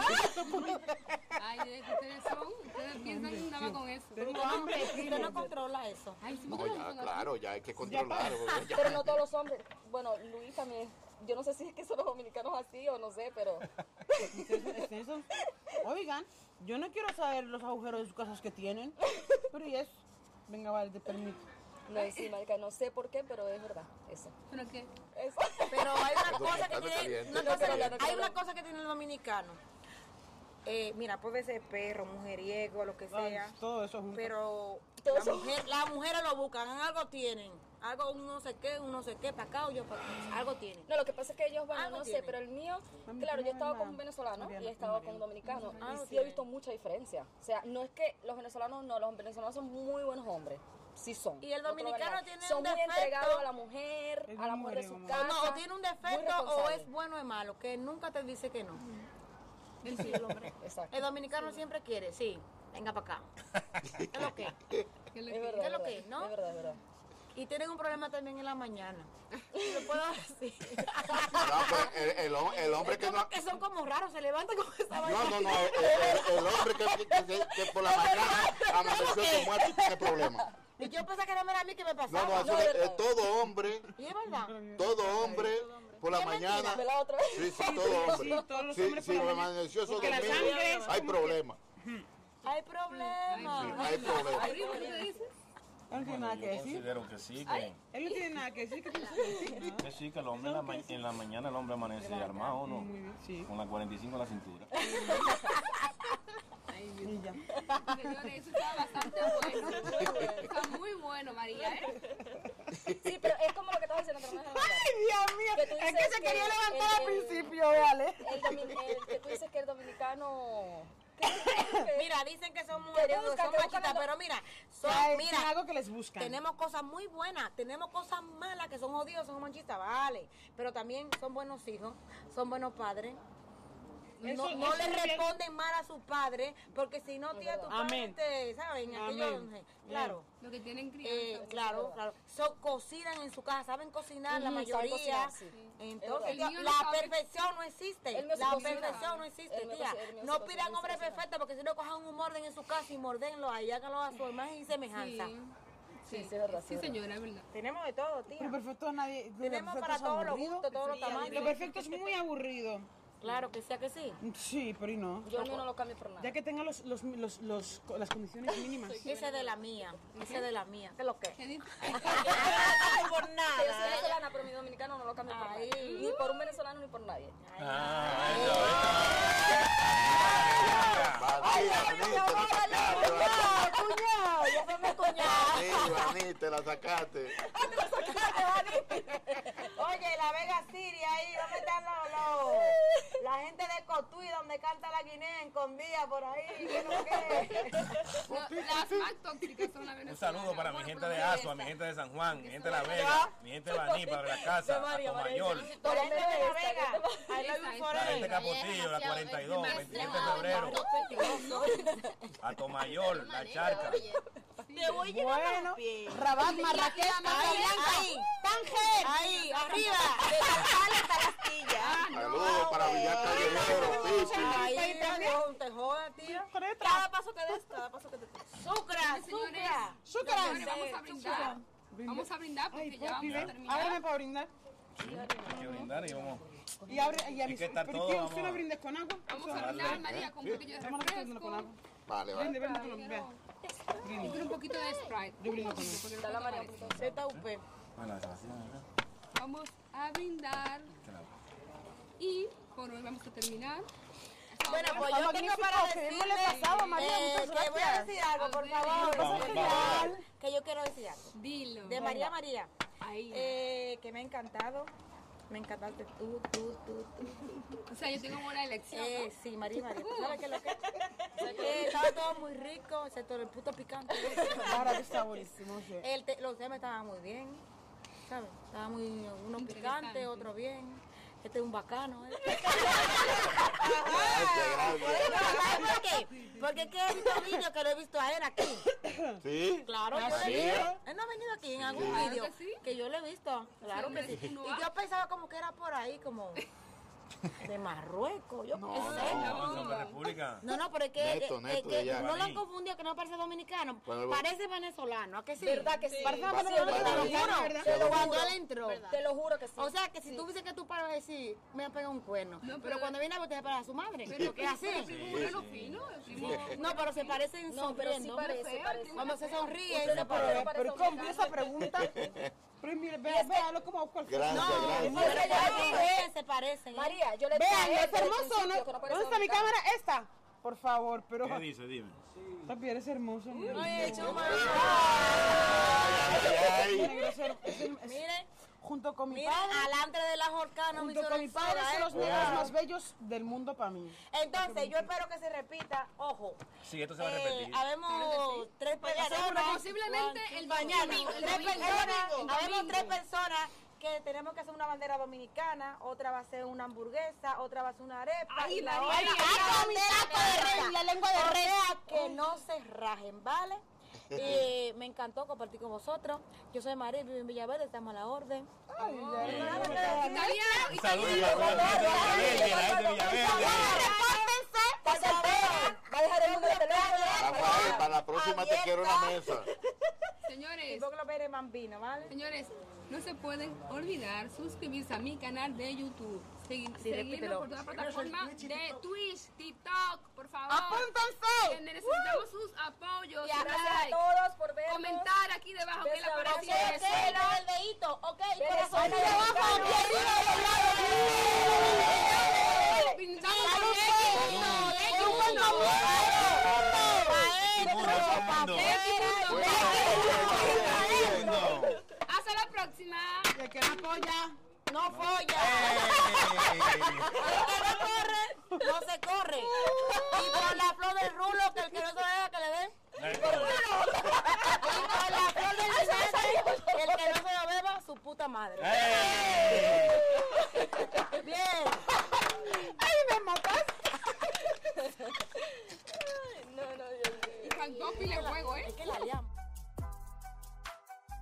Speaker 1: de que ustedes son, ustedes piensan nada más con eso.
Speaker 4: Tengo hambre, usted no controla eso.
Speaker 1: Ay, sí,
Speaker 2: No,
Speaker 1: ustedes
Speaker 2: ya,
Speaker 1: son-
Speaker 2: claro, ya hay que controlar. porque ya-
Speaker 5: Pero no todos los hombres. Bueno, Luis también. Yo no sé si es que son los dominicanos así o no sé, pero.
Speaker 3: Eso. Oigan, yo no quiero saber los agujeros de sus casas que tienen, pero ya es. Venga, vale, te permito.
Speaker 5: No, sí, marica, no sé por qué, pero es verdad. Eso.
Speaker 1: ¿Pero qué?
Speaker 5: Eso.
Speaker 4: Pero hay una
Speaker 2: Eso
Speaker 4: cosa que
Speaker 2: está
Speaker 4: tiene,
Speaker 2: caliente,
Speaker 4: una
Speaker 2: está
Speaker 4: cosa-
Speaker 2: caliente.
Speaker 4: hay una cosa que tiene el dominicano. Eh, mira, puede ser perro, mujeriego, lo que
Speaker 3: Ay,
Speaker 4: sea.
Speaker 3: todo eso junto.
Speaker 4: Pero
Speaker 5: Todo
Speaker 4: las
Speaker 5: eso.
Speaker 4: mujeres la mujeres lo buscan, algo tienen. Algo, un no sé qué, un no sé qué, para acá o yo para acá. Algo tienen.
Speaker 5: No, lo que pasa es que ellos van,
Speaker 4: Algo
Speaker 5: no sé,
Speaker 4: Ah, tienen.
Speaker 5: pero el mío,
Speaker 3: Mami,
Speaker 5: claro, yo
Speaker 3: ponme
Speaker 5: estaba
Speaker 3: la-
Speaker 5: con un venezolano
Speaker 3: Mariana,
Speaker 5: y estaba
Speaker 3: ponme
Speaker 5: con un dominicano.
Speaker 4: Mariana. Algo
Speaker 5: Y sí he
Speaker 4: tienen.
Speaker 5: visto mucha diferencia. O sea, no es que los venezolanos no, los venezolanos son muy buenos hombres. Sí son.
Speaker 4: Y el
Speaker 5: no te lo voy a
Speaker 4: dominicano
Speaker 5: negar.
Speaker 4: tiene
Speaker 5: Son
Speaker 4: un
Speaker 5: muy
Speaker 4: defecto.
Speaker 5: entregados a la mujer,
Speaker 3: Es
Speaker 5: a la
Speaker 3: muy
Speaker 5: mujer de su
Speaker 3: marihuana.
Speaker 5: casa.
Speaker 4: O no, o tiene un
Speaker 5: muy
Speaker 4: defecto o
Speaker 5: responsable.
Speaker 4: es bueno o es malo, que nunca te dice que no. [laughs]
Speaker 5: Exacto.
Speaker 4: El dominicano siempre quiere, sí, venga para
Speaker 2: [laughs]
Speaker 4: acá. ¿Qué es lo que?
Speaker 1: ¿Qué le
Speaker 5: Es verdad.
Speaker 4: ¿Qué es
Speaker 5: es
Speaker 4: lo
Speaker 5: verdad,
Speaker 4: que es, no?
Speaker 5: Es verdad, es verdad.
Speaker 4: Y tienen un problema también en la mañana. Lo
Speaker 2: [laughs]
Speaker 4: puedo decir.
Speaker 2: No, pero el, el hom- el hombre
Speaker 4: Es
Speaker 2: que
Speaker 4: como
Speaker 2: no.
Speaker 4: que son como raros, se levantan con esa vaina.
Speaker 2: No, no, no, el, el- el hombre que, que- que- que por la mañana amaneció con muerto, ¿qué problema?
Speaker 4: Y yo pensaba que no era a mí que me pasaba.
Speaker 2: No, no, eso
Speaker 5: No,
Speaker 2: de-
Speaker 5: verdad.
Speaker 2: eh, todo hombre,
Speaker 4: Y es verdad.
Speaker 2: todo hombre por la mañana.
Speaker 5: Me la otra vez.
Speaker 2: Sí, sí, todo
Speaker 3: sí,
Speaker 2: hombre.
Speaker 3: todos los
Speaker 2: Sí,
Speaker 3: hombres
Speaker 2: sí,
Speaker 3: por la mañana.
Speaker 2: amaneció eso
Speaker 3: Porque la
Speaker 2: dormido,
Speaker 3: sangre es
Speaker 2: hay
Speaker 3: como
Speaker 2: problema.
Speaker 4: Hay problemas.
Speaker 2: Sí, hay problema.
Speaker 1: ¿Qué le dices?
Speaker 3: Él no tiene nada que
Speaker 6: yo
Speaker 3: decir.
Speaker 6: considero que sí, que,
Speaker 3: Él no tiene nada que decir. ¿Qué tienes que decir?
Speaker 6: que sí, que el hombre en la, ma- en la mañana el hombre amanece armado, ¿no?
Speaker 3: Muy bien, sí.
Speaker 6: Con la 45 en la cintura.
Speaker 3: Y ya.
Speaker 1: Señores, eso está bastante bueno. Está muy bueno, María, ¿eh?
Speaker 5: Sí, pero es como lo que estás diciendo, pero no es la verdad.
Speaker 3: Ay, Dios mío.
Speaker 5: Que tú
Speaker 3: Es que
Speaker 5: dices
Speaker 3: se quería
Speaker 5: que
Speaker 3: levantar al
Speaker 5: el-
Speaker 3: principio, vale.
Speaker 5: El, domin- el que tú dices que el dominicano.
Speaker 4: [laughs] Mira, dicen que son mujeres,
Speaker 5: buscan,
Speaker 4: son
Speaker 5: que buscan
Speaker 4: machitas,
Speaker 5: la-
Speaker 4: pero mira, son,
Speaker 3: Ay, tiene
Speaker 4: mira,
Speaker 3: algo que les buscan.
Speaker 4: tenemos cosas muy buenas, tenemos cosas malas que son jodidos, son machistas, vale, pero también son buenos hijos, son buenos padres.
Speaker 3: Eso-
Speaker 4: no no
Speaker 3: eso
Speaker 4: le
Speaker 3: también-
Speaker 4: responden mal a sus padres, porque si no, tía, tu padre
Speaker 3: Amén.
Speaker 4: te, ¿saben? Aquello, eh,
Speaker 3: Amén.
Speaker 4: claro.
Speaker 1: Lo que tienen
Speaker 4: Eh,
Speaker 1: crianza.
Speaker 4: claro, claro. So, cocinan en su casa, saben cocinar la
Speaker 5: Ujú, saben
Speaker 4: mayoría.
Speaker 5: cocinar, sí.
Speaker 4: Entonces,
Speaker 1: El mío
Speaker 4: tía,
Speaker 1: no
Speaker 4: la
Speaker 1: sabe-
Speaker 4: perfección no existe.
Speaker 5: El mío sí
Speaker 4: La
Speaker 5: cocina.
Speaker 4: perfección no existe,
Speaker 5: El mío
Speaker 4: tía.
Speaker 5: sí- el mío sí
Speaker 4: No
Speaker 5: cocina,
Speaker 4: pidan
Speaker 5: sí
Speaker 4: hombres
Speaker 5: cocina.
Speaker 4: perfectos porque si no cojan un morden en su casa y mordenlo ahí, háganlo a su hermana y semejanza.
Speaker 1: Sí,
Speaker 5: sí, es verdad, sí,
Speaker 1: Sí,
Speaker 5: es
Speaker 1: señora, es verdad.
Speaker 4: Tenemos de todo,
Speaker 3: Pero
Speaker 4: tía.
Speaker 3: perfecto a nadie. lo
Speaker 4: Tenemos
Speaker 3: perfecto
Speaker 4: para
Speaker 3: es
Speaker 4: todos los
Speaker 3: aburrido.
Speaker 4: gustos, todos los
Speaker 3: Lo
Speaker 4: tamaños.
Speaker 3: perfecto es muy aburrido.
Speaker 4: Claro que sea que sí.
Speaker 3: Sí, pero y no.
Speaker 5: Yo no, no lo cambio por nada.
Speaker 3: Ya que tenga los, los, los, los- las condiciones mínimas.
Speaker 4: Esa es de la mía, esa es de la mía. ¿Qué es lo que?
Speaker 1: ¿Qué
Speaker 6: [laughs]
Speaker 1: dices?
Speaker 4: Ay, por
Speaker 5: Sí, yo soy
Speaker 4: nada. ¿eh?
Speaker 5: venezolana, pero mi dominicano no lo cambio por
Speaker 4: Ay.
Speaker 5: nadie. Ni por un venezolano ni por nadie.
Speaker 6: Ah,
Speaker 2: Vanita, Vanita, la sacaste,
Speaker 4: Ah, cuñado, ya fue mi cuñado.
Speaker 2: Vanita, Vanita, la sacaste.
Speaker 4: Oye, la Vega City ahí, ¿dónde están los,
Speaker 8: [laughs]
Speaker 4: los- la gente de Cotuí donde canta la guinea escondida por ahí? yo no sé.
Speaker 8: [laughs]
Speaker 1: No, las más tóxicas son las venezolanas.
Speaker 6: Un saludo para mi
Speaker 1: Bueno,
Speaker 6: gente
Speaker 1: por lo
Speaker 6: de
Speaker 1: menos
Speaker 6: Asua, mi
Speaker 1: esa.
Speaker 6: gente de San Juan, mi gente de La Vega, mi gente de Baní, para la casa, a
Speaker 5: María, María,
Speaker 6: Tomayol,
Speaker 4: Por la gente de la
Speaker 5: Esta,
Speaker 4: Vega,
Speaker 5: que te-
Speaker 4: ahí lo vi por
Speaker 6: la gente de
Speaker 4: ahí.
Speaker 6: Capotillo, la 42, 27 de febrero, a Tomayol, la Charca.
Speaker 10: Te voy
Speaker 3: Bueno, Rabat, Marrakech,
Speaker 4: Ahí, Tánger, ahí, arriba.
Speaker 2: Saludos para Villar Callejero, Pipi.
Speaker 4: Ahí está, no, te jodas, tío.
Speaker 3: Coretra.
Speaker 8: Cada paso que des, cada paso que te des.
Speaker 4: Sucra, sucra.
Speaker 1: Señores, vamos a brindar. Vamos a brindar porque
Speaker 3: Ay,
Speaker 1: ya
Speaker 3: papi,
Speaker 1: vamos a
Speaker 3: ven.
Speaker 1: terminar.
Speaker 3: Ábreme para brindar.
Speaker 6: Hay que brindar y vamos.
Speaker 3: Y abre, y a
Speaker 6: Es
Speaker 3: mis-
Speaker 6: que está
Speaker 3: pero
Speaker 6: todo,
Speaker 3: tío,
Speaker 6: vamos
Speaker 3: ¿usted
Speaker 6: a-
Speaker 3: no brindes con agua?
Speaker 1: Vamos
Speaker 3: Eso-
Speaker 1: a brindar, María, con un poquillo de
Speaker 3: Vamos a brindarlo con agua.
Speaker 1: refresco.
Speaker 2: Vale, vale.
Speaker 3: Brinde, brinde con los- vea.
Speaker 1: Y con un poquito de Sprite.
Speaker 3: Yo brindo con agua.
Speaker 1: Porque no parece.
Speaker 4: ZUP.
Speaker 6: Bueno, Sebastián, acá.
Speaker 1: Vamos a brindar
Speaker 6: Te la-
Speaker 1: y por hoy vamos a terminar.
Speaker 4: Bueno, pues
Speaker 3: Está
Speaker 4: yo tengo
Speaker 3: magnífico,
Speaker 4: para
Speaker 3: que bien
Speaker 4: decirle
Speaker 3: me la pasaba, María,
Speaker 4: eh,
Speaker 3: muchas
Speaker 4: que voy a
Speaker 3: gracias.
Speaker 4: decir algo, por favor. Que yo quiero decir algo.
Speaker 1: Dilo.
Speaker 4: De María María.
Speaker 1: Ahí.
Speaker 4: Eh, que me ha encantado. Me encantaste tú, tú, tú, tú.
Speaker 1: o sea, yo tengo buena elección.
Speaker 4: Eh, sí, María María. ¿Tú sabes qué es
Speaker 3: [laughs]
Speaker 4: lo que es? Eh, estaba todo muy rico, excepto el puto
Speaker 3: [laughs]
Speaker 4: picante.
Speaker 3: Ahora que está buenísimo. sí.
Speaker 4: El te- los temas estaban muy bien. ¿Sabes? Estaba muy. Uno picante, otro bien. este es un bacano. ¿eh? ¿Por
Speaker 2: Gracias,
Speaker 4: qué? Porque es que he visto vídeos que lo he visto a él aquí.
Speaker 2: gracias. ¿Sí?
Speaker 4: Claro, yo
Speaker 2: ¿Ah,
Speaker 4: lo he
Speaker 2: sí?
Speaker 4: visto. Él no ha venido aquí en algún
Speaker 2: Claro
Speaker 4: vídeo
Speaker 1: que sí.
Speaker 4: que yo lo he visto. Claro que
Speaker 1: hombre,
Speaker 4: sí.
Speaker 1: uno
Speaker 4: Y yo pensaba como que era por ahí, como de Marruecos. Yo no,
Speaker 6: de República.
Speaker 4: no, no, pero es que,
Speaker 2: Neto,
Speaker 4: eh,
Speaker 2: neto
Speaker 4: eh, que
Speaker 2: de allá.
Speaker 4: no lo han confundido que no parece dominicano,
Speaker 2: Bueno, lo-
Speaker 4: parece venezolano, ¿a que sí?
Speaker 5: ¿Verdad que sí?
Speaker 4: Parece
Speaker 2: Va-
Speaker 4: venezolano,
Speaker 2: va-
Speaker 4: te lo
Speaker 2: va-
Speaker 4: juro,
Speaker 2: ¿verdad?
Speaker 4: te lo
Speaker 2: ¿verdad?
Speaker 4: juro, cuando él entró.
Speaker 5: Te lo juro que sí.
Speaker 4: O sea, que si tú dices que tu padre decir, me ha pegado un cuerno, pero,
Speaker 1: pero-
Speaker 4: cuando viene a ver, te para a su madre,
Speaker 1: Pero
Speaker 4: ¿qué hace?
Speaker 1: El primo moreno fino, el primo...
Speaker 4: No, pero se parecen
Speaker 5: No, pero sí
Speaker 4: sonriendo.
Speaker 5: parece, parece.
Speaker 4: Cuando se sonríe,
Speaker 5: Usted
Speaker 4: se
Speaker 3: Pero,
Speaker 5: no
Speaker 4: parece.
Speaker 5: parece-
Speaker 3: eh, pero ¿cómo esa pregunta? Pero mira, vea, véalo como cualquier.
Speaker 2: Gracias,
Speaker 4: No,
Speaker 2: gracias.
Speaker 4: pero yo dije, se parecen. ¿eh?
Speaker 5: María, yo le dije a
Speaker 3: Vean,
Speaker 5: él
Speaker 3: es
Speaker 5: desde el
Speaker 3: hermoso,
Speaker 5: principio que
Speaker 3: ¿no?
Speaker 5: no parece
Speaker 3: ¿Dónde está mi
Speaker 5: dominicano.
Speaker 3: cámara? Esta. Por favor, pero.
Speaker 6: ¿Qué dice? Dime.
Speaker 3: Esta piel es hermosa. mira.
Speaker 2: Ay,
Speaker 3: Mira,
Speaker 2: ay,
Speaker 3: grosero. Es el- es-
Speaker 4: Miren,
Speaker 3: Junto con mi
Speaker 4: miren,
Speaker 3: padre.
Speaker 4: alante de la jorcana, mi
Speaker 3: Junto con mi padre
Speaker 4: sonrisera,
Speaker 3: son
Speaker 4: ¿eh?
Speaker 3: los negros más bellos del mundo para mí.
Speaker 8: Entonces, yo espero que se repita, ojo,
Speaker 6: Sí, esto se va a
Speaker 4: Eh,
Speaker 6: repetir.
Speaker 4: habemos tres
Speaker 8: Pues
Speaker 1: Seguro,
Speaker 4: personas.
Speaker 1: posiblemente el
Speaker 4: mañana.
Speaker 1: domingo, el
Speaker 4: Tres
Speaker 1: domingo.
Speaker 4: personas.
Speaker 1: El
Speaker 8: Habemos
Speaker 1: domingo.
Speaker 8: tres personas que tenemos que hacer una bandera dominicana, otra va a ser una hamburguesa, otra va a ser una arepa. y la otra-
Speaker 4: Taco, taco de rey, la lengua de
Speaker 8: O
Speaker 4: rey.
Speaker 8: sea, que
Speaker 4: Que no se rajen, ¿vale? Eh, me encantó compartir con vosotros. Yo soy María, vivo en Villaverde, estamos a la orden.
Speaker 1: Italiano,
Speaker 6: Saludos
Speaker 1: italiano.
Speaker 6: a la gente de Villaverde, a la gente de Villaverde.
Speaker 8: Va a dejar- va a dejar el número de teléfono.
Speaker 2: Rafael, para la próxima te quiero una mesa.
Speaker 1: Señores,
Speaker 8: Y vos que lo veré bambino, ¿vale?
Speaker 1: Señores, no se pueden olvidar suscribirse a mi canal de YouTube. Segui- seguirnos por toda la plataforma de Twitch, TikTok, por favor. Que Necesitamos sus apoyos,
Speaker 5: Gracias a
Speaker 1: like,
Speaker 5: todos por vernos.
Speaker 1: comentar aquí debajo que le
Speaker 5: Beso, abrazo.
Speaker 1: aparece
Speaker 5: Ok,
Speaker 1: Venezuela.
Speaker 4: el dedito, ok,
Speaker 5: corazón
Speaker 4: corazón
Speaker 5: hacia abajo,
Speaker 4: abajo,
Speaker 5: aquí arriba,
Speaker 1: Pintamos
Speaker 4: Salud, pues.
Speaker 1: con
Speaker 4: mundo,
Speaker 1: X1,
Speaker 4: de
Speaker 1: X1.
Speaker 4: mundo,
Speaker 6: Pa'
Speaker 4: mundo,
Speaker 6: dentro,
Speaker 1: X1.
Speaker 6: Mundo.
Speaker 4: pues.
Speaker 1: Hasta la próxima.
Speaker 3: Y el que no apoya.
Speaker 4: No folla.
Speaker 6: Eh, Ey.
Speaker 4: El que no corre, no se corre. Y por la flor del rulo, que el que no se deja que le den. Y por la flor del rulo, el que no se la beba, su puta madre.
Speaker 6: Ey.
Speaker 4: Bien.
Speaker 1: Y Juan Gopi le juego, ¿eh?
Speaker 4: Es que la liamos.